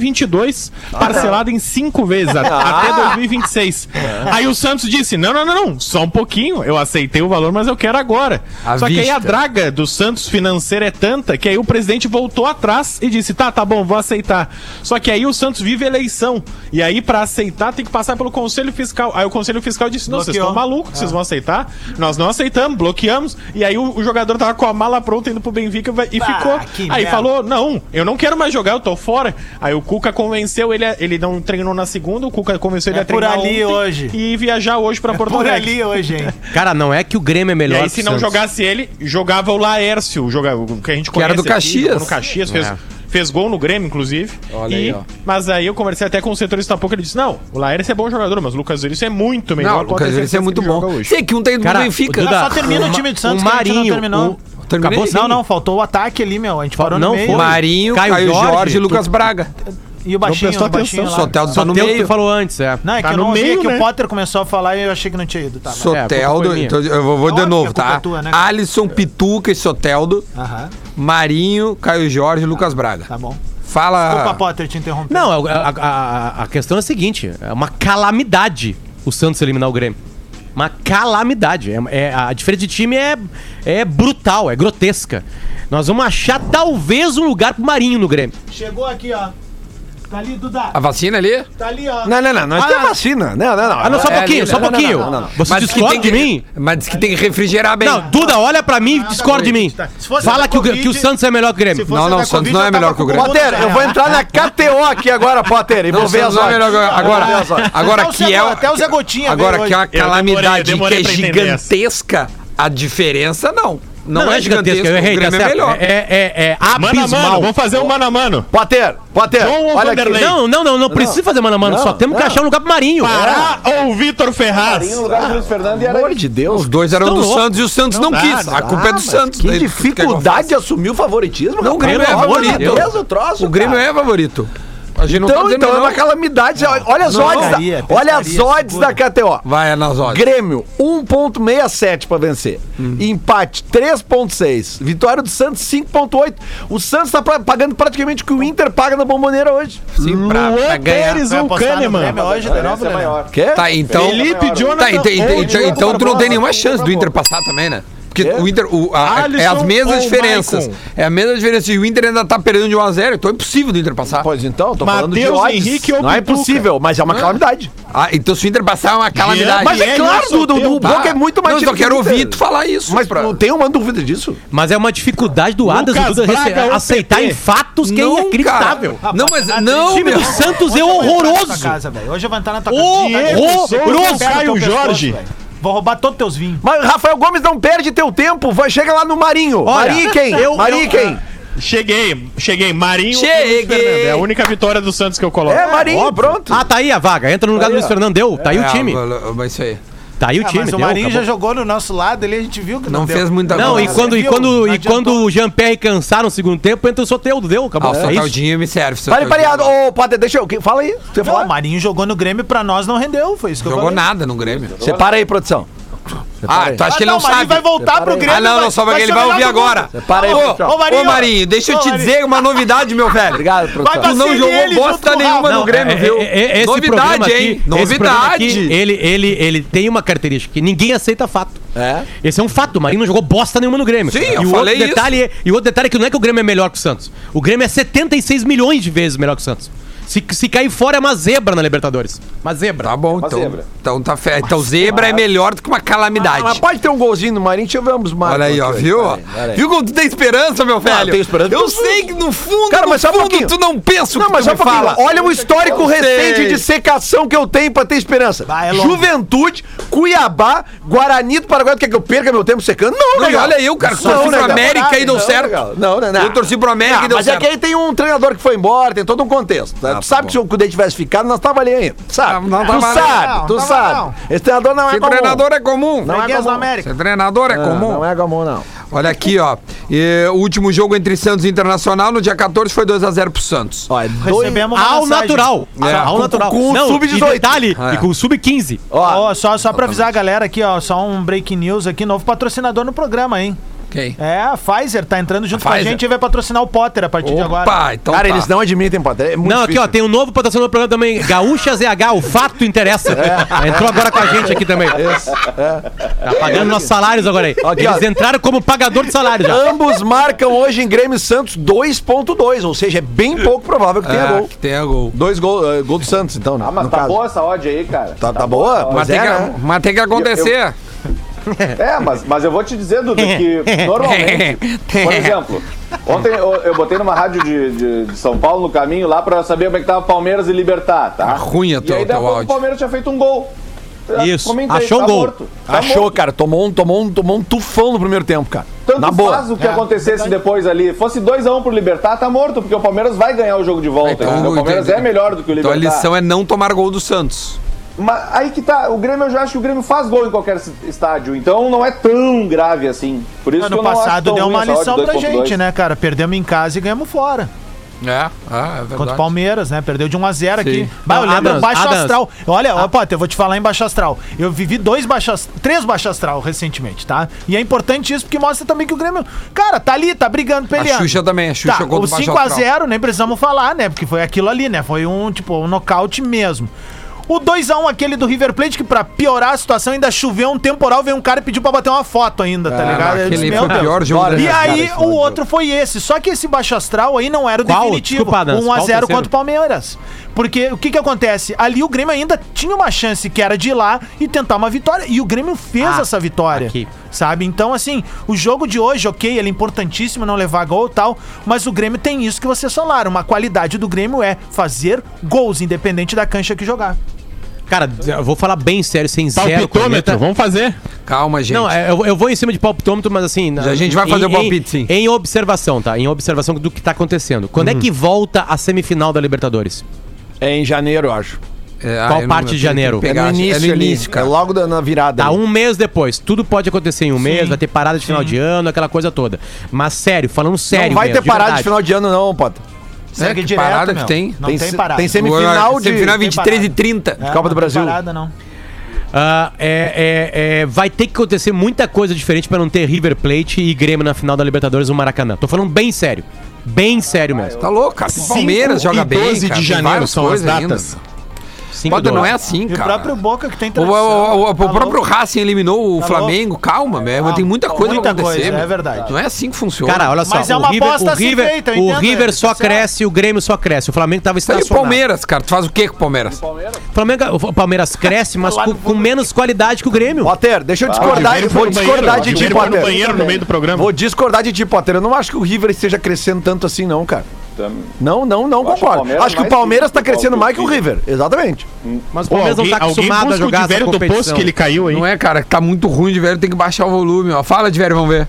Speaker 3: 2022, parcelado em cinco vezes, a- até 2026. Aí o Santos disse: não, não, não, não, só um pouquinho. Eu aceitei o valor, mas eu quero agora.
Speaker 2: À
Speaker 3: Só que aí a
Speaker 2: vista.
Speaker 3: draga do Santos financeira é tanta que aí o presidente voltou atrás e disse: tá, tá bom, vou aceitar. Só que aí o Santos vive eleição. E aí, pra aceitar, tem que passar pelo Conselho Fiscal. Aí o Conselho Fiscal disse: não, vocês
Speaker 5: Bloqueou.
Speaker 3: estão malucos, vocês vão aceitar. Nós não aceitamos, bloqueamos. E aí o, o jogador tava com a mala pronta indo pro Benfica e
Speaker 5: Bah,
Speaker 3: ficou.
Speaker 5: que
Speaker 3: Aí
Speaker 5: merda.
Speaker 3: falou: não, eu não quero mais jogar, eu tô fora. Aí o Cuca convenceu ele, a- ele não treinou na segunda, o Cuca convenceu ele
Speaker 5: É
Speaker 3: a treinar
Speaker 5: por
Speaker 3: ontem
Speaker 5: ali hoje. É
Speaker 3: e viajar hoje pra Porto
Speaker 5: Por
Speaker 3: Alegre.
Speaker 5: ali hoje, hein?
Speaker 9: Cara, não é que o Grêmio
Speaker 3: E
Speaker 9: é melhor
Speaker 3: aí, se
Speaker 9: que o
Speaker 3: não
Speaker 9: Santos.
Speaker 3: jogasse ele, jogava o Laércio, o joga- o que a gente
Speaker 2: era
Speaker 3: conhece.
Speaker 2: do
Speaker 3: aqui,
Speaker 2: Caxias.
Speaker 3: jogou No Caxias fez,
Speaker 9: É.
Speaker 3: fez gol no Grêmio, inclusive.
Speaker 2: Olha
Speaker 3: E-
Speaker 2: aí, ó.
Speaker 3: Mas aí eu conversei até com o setorista há pouco, ele disse, não, o Laércio é bom jogador, mas o Lucas Veríssimo é muito melhor.
Speaker 2: Não, o
Speaker 3: pode
Speaker 2: Lucas
Speaker 3: ter
Speaker 2: Veríssimo é
Speaker 3: certeza
Speaker 2: muito
Speaker 3: que ele
Speaker 2: bom.
Speaker 3: joga hoje.
Speaker 2: Sei que um tem no
Speaker 9: Cara,
Speaker 2: Benfica.
Speaker 9: o Duda-
Speaker 5: Só termina o
Speaker 9: Ma-
Speaker 5: time do Santos
Speaker 9: o
Speaker 5: que a gente não
Speaker 9: Marinho,
Speaker 5: terminou.
Speaker 9: o-
Speaker 2: Terminei?
Speaker 9: Acabou sim.
Speaker 5: Não, não, faltou o ataque ali, meu. A gente parou
Speaker 9: não
Speaker 5: no meio.
Speaker 9: foi.
Speaker 2: Marinho, Caio,
Speaker 9: Caio
Speaker 2: Jorge,
Speaker 9: Jorge,
Speaker 2: e Lucas Braga.
Speaker 5: E o baixinho,
Speaker 3: prestou
Speaker 5: o baixinho lá.
Speaker 3: atenção.
Speaker 2: Soteldo tá
Speaker 9: Só
Speaker 2: no
Speaker 9: tem o que
Speaker 2: meio.
Speaker 9: tu falou antes, é.
Speaker 5: Não, é que
Speaker 3: Tá
Speaker 5: eu
Speaker 3: no
Speaker 5: não ouvi, é
Speaker 3: meio,
Speaker 5: que o
Speaker 3: né?
Speaker 5: Potter começou a falar e eu achei que não tinha ido. Tá, mas-
Speaker 9: culpa
Speaker 2: Soteldo,
Speaker 9: foi minha.
Speaker 2: então eu vou, vou
Speaker 5: É
Speaker 2: de
Speaker 5: óbvio
Speaker 2: novo,
Speaker 5: que a culpa
Speaker 2: tá?
Speaker 5: é tua, né, cara?
Speaker 2: Alisson, Pituca e Soteldo,
Speaker 5: Aham,
Speaker 2: Marinho, Caio Jorge e Lucas Braga.
Speaker 5: tá bom. Desculpa,
Speaker 2: Fala.
Speaker 5: Potter, te interromper.
Speaker 9: Não, é a, a- a- a questão é a seguinte: é uma calamidade o Santos eliminar o Grêmio. Uma calamidade. É, é- a diferença de time é, é brutal, é grotesca. Nós vamos achar talvez um lugar pro Marinho no Grêmio.
Speaker 5: Chegou aqui, ó. Tá ali, Duda.
Speaker 2: A vacina ali?
Speaker 5: Tá ali, ó.
Speaker 4: Não, não, não. Nós
Speaker 5: Ah,
Speaker 4: temos vacina. Não, não, não.
Speaker 9: Ah, não,
Speaker 2: é
Speaker 9: só um pouquinho,
Speaker 2: né?
Speaker 9: só um pouquinho. Você
Speaker 2: Mas diz que
Speaker 9: discorda
Speaker 2: tem que-
Speaker 9: de mim?
Speaker 2: Mas diz que tem que refrigerar bem.
Speaker 9: Não, Duda, olha pra mim e discorda de mim.
Speaker 5: Tá. Se fosse
Speaker 9: Fala
Speaker 5: da
Speaker 9: que, o,
Speaker 5: Covid,
Speaker 9: que o Santos é melhor que o Grêmio.
Speaker 5: se fosse
Speaker 2: Não, não,
Speaker 5: da
Speaker 2: o Santos
Speaker 5: Covid,
Speaker 2: não é
Speaker 5: eu tava
Speaker 2: melhor que o
Speaker 5: com
Speaker 2: Grêmio.
Speaker 5: todo mundo
Speaker 4: Potter,
Speaker 5: na
Speaker 4: eu vou
Speaker 5: real.
Speaker 4: entrar na KTO aqui agora, Potter, e vou
Speaker 2: Não,
Speaker 4: ver as
Speaker 2: Santos não é
Speaker 4: horas.
Speaker 2: melhor que- agora.
Speaker 4: Vou ver as horas.
Speaker 2: Agora
Speaker 5: Até o
Speaker 2: que
Speaker 5: Zé-
Speaker 2: é o-
Speaker 5: até o Zé Gotinha
Speaker 2: Agora
Speaker 5: veio
Speaker 2: que é
Speaker 5: hoje.
Speaker 2: uma
Speaker 3: Eu
Speaker 2: calamidade
Speaker 3: demorei- eu
Speaker 2: que é
Speaker 3: demorei pra entender essa.
Speaker 2: gigantesca, a diferença não. Não,
Speaker 9: Não,
Speaker 2: é, gigantesca,
Speaker 9: eu errei,
Speaker 2: o
Speaker 9: tá
Speaker 2: Grêmio é
Speaker 9: certo.
Speaker 2: melhor.
Speaker 9: É, é, é
Speaker 3: Mano a mano,
Speaker 9: abismal.
Speaker 3: vamos fazer um mano a mano.
Speaker 4: Potter, Potter,
Speaker 3: João ou
Speaker 4: olha
Speaker 3: Vanderlei?
Speaker 4: aqui.
Speaker 9: Não, não, não, não precisa fazer mano a mano, só
Speaker 4: Não,
Speaker 9: temos que
Speaker 4: não.
Speaker 9: achar um lugar pro Marinho.
Speaker 3: Pará ou Vitor Ferraz?
Speaker 8: Marinho no lugar do Luiz Fernando e
Speaker 4: Pelo
Speaker 8: era
Speaker 4: amor de Deus.
Speaker 2: Os dois eram
Speaker 9: Estão
Speaker 2: do
Speaker 9: loucos.
Speaker 2: Santos e o Santos não,
Speaker 3: dá,
Speaker 2: quis.
Speaker 3: não
Speaker 2: a culpa é do
Speaker 4: Ah, mas
Speaker 2: Santos.
Speaker 4: Que
Speaker 2: Daí, tu quer que eu
Speaker 4: dificuldade de assumir o favoritismo,
Speaker 2: Não, o
Speaker 4: rapaz.
Speaker 2: Grêmio é
Speaker 9: Pelo amor de
Speaker 2: favorito.
Speaker 4: Deus, o troço,
Speaker 2: O Grêmio
Speaker 4: cara.
Speaker 2: é favorito. A gente não tá
Speaker 4: Então,
Speaker 2: dizendo
Speaker 4: então é
Speaker 2: não.
Speaker 4: uma calamidade. Olha as
Speaker 5: Não,
Speaker 4: odds. da-
Speaker 5: pescaria,
Speaker 4: Olha as
Speaker 5: pescaria,
Speaker 4: odds da
Speaker 5: segura.
Speaker 4: KTO.
Speaker 2: Vai, é nas odds.
Speaker 4: Grêmio, 1.67 pra vencer.
Speaker 2: Uhum.
Speaker 4: Empate, 3.6. Vitória do Santos, 5.8. O Santos tá pra- pagando praticamente o que o Inter paga na bomboneira hoje.
Speaker 2: Sim, pra- pra ganhar.
Speaker 3: Luan Pérez
Speaker 5: Vai
Speaker 3: ou
Speaker 5: apostar no
Speaker 3: Kahneman?
Speaker 5: Grêmio hoje, né? de novo,
Speaker 8: é
Speaker 5: Lelê?
Speaker 8: maior.
Speaker 4: Quê?
Speaker 2: Tá, então.
Speaker 3: Felipe, Jonathan
Speaker 2: Tá, ent- ent-
Speaker 3: ou
Speaker 2: ent-
Speaker 3: Diogo
Speaker 2: então tu não
Speaker 3: Barbosa?
Speaker 2: tem nenhuma chance do Inter passar também, né? Porque o Inter. o- a- é as
Speaker 3: Alisson ou
Speaker 2: mesmas diferenças.
Speaker 3: Maicon?
Speaker 2: É a mesma diferença. E o Inter ainda tá perdendo de 1x0, então é impossível do Inter passar.
Speaker 4: Pois então, tô falando de
Speaker 3: Matheus
Speaker 4: odds.
Speaker 3: Henrique ou
Speaker 4: Não é
Speaker 3: Pituca?
Speaker 4: impossível, mas é uma calamidade.
Speaker 2: Ah, então se o Inter passar é uma calamidade.
Speaker 4: Mas é
Speaker 3: Guilherme
Speaker 4: claro, Duda,
Speaker 3: Assoteiro,
Speaker 4: o
Speaker 2: Tá.
Speaker 4: Boca é muito mais
Speaker 2: Não, eu só
Speaker 4: time que o
Speaker 2: quero
Speaker 4: Inter.
Speaker 2: ouvir tu falar isso.
Speaker 4: Mas
Speaker 2: pra-
Speaker 4: não tem uma dúvida disso.
Speaker 9: Mas é uma dificuldade do Adas,
Speaker 3: Lucas
Speaker 9: do Duda, rece-
Speaker 5: é
Speaker 3: Braga ou
Speaker 9: aceitar
Speaker 3: PT?
Speaker 9: em fatos que é
Speaker 2: Não,
Speaker 9: inacreditável.
Speaker 2: cara. Não,
Speaker 5: Tá
Speaker 2: mas é-
Speaker 9: O
Speaker 2: não,
Speaker 9: time
Speaker 2: meu.
Speaker 9: do Santos é
Speaker 5: Hoje eu vou entrar na tua
Speaker 9: horroroso.
Speaker 5: casa, velho. Hoje eu vou entrar na tua
Speaker 9: Horroroso.
Speaker 5: Diego Souza,
Speaker 3: Horroroso.
Speaker 5: pega
Speaker 3: Caio
Speaker 5: teu pescoço,
Speaker 3: Jorge.
Speaker 5: velho. Vou roubar todos teus vinhos.
Speaker 4: Mas Rafael Gomes não perde teu tempo, vai chega lá no Marinho.
Speaker 9: Olha,
Speaker 4: Marinho quem?
Speaker 9: eu-
Speaker 4: Marinho
Speaker 9: eu-
Speaker 4: quem?
Speaker 3: Cheguei, cheguei. Marinho ou Luiz
Speaker 2: Cheguei.
Speaker 3: Fernando. É a única vitória do Santos que eu coloco.
Speaker 4: é, Marinho,
Speaker 3: Óbvio.
Speaker 4: pronto.
Speaker 9: Ah, tá aí a vaga. Entra no lugar do Luiz Fernando, deu. Tá aí o time.
Speaker 2: É, mas isso aí.
Speaker 9: Tá aí o
Speaker 5: Ah,
Speaker 9: time,
Speaker 5: mas
Speaker 9: deu.
Speaker 5: o Marinho já
Speaker 9: acabou.
Speaker 5: jogou no nosso lado ali, a gente viu que não,
Speaker 2: Não
Speaker 5: deu.
Speaker 2: fez muita
Speaker 9: Não, e
Speaker 2: Você
Speaker 9: quando, e
Speaker 5: viu?
Speaker 9: quando,
Speaker 5: Não
Speaker 9: e quando
Speaker 5: adiantou.
Speaker 9: o Jean-Pierre cansar no segundo tempo, entra o Soteldo, deu.
Speaker 2: Ah,
Speaker 9: Acabou.
Speaker 2: o
Speaker 5: tá
Speaker 9: é isso.
Speaker 2: Sotaldinho me serve.
Speaker 4: Pare,
Speaker 2: Sotaldinho.
Speaker 4: pare, ô, Potter, deixa eu. que- Fala aí. Você
Speaker 5: Não, o
Speaker 4: fala.
Speaker 5: Marinho jogou no Grêmio, pra nós não rendeu, foi isso que eu
Speaker 2: Jogou
Speaker 5: falei.
Speaker 2: nada no Grêmio.
Speaker 4: Você para aí, produção.
Speaker 2: Ah, tu acha que ele não
Speaker 5: o Marinho
Speaker 2: sabe?
Speaker 5: vai voltar pro Grêmio.
Speaker 2: Ah, não, não, só vai,
Speaker 5: ser
Speaker 2: ele vai
Speaker 5: o
Speaker 2: ouvir
Speaker 5: melhor do
Speaker 2: agora.
Speaker 5: mundo.
Speaker 4: Para aí,
Speaker 2: Ô,
Speaker 4: produção.
Speaker 5: Ô, Marinho.
Speaker 2: Ô, Marinho, deixa eu
Speaker 5: Ô,
Speaker 2: te
Speaker 5: Marinho.
Speaker 2: dizer uma novidade, meu velho.
Speaker 4: Obrigado,
Speaker 5: Vai
Speaker 4: produção.
Speaker 5: pra
Speaker 2: Tu não
Speaker 5: CNL
Speaker 2: jogou
Speaker 5: junto com
Speaker 2: bosta
Speaker 5: o
Speaker 2: nenhuma
Speaker 5: Rafa.
Speaker 2: no Grêmio,
Speaker 9: é,
Speaker 2: viu?
Speaker 9: é, é, esse programa
Speaker 2: Novidade,
Speaker 9: aqui-
Speaker 2: hein?
Speaker 9: esse programa aqui, é
Speaker 2: Novidade.
Speaker 9: ele, ele, ele tem uma característica que ninguém aceita fato.
Speaker 4: É.
Speaker 9: Esse é um fato. O Marinho não jogou bosta nenhuma no Grêmio.
Speaker 2: Sim,
Speaker 9: e
Speaker 2: eu
Speaker 9: o
Speaker 2: falei
Speaker 9: outro
Speaker 2: isso.
Speaker 9: detalhe, é- E o outro detalhe é que não é que o Grêmio é melhor que o Santos. O Grêmio é 76 milhões de vezes melhor que o Santos. Se, se cair fora é uma zebra na Libertadores. Uma zebra.
Speaker 2: Tá bom,
Speaker 8: Uma
Speaker 2: então.
Speaker 8: zebra.
Speaker 2: Então tá fe... Então zebra é melhor do que uma
Speaker 4: Ah, mas
Speaker 2: calamidade.
Speaker 4: pode ter um golzinho no Marinho, deixa eu ver ambos marcos
Speaker 2: Olha aí, ó,
Speaker 4: aqui, É.
Speaker 2: viu?
Speaker 4: peraí, peraí.
Speaker 2: Viu como tu tem esperança, meu velho?
Speaker 4: eu tenho Ah, esperança.
Speaker 2: Eu sei que no fundo,
Speaker 4: Cara,
Speaker 2: no
Speaker 4: mas só um
Speaker 2: fundo,
Speaker 4: pouquinho.
Speaker 2: tu não pensa o
Speaker 4: Não,
Speaker 2: que tu
Speaker 4: mas só
Speaker 2: me
Speaker 4: um pouquinho.
Speaker 2: fala.
Speaker 4: Olha o histórico
Speaker 2: Eu
Speaker 4: recente
Speaker 2: sei.
Speaker 4: de secação que eu tenho pra ter esperança.
Speaker 5: Vai, é longe.
Speaker 4: Juventude, Cuiabá, Guarani do Paraguai. Tu quer que eu perca meu tempo secando? Não,
Speaker 2: Não, e
Speaker 4: legal.
Speaker 2: olha eu, cara, que
Speaker 4: Não,
Speaker 2: torci pro
Speaker 4: legal.
Speaker 2: América e deu
Speaker 4: Não,
Speaker 2: certo.
Speaker 4: legal. Não, não, não.
Speaker 2: Eu torci pro América
Speaker 4: Ah,
Speaker 2: e deu
Speaker 4: mas é
Speaker 2: certo. Ah, tá
Speaker 4: que aí tem um treinador que foi embora, tem todo um contexto. né? tu sabe que se o Cudê tivesse ficado, nós tava ali ainda. Sabe?
Speaker 2: Não, não
Speaker 4: tu
Speaker 2: tava ali.
Speaker 4: sabe,
Speaker 5: Não,
Speaker 4: tu
Speaker 5: tava
Speaker 4: sabe.
Speaker 5: não.
Speaker 4: Esse treinador não é
Speaker 2: Ser
Speaker 4: comum.
Speaker 2: treinador é comum.
Speaker 4: Não é
Speaker 5: Freguês do
Speaker 4: comum.
Speaker 5: América.
Speaker 2: Ser treinador é
Speaker 4: Ah,
Speaker 2: comum.
Speaker 4: Não é comum, não.
Speaker 2: Olha aqui, ó. E, o último jogo entre Santos e Internacional no dia 14 foi 2x0 pro Santos.
Speaker 4: Ó, é dois...
Speaker 5: Recebemos uma
Speaker 9: Ao
Speaker 5: mensagem.
Speaker 9: natural.
Speaker 2: É.
Speaker 9: Ao natural.
Speaker 4: com o sub-18.
Speaker 9: E detalhe,
Speaker 2: É.
Speaker 9: e com um o sub-15.
Speaker 4: Ó,
Speaker 5: Ó, só, só pra avisar a galera aqui, ó, só um break news aqui, novo patrocinador no programa, hein?
Speaker 2: Ok.
Speaker 5: É, a Pfizer tá entrando junto
Speaker 2: A
Speaker 5: com a
Speaker 2: Pfizer.
Speaker 5: gente e vai patrocinar o Potter a partir de agora.
Speaker 2: Opa, então
Speaker 4: cara,
Speaker 2: tá.
Speaker 4: eles não admitem, Padre. É muito
Speaker 9: não, aqui ó,
Speaker 4: difícil.
Speaker 9: tem um novo patrocinador do programa também, Gaúcha ZH, o fato interessa.
Speaker 4: É.
Speaker 9: Entrou agora com a gente aqui também. Tá pagando nossos salários agora aí.
Speaker 4: Aqui,
Speaker 9: Eles
Speaker 4: É ó.
Speaker 9: entraram como pagador de salário já.
Speaker 4: Ambos marcam hoje em Grêmio e Santos 2.2, ou seja, é bem pouco provável que tenha
Speaker 2: É,
Speaker 4: gol.
Speaker 2: que tenha gol.
Speaker 4: Dois gols gol do Santos, então, né?
Speaker 8: Ah, mas
Speaker 4: no
Speaker 8: tá
Speaker 4: caso.
Speaker 8: boa essa odd aí, cara.
Speaker 4: Tá, tá, boa?
Speaker 2: Mas
Speaker 4: Pois
Speaker 2: tem,
Speaker 4: é,
Speaker 2: que,
Speaker 4: né?
Speaker 2: mas tem que acontecer.
Speaker 8: É, mas, mas eu vou te dizer, Duda, que normalmente. Por exemplo, ontem eu, eu botei numa rádio de, de- de São Paulo no caminho lá pra saber como é que tava Palmeiras e Libertar, tá?
Speaker 2: ruim
Speaker 8: e
Speaker 2: o teu-
Speaker 8: aí,
Speaker 2: teu
Speaker 8: daí a pouco,
Speaker 2: áudio.
Speaker 8: o Palmeiras tinha feito um gol. Eu
Speaker 9: Isso, achou
Speaker 8: tá
Speaker 9: um gol.
Speaker 8: morto, tá
Speaker 4: Achou,
Speaker 8: morto.
Speaker 4: cara. Tomou um, tomou, um, tomou um tufão no primeiro tempo, cara.
Speaker 8: Tanto
Speaker 4: Na boa.
Speaker 8: faz o que acontecesse depois ali. Fosse 2x1 pro Libertar, tá morto, porque o Palmeiras vai ganhar o jogo de volta.
Speaker 2: Então,
Speaker 8: entendeu? o Palmeiras
Speaker 2: entendi.
Speaker 8: é melhor do que o
Speaker 2: Então
Speaker 8: Libertar.
Speaker 2: a lição é não tomar gol do Santos.
Speaker 8: Mas aí que tá, o Grêmio, eu já acho que o Grêmio faz gol em qualquer es- estádio, então não é tão grave assim. Por isso que
Speaker 5: Ano
Speaker 8: eu não acho
Speaker 5: passado
Speaker 8: tão
Speaker 5: deu
Speaker 8: ruim
Speaker 5: uma
Speaker 8: essa odd
Speaker 5: lição pra
Speaker 8: 2.2.
Speaker 5: gente, né, cara? Perdemos em casa e ganhamos fora.
Speaker 2: É, ah, é
Speaker 5: Contra o
Speaker 2: verdade.
Speaker 5: Palmeiras, né? Perdeu de 1x0 aqui.
Speaker 2: Sim.
Speaker 5: Bah, eu
Speaker 9: Não,
Speaker 5: lembro
Speaker 9: Adams,
Speaker 5: baixo
Speaker 9: Adams.
Speaker 5: astral. Olha,
Speaker 2: Ah.
Speaker 5: ó, Potter, eu vou te falar em baixo astral. Eu vivi dois baixo astral, três baixo astral recentemente, tá? E é importante isso porque mostra também que o Grêmio, cara, tá ali, tá brigando, peleando.
Speaker 2: Xuxa também, a Xuxa
Speaker 5: tá,
Speaker 2: contra o
Speaker 5: o
Speaker 2: baixo
Speaker 5: 5 a 0 nem precisamos falar, né? Porque foi aquilo ali, né? Foi um, tipo, um nocaute mesmo. O 2x1 aquele do River Plate, que pra piorar a situação ainda choveu um temporal, veio um cara e pediu pra bater uma foto ainda, tá
Speaker 2: Ah,
Speaker 5: ligado? Eu
Speaker 2: aquele
Speaker 5: disse,
Speaker 2: foi
Speaker 5: meu
Speaker 2: o pior
Speaker 5: Deus.
Speaker 2: jogo da
Speaker 5: E
Speaker 2: minha vida,
Speaker 5: aí
Speaker 2: esse
Speaker 5: o outro foi esse. Só que esse baixo astral aí não era o
Speaker 9: Qual?
Speaker 5: definitivo.
Speaker 9: Desculpa, Adams, qual o
Speaker 5: 1x0
Speaker 9: terceiro?
Speaker 5: contra o Palmeiras. Porque o que que acontece? Ali o Grêmio ainda tinha uma chance que era de ir lá e tentar uma vitória. E o Grêmio fez
Speaker 9: Ah,
Speaker 5: essa vitória.
Speaker 9: aqui.
Speaker 5: Sabe? Então, assim, o jogo de hoje, ok, ele é importantíssimo não levar gol e tal, mas o Grêmio tem isso que vocês falaram. Uma qualidade do Grêmio é fazer gols, independente da cancha que jogar.
Speaker 9: Cara, eu vou falar bem sério, sem zero. corneta.
Speaker 3: vamos fazer.
Speaker 2: Calma, gente.
Speaker 9: Não, é, eu, eu vou em cima de palpitômetro, mas assim.
Speaker 2: A gente vai fazer o palpite, sim.
Speaker 9: Em observação, tá? Em observação do que tá acontecendo. Quando
Speaker 4: Hum.
Speaker 9: é que volta a semifinal da Libertadores?
Speaker 4: É em janeiro, eu acho.
Speaker 2: É,
Speaker 9: Qual
Speaker 2: eu
Speaker 9: parte
Speaker 2: eu
Speaker 9: de
Speaker 2: tenho que
Speaker 9: janeiro?
Speaker 2: pegar,
Speaker 4: é no início,
Speaker 2: é no
Speaker 4: ali.
Speaker 2: início
Speaker 4: É
Speaker 2: cara.
Speaker 4: logo da- na virada.
Speaker 9: Tá
Speaker 4: ali.
Speaker 9: um mês depois. Tudo pode acontecer em um mês, vai ter parada de final de ano, aquela coisa toda. Mas sério, falando sério.
Speaker 4: não vai
Speaker 9: mesmo,
Speaker 4: ter parada de
Speaker 9: verdade.
Speaker 4: final de ano, não, Pota.
Speaker 5: Segue
Speaker 2: É que
Speaker 5: direto,
Speaker 2: parada
Speaker 5: meu.
Speaker 2: que tem.
Speaker 5: Não
Speaker 4: Tem
Speaker 5: tem,
Speaker 4: se-
Speaker 5: parada.
Speaker 4: tem semifinal de-
Speaker 2: Semifinal
Speaker 5: tem
Speaker 2: 23 e
Speaker 5: parada.
Speaker 2: 30.
Speaker 5: É,
Speaker 4: Copa
Speaker 5: não
Speaker 4: do
Speaker 5: tem
Speaker 4: Brasil.
Speaker 5: Parada, não.
Speaker 9: Ah, é, é, é, vai ter que acontecer muita coisa diferente pra não ter River Plate e Grêmio na final da Libertadores no Maracanã. Tô falando bem sério. Bem sério mesmo.
Speaker 2: Tá louco, cara. O Palmeiras
Speaker 3: Cinco
Speaker 2: joga
Speaker 3: e
Speaker 2: bem,
Speaker 3: 12
Speaker 2: cara.
Speaker 3: de
Speaker 2: Tem
Speaker 3: janeiro
Speaker 2: várias
Speaker 3: são as
Speaker 2: coisas
Speaker 3: datas.
Speaker 2: ainda.
Speaker 9: Cinco
Speaker 2: Bota, não
Speaker 9: dólares.
Speaker 2: é assim,
Speaker 5: E o
Speaker 2: cara.
Speaker 5: próprio Boca que tem
Speaker 2: O, o- o- o- o
Speaker 5: Tá
Speaker 2: próprio
Speaker 5: louco.
Speaker 2: Racing eliminou o
Speaker 5: Tá
Speaker 2: Flamengo. Calma, meu.
Speaker 5: Ah,
Speaker 2: tem muita coisa
Speaker 5: muita
Speaker 2: pra acontecer.
Speaker 5: coisa, é
Speaker 2: meu.
Speaker 5: verdade.
Speaker 2: Não é assim que funciona.
Speaker 9: Cara, olha só.
Speaker 5: Mas é uma
Speaker 9: o River,
Speaker 5: aposta
Speaker 9: o
Speaker 5: assim
Speaker 9: River,
Speaker 5: feita, eu
Speaker 9: o
Speaker 5: entendo,
Speaker 9: River
Speaker 5: ele,
Speaker 9: só
Speaker 5: tá certo.
Speaker 9: cresce, o Grêmio só cresce. O Flamengo tava
Speaker 2: E o
Speaker 9: estacionado.
Speaker 2: é Palmeiras, cara? Tu faz o que com o Palmeiras?
Speaker 9: O Flamengo- o Palmeiras cresce, mas com, com menos qualidade que o Grêmio.
Speaker 4: Potter, deixa eu discordar.
Speaker 3: Primeiro
Speaker 4: vou
Speaker 3: foi no
Speaker 4: discordar
Speaker 3: banheiro,
Speaker 4: de ti,
Speaker 3: primeiro foi no
Speaker 4: Potter.
Speaker 3: banheiro no meio do programa.
Speaker 4: Vou discordar de ti, Potter. Eu não acho que o River esteja crescendo tanto assim, não, cara. Não, não, não
Speaker 8: acho o
Speaker 4: concordo.
Speaker 8: Palmeiras
Speaker 4: acho que o
Speaker 8: mais
Speaker 4: Palmeiras tá
Speaker 8: que o
Speaker 4: crescendo
Speaker 8: Palmeiras.
Speaker 4: mais que o River. Exatamente.
Speaker 9: Mas o
Speaker 3: Pô,
Speaker 9: Palmeiras não tá acostumado a
Speaker 3: busca
Speaker 9: jogar
Speaker 3: o de
Speaker 9: essa
Speaker 3: velho do poço
Speaker 9: competição.
Speaker 3: que ele caiu aí.
Speaker 2: Não é, cara, que tá muito ruim de velho, tem que baixar o volume, ó. Fala de velho, vamos ver.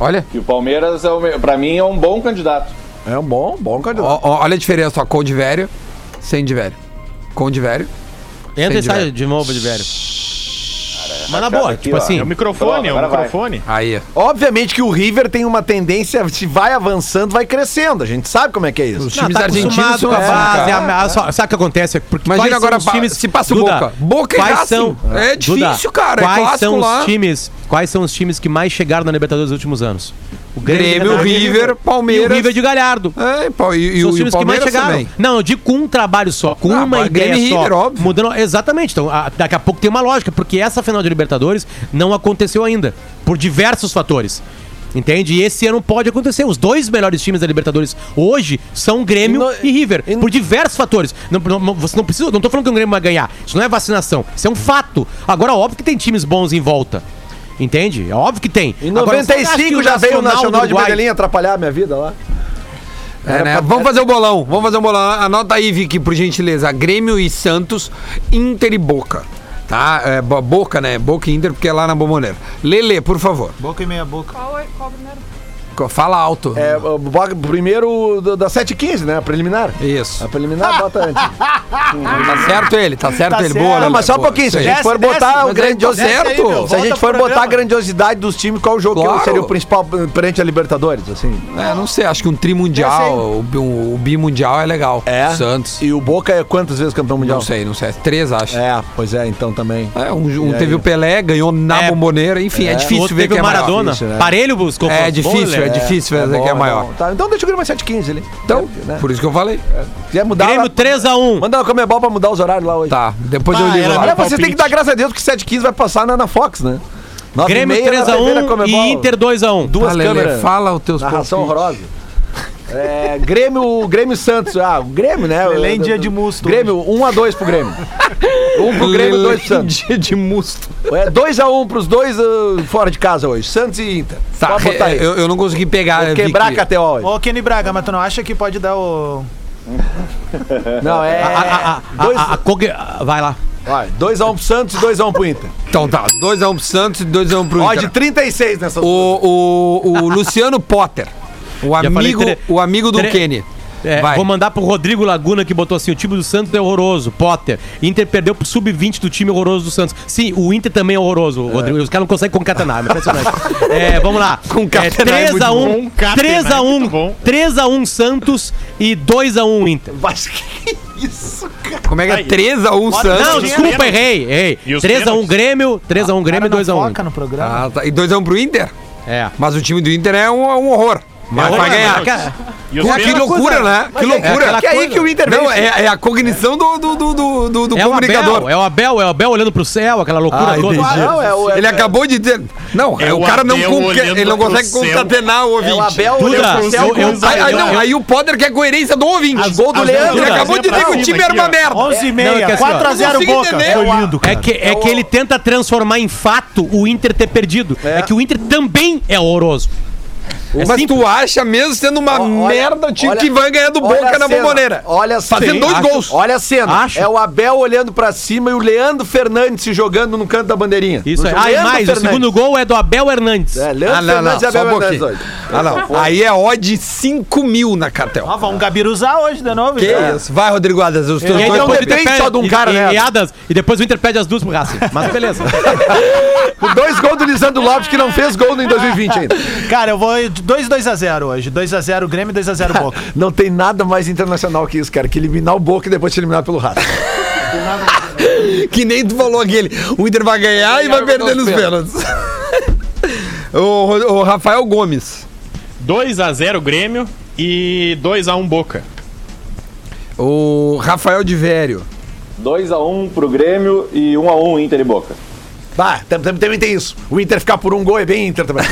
Speaker 2: Olha,
Speaker 8: E o Palmeiras, é o me- pra mim, é um bom candidato.
Speaker 4: É um bom, bom candidato.
Speaker 2: ó, ó, olha a diferença, ó. Com de velho, sem de velho. Com de velho.
Speaker 9: Entra e
Speaker 2: Entendi,
Speaker 9: sai
Speaker 2: velho.
Speaker 9: de novo de velho. Mas na
Speaker 8: Cara,
Speaker 9: boa,
Speaker 8: aqui,
Speaker 9: tipo
Speaker 8: ó,
Speaker 9: assim.
Speaker 3: É o microfone, é o
Speaker 8: Agora vai.
Speaker 3: microfone.
Speaker 2: Aí, ó.
Speaker 4: Obviamente que o River tem uma tendência, se vai avançando, vai crescendo. A gente sabe como é que é isso.
Speaker 2: os times argentinos
Speaker 9: tá acostumado
Speaker 2: são
Speaker 9: com a
Speaker 2: assim,
Speaker 9: base.
Speaker 4: né?
Speaker 9: é
Speaker 2: cara.
Speaker 9: a- a- só- sabe o que acontece? Porque
Speaker 2: Imagina
Speaker 9: quais são
Speaker 2: agora
Speaker 9: os
Speaker 2: pa- se passa o Boca. Boca e
Speaker 9: quais
Speaker 2: Racing.
Speaker 9: são,
Speaker 2: É difícil, cara, é
Speaker 9: Quais
Speaker 2: clássico
Speaker 9: são
Speaker 2: lá.
Speaker 9: os times? Quais são os times que mais chegaram na Libertadores nos últimos anos? O
Speaker 2: Grêmio,
Speaker 9: Libertadores,
Speaker 2: River,
Speaker 9: e o
Speaker 2: Palmeiras.
Speaker 9: River de Galhardo.
Speaker 2: É, e, pau- e, e,
Speaker 9: São
Speaker 2: o-
Speaker 9: os
Speaker 2: e o
Speaker 9: times que mais
Speaker 2: Palmeiras
Speaker 9: chegaram.
Speaker 2: também.
Speaker 9: Não, eu digo com um trabalho só, com
Speaker 4: Ah,
Speaker 2: Não,
Speaker 9: uma
Speaker 2: mas
Speaker 9: ideia
Speaker 2: Grêmio e
Speaker 9: só.
Speaker 2: River, óbvio.
Speaker 9: Mudando, exatamente. Então, a- daqui a pouco tem uma lógica, porque essa final de Libertadores não aconteceu ainda, por diversos fatores. Entende? E esse ano pode acontecer. Os dois melhores times da Libertadores hoje são Grêmio
Speaker 4: E no-
Speaker 9: e, River,
Speaker 4: e no-
Speaker 9: por diversos fatores. Não, não- não- você não precisa, não tô falando que o Grêmio vai ganhar. Isso não é vacinação, isso é um fato. Agora, óbvio que tem times bons em volta. Entende? É óbvio que tem.
Speaker 4: Em
Speaker 9: Agora, você acha que
Speaker 4: 95 já veio o
Speaker 9: do
Speaker 4: Nacional de
Speaker 9: Uruguai-
Speaker 4: Medellín atrapalhar a minha vida lá.
Speaker 2: É, né? Vamos fazer o bolão. Vamos fazer o bolão. Anota aí, Vicky, por gentileza. Grêmio e Santos, Inter e Boca. Tá? É, Bo- Boca, né? Boca e Inter, porque é lá na Bomboneira. Lele, por favor.
Speaker 5: Boca e meia boca.
Speaker 2: Co- Fala alto.
Speaker 4: É, o Boca- primeiro do- da 7h15, né? A preliminar.
Speaker 2: Isso.
Speaker 4: A preliminar bota antes.
Speaker 2: Tá certo ele, tá certo
Speaker 5: Tá
Speaker 2: ele.
Speaker 5: certo.
Speaker 2: Boa,
Speaker 4: Não,
Speaker 2: Lelê,
Speaker 4: Ah. mas só um
Speaker 2: boa.
Speaker 4: pouquinho. Se a
Speaker 2: Isso aí.
Speaker 4: gente
Speaker 5: Desce,
Speaker 4: for
Speaker 5: desce,
Speaker 4: botar o
Speaker 2: mas aí,
Speaker 4: grande...
Speaker 2: tá certo.
Speaker 5: meu.
Speaker 4: Se a gente
Speaker 5: Volta
Speaker 4: for
Speaker 5: pro
Speaker 4: botar a
Speaker 5: programa.
Speaker 4: grandiosidade dos times, qual jogo
Speaker 2: Claro.
Speaker 4: que seria o principal frente a Libertadores, assim?
Speaker 2: É, não sei, acho que um trimundial, o, bi- um- o bimundial é legal.
Speaker 4: É.
Speaker 2: Santos.
Speaker 4: E o Boca é quantas vezes campeão mundial?
Speaker 2: Não sei, não sei. Três, acho. É.
Speaker 4: É, pois é, então também.
Speaker 2: um, um
Speaker 4: E aí?
Speaker 2: teve o Pelé, ganhou na
Speaker 9: É.
Speaker 2: bomboneira, enfim, é,
Speaker 9: O
Speaker 2: difícil
Speaker 9: outro
Speaker 2: ver
Speaker 9: teve
Speaker 2: quem
Speaker 9: o
Speaker 2: é maior.
Speaker 9: Maradona.
Speaker 4: Difícil, né?
Speaker 9: Parelho buscou.
Speaker 2: É difícil, é, difícil ver quem é
Speaker 4: bom,
Speaker 2: maior.
Speaker 4: bom. Tá, então deixa o Grêmio 715 ali.
Speaker 2: Então,
Speaker 4: né?
Speaker 2: por isso que eu falei.
Speaker 4: Se quiser mudar.
Speaker 9: Grêmio
Speaker 4: lá-
Speaker 9: 3x1.
Speaker 4: Manda uma Comebol pra mudar os horários lá hoje.
Speaker 2: Tá, depois
Speaker 3: Bah,
Speaker 2: eu ligo
Speaker 3: era
Speaker 2: lá.
Speaker 4: Aliás,
Speaker 3: Meu
Speaker 4: você tem
Speaker 3: palpite.
Speaker 4: que dar graças a Deus que 715 vai passar na, na Fox, né? 9
Speaker 9: Grêmio
Speaker 4: e meia na primeira
Speaker 9: 3x1
Speaker 4: Comebol.
Speaker 9: e Inter 2x1.
Speaker 4: Duas
Speaker 2: Tá, Lelê,
Speaker 4: câmeras.
Speaker 2: fala os teus
Speaker 4: Narração
Speaker 2: palpites.
Speaker 4: horrorosa. É, Grêmio, Grêmio e Santos. Ah, o Grêmio, né?
Speaker 5: Lelê em
Speaker 4: Eu-
Speaker 5: dia
Speaker 4: eu-
Speaker 5: de musto
Speaker 4: Grêmio, 1x2 pro Grêmio. 1 pro Grêmio, 2 pro Santos.
Speaker 2: dia de musto.
Speaker 4: É 2x1 pros dois ah, fora de casa hoje. Santos e Inter.
Speaker 2: Tá,
Speaker 4: Pode botar aí.
Speaker 2: eu, ah, eu não consegui pegar.
Speaker 4: Vou quebrar a
Speaker 2: Vicky.
Speaker 4: KTO hoje.
Speaker 5: Ô, Kenny Braga, mas tu não acha que pode dar o.
Speaker 4: Não, é.
Speaker 9: A- a- a-
Speaker 4: dois-
Speaker 9: a- a Cog- a- Vai lá.
Speaker 4: Vai, 2x1 pro Santos e 2x1 pro Inter.
Speaker 2: Então tá, 2x1 pro Santos e 2x1 pro
Speaker 4: Ó,
Speaker 2: Inter.
Speaker 4: de 36 nessa.
Speaker 2: O, o, o Luciano Potter, o
Speaker 9: Já falei
Speaker 2: amigo,
Speaker 9: tre-
Speaker 2: o amigo do
Speaker 9: tre-
Speaker 2: Kenny.
Speaker 9: É,
Speaker 2: Vai.
Speaker 9: vou mandar pro Rodrigo Laguna que botou assim: o time do Santos é horroroso. Potter. Inter perdeu pro sub-20 do time horroroso do Santos. Sim, o Inter também é horroroso, Rodrigo. Os caras não conseguem concatenar, é impressionante. é, vamos lá.
Speaker 2: Concatenar é
Speaker 9: é,
Speaker 2: muito
Speaker 9: 3x1.
Speaker 3: bom.
Speaker 9: 3x1.
Speaker 3: Concatenar é muito bom.
Speaker 9: 3x1 Santos e 2x1 Inter.
Speaker 4: Mas que isso, cara?
Speaker 2: Como é que é? 3x1 Santos.
Speaker 9: Não,
Speaker 3: os
Speaker 9: desculpa,
Speaker 3: pênaltis?
Speaker 9: errei, errei.
Speaker 3: E os
Speaker 9: 3x1
Speaker 3: pênaltis?
Speaker 9: Grêmio, 3x1 Grêmio e
Speaker 5: Cara, não
Speaker 9: 2x1.
Speaker 5: foca no programa.
Speaker 2: Ah, tá. E 2x1 pro um Inter?
Speaker 9: É.
Speaker 2: Mas o time do Inter é um, um horror. Mas vai ganhar.
Speaker 3: E os
Speaker 2: Pô, que
Speaker 3: pênaltis?
Speaker 2: loucura, né?
Speaker 4: Mas
Speaker 2: Que
Speaker 4: é
Speaker 2: loucura.
Speaker 4: aquela Que é aí coisa. que o Inter
Speaker 2: Não,
Speaker 4: vence.
Speaker 2: é, é a cognição do, do, do, do, do- do
Speaker 9: É o
Speaker 2: comunicador.
Speaker 9: Abel, é o Abel, é o Abel olhando pro céu, aquela
Speaker 4: Ah,
Speaker 9: loucura toda.
Speaker 4: entendi.
Speaker 9: Não, é o-
Speaker 2: Ele acabou de dizer. Não,
Speaker 3: É
Speaker 2: o
Speaker 3: o
Speaker 2: cara não,
Speaker 3: Abel
Speaker 2: conca-
Speaker 3: olhando
Speaker 2: ele não
Speaker 3: pro
Speaker 2: consegue
Speaker 3: céu.
Speaker 2: concatenar o ouvinte.
Speaker 4: É o Abel
Speaker 9: Duda,
Speaker 4: olhando pro céu
Speaker 9: eu-
Speaker 4: com
Speaker 9: eu-
Speaker 4: os
Speaker 2: Aí, aí não,
Speaker 9: eu-
Speaker 2: aí o Poder quer coerência do ouvinte.
Speaker 4: gol do
Speaker 3: as-
Speaker 4: Leandro.
Speaker 2: Ele
Speaker 3: Duda,
Speaker 2: acabou de
Speaker 3: pra
Speaker 2: dizer que o
Speaker 3: cima
Speaker 2: time era
Speaker 3: aqui,
Speaker 2: uma
Speaker 3: ó.
Speaker 2: merda.
Speaker 5: 11 e
Speaker 9: Não, é
Speaker 5: meia,
Speaker 9: que assim, ó,
Speaker 5: 4 a 0
Speaker 2: eu não consigo
Speaker 5: Boca.
Speaker 2: entender.
Speaker 5: Foi lindo, cara.
Speaker 9: É que, é que ele tenta transformar em fato o Inter ter perdido. É, que o Inter também é horroroso. É
Speaker 2: Mas
Speaker 9: simples.
Speaker 2: tu acha mesmo sendo uma
Speaker 4: Ó, olha-
Speaker 2: merda o time
Speaker 4: olha-
Speaker 2: que vai ganhar do
Speaker 4: olha
Speaker 2: Boca
Speaker 4: a
Speaker 2: na
Speaker 4: cena,
Speaker 2: bomboneira?
Speaker 4: Olha a cena.
Speaker 2: Fazendo dois
Speaker 4: Acho-
Speaker 2: gols.
Speaker 4: Olha a cena.
Speaker 9: Acho.
Speaker 4: É o Abel olhando pra cima e o Leandro Fernandes se jogando no canto da bandeirinha.
Speaker 9: Isso aí.
Speaker 4: No-
Speaker 9: Ah, e
Speaker 4: Leandro
Speaker 9: mais, o
Speaker 4: Fernandes.
Speaker 9: segundo gol é do Abel Hernandes.
Speaker 4: É, Leandro
Speaker 2: Ah, não, não,
Speaker 4: Fernandes e
Speaker 2: só
Speaker 4: Abel
Speaker 2: um
Speaker 4: Hernandes
Speaker 2: pouquinho.
Speaker 4: hoje.
Speaker 2: Ah, não. Aí é odd 5 mil na cartel.
Speaker 5: Ó, vamos Gabiruzar hoje de novo. então.
Speaker 2: Que
Speaker 5: já.
Speaker 2: isso? Vai, Rodrigo Adas. Os teus
Speaker 9: E aí
Speaker 2: dois
Speaker 4: não
Speaker 9: depois o
Speaker 2: poder-
Speaker 9: Inter
Speaker 4: depende
Speaker 9: perde-
Speaker 4: só de um
Speaker 9: e-
Speaker 4: cara,
Speaker 9: e-
Speaker 4: né?
Speaker 9: e Adas- e depois o Inter perde as duas pro Racing. Mas beleza.
Speaker 4: Por dois gols do Lisandro Lopes que não fez gol em 2020 ainda.
Speaker 5: Cara, eu vou 2 2 a 0 hoje. 2 a 0 Grêmio, 2 a 0 Boca.
Speaker 4: Não tem nada mais internacional que isso, cara. Que eliminar o Boca e depois ser eliminado pelo Rato.
Speaker 2: Que nem tu falou aquele. O Inter vai ganhar e vai perder nos pênaltis. o, Ro- o Rafael Gomes.
Speaker 3: 2x0 Grêmio e 2x1 Boca.
Speaker 2: O Rafael de Vério.
Speaker 8: 2x1 pro Grêmio e 1x1 Inter e Boca.
Speaker 4: Bah, tam- tam- também tem isso. O Inter ficar por um gol é bem Inter também.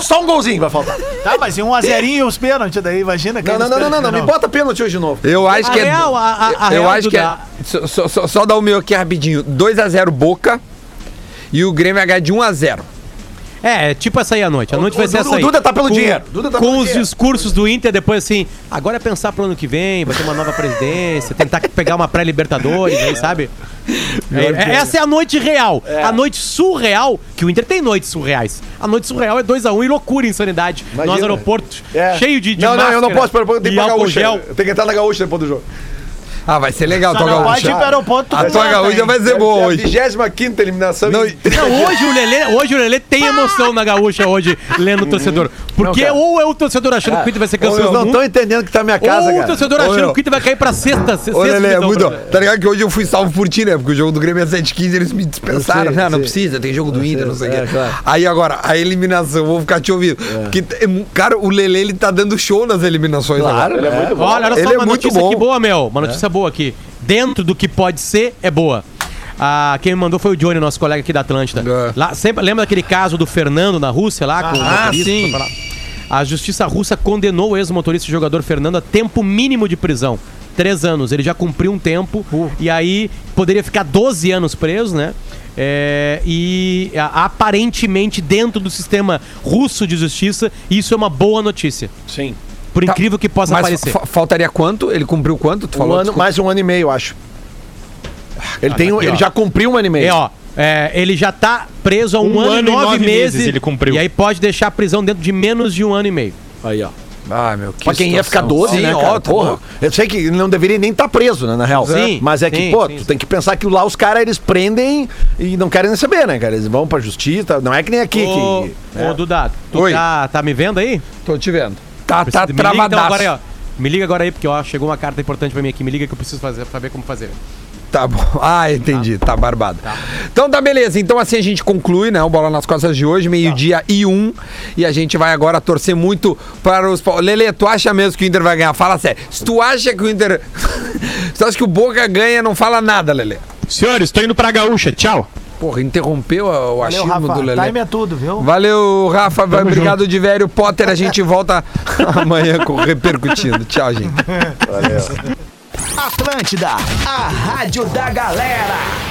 Speaker 4: Só um golzinho vai faltar.
Speaker 5: Tá, mas e um a zerinho os pênaltis daí, imagina.
Speaker 4: Não,
Speaker 5: cara,
Speaker 4: não,
Speaker 5: os
Speaker 4: não, não, não, não.
Speaker 5: pênaltis,
Speaker 4: Me bota pênalti hoje de novo.
Speaker 2: Eu acho
Speaker 9: A
Speaker 2: que é.
Speaker 9: real, a- a- a
Speaker 2: eu
Speaker 9: real
Speaker 2: acho
Speaker 9: do
Speaker 2: que é.
Speaker 9: da-
Speaker 2: Só, só- só- só dá o meu aqui rapidinho. 2x0 Boca. E o Grêmio H de 1x0.
Speaker 9: É, é tipo essa aí a noite. A noite vai
Speaker 4: o
Speaker 9: ser
Speaker 4: Duda-
Speaker 9: essa aí.
Speaker 4: o Duda tá pelo
Speaker 9: com,
Speaker 4: dinheiro. O Duda tá
Speaker 9: com
Speaker 4: pelo
Speaker 9: os
Speaker 4: dinheiro.
Speaker 9: discursos do Inter, depois assim, agora é pensar pro ano que vem, vai ter uma nova presidência, tentar pegar uma pré-libertadores, aí, sabe? É, é- essa é a noite real. A noite surreal, que o Inter tem noites surreais. A noite surreal é 2x1 e loucura, insanidade.
Speaker 4: Imagina.
Speaker 9: Nós aeroportos,
Speaker 4: É.
Speaker 9: cheio de, de
Speaker 4: Não, não, eu não
Speaker 9: máscara
Speaker 4: posso. Eu tenho que
Speaker 9: e
Speaker 4: pagar
Speaker 9: álcool
Speaker 4: gaúcha.
Speaker 9: gel.
Speaker 4: Eu tenho que entrar na gaúcha depois do jogo.
Speaker 2: Ah, vai ser legal,
Speaker 5: Só
Speaker 2: tua
Speaker 5: Tá, não pode ir
Speaker 2: gaúcha.
Speaker 5: pro aeroporto.
Speaker 2: A tua gaúcha vai ser boa
Speaker 4: É
Speaker 2: hoje.
Speaker 4: a 25 eliminação.
Speaker 2: Não,
Speaker 4: e-
Speaker 9: Não, hoje o Lelê, hoje o Lelê tem emoção na gaúcha hoje, lendo o torcedor. Porque
Speaker 4: Uhum. cara.
Speaker 9: ou é o torcedor achando que o Inter vai ser
Speaker 4: Vocês
Speaker 9: campeão
Speaker 4: não
Speaker 9: do mundo,
Speaker 4: estão entendendo que tá minha casa,
Speaker 9: Ou o
Speaker 4: cara.
Speaker 9: torcedor
Speaker 2: Ô,
Speaker 9: achando
Speaker 2: meu.
Speaker 9: que o Inter vai cair pra sexta, então, se- sexta
Speaker 2: Ô, Lelê, é
Speaker 9: divisão,
Speaker 2: muito.
Speaker 9: brother.
Speaker 2: Tá ligado que hoje eu fui salvo por ti, né? Porque o jogo do Grêmio é 7h15, eles me dispensaram.
Speaker 4: Eu sei,
Speaker 2: não, não
Speaker 4: sei.
Speaker 2: precisa, tem jogo do Inter, não sei o
Speaker 4: é,
Speaker 2: quê.
Speaker 4: claro.
Speaker 2: Aí agora, a eliminação, vou ficar te ouvindo. Porque, é mu- cara, o Lelê, ele tá dando show nas eliminações
Speaker 4: Claro.
Speaker 2: agora.
Speaker 8: Ele é muito bom.
Speaker 9: Olha, olha só
Speaker 2: Ele é
Speaker 9: uma
Speaker 2: muito
Speaker 9: notícia
Speaker 2: bom. É.
Speaker 9: aqui boa, meu. Uma notícia boa aqui. Dentro do que pode ser, é boa. Ah, quem me mandou foi o Johnny, nosso colega aqui da Atlântida.
Speaker 2: É.
Speaker 9: Lá, sempre, lembra daquele caso do Fernando na Rússia lá? com o motorista, foi pra lá? A justiça russa condenou o ex-motorista e jogador Fernando a tempo mínimo de prisão. Três anos. Ele já cumpriu um tempo
Speaker 2: Uh.
Speaker 9: e aí poderia ficar 12 anos preso, né? É, e a- aparentemente dentro do sistema russo de justiça, isso é uma boa notícia.
Speaker 4: Sim.
Speaker 9: Por
Speaker 2: Tá.
Speaker 9: incrível que possa
Speaker 2: Mas
Speaker 9: parecer.
Speaker 2: fa- faltaria quanto? Ele cumpriu quanto? Tu
Speaker 4: Um
Speaker 2: falou?
Speaker 4: ano,
Speaker 2: Desculpa.
Speaker 4: mais um ano e meio, eu acho. Ele, tem, um-
Speaker 9: Ah, tá aqui,
Speaker 4: ele
Speaker 9: ó.
Speaker 4: já cumpriu um ano e meio.
Speaker 9: É, ó. é, ele já tá preso há um, ano, e nove, meses.
Speaker 3: ele cumpriu.
Speaker 9: E aí pode deixar a prisão dentro de menos de um ano e meio.
Speaker 4: Aí, ó.
Speaker 2: Ah, meu, que
Speaker 4: pra quem ia ficar
Speaker 2: situação.
Speaker 4: 12,
Speaker 2: Sim,
Speaker 4: né,
Speaker 2: ó,
Speaker 4: cara?
Speaker 2: tá
Speaker 4: Porra,
Speaker 2: louco.
Speaker 4: eu sei que ele não deveria nem estar preso, né, na real.
Speaker 9: Sim,
Speaker 4: Mas é que,
Speaker 9: sim,
Speaker 4: pô,
Speaker 9: sim,
Speaker 4: tu
Speaker 9: sim.
Speaker 4: tem que pensar que lá os caras, eles prendem e não querem nem saber, né, cara? Eles vão pra justiça, não é que nem aqui.
Speaker 9: ô,
Speaker 4: que, é
Speaker 9: ô, Duda, tu
Speaker 2: Oi.
Speaker 9: tá, tá me vendo aí?
Speaker 2: Tô te vendo. Tá,
Speaker 9: Preciso-
Speaker 2: tá
Speaker 9: me liga então agora aí,
Speaker 2: travadaço.
Speaker 9: ó. Me liga agora aí, porque ó, chegou uma carta importante pra mim aqui. Me liga que eu preciso fazer, saber como fazer.
Speaker 2: Tá bom. Ah, entendi. Tá, barbado. Então tá, beleza. Então assim a gente conclui, né? O Bola nas Costas de hoje, meio-dia
Speaker 9: Tá.
Speaker 2: e um. E a gente vai agora torcer muito para os... pau- Lele, tu acha mesmo que o Inter vai ganhar? Fala sério. Se tu acha que o Inter... Se tu acha que o Boca ganha, não fala nada, Lele.
Speaker 3: Senhores, tô indo pra gaúcha. Tchau.
Speaker 2: Porra, interrompeu a- o
Speaker 5: Valeu,
Speaker 2: achismo do
Speaker 5: Rafa.
Speaker 2: Lele.
Speaker 5: Time é tudo, viu?
Speaker 2: Valeu, Rafa. Obrigado de velho Potter. A gente volta amanhã com o Repercutindo. Tchau, gente.
Speaker 13: Atlântida, a rádio da galera.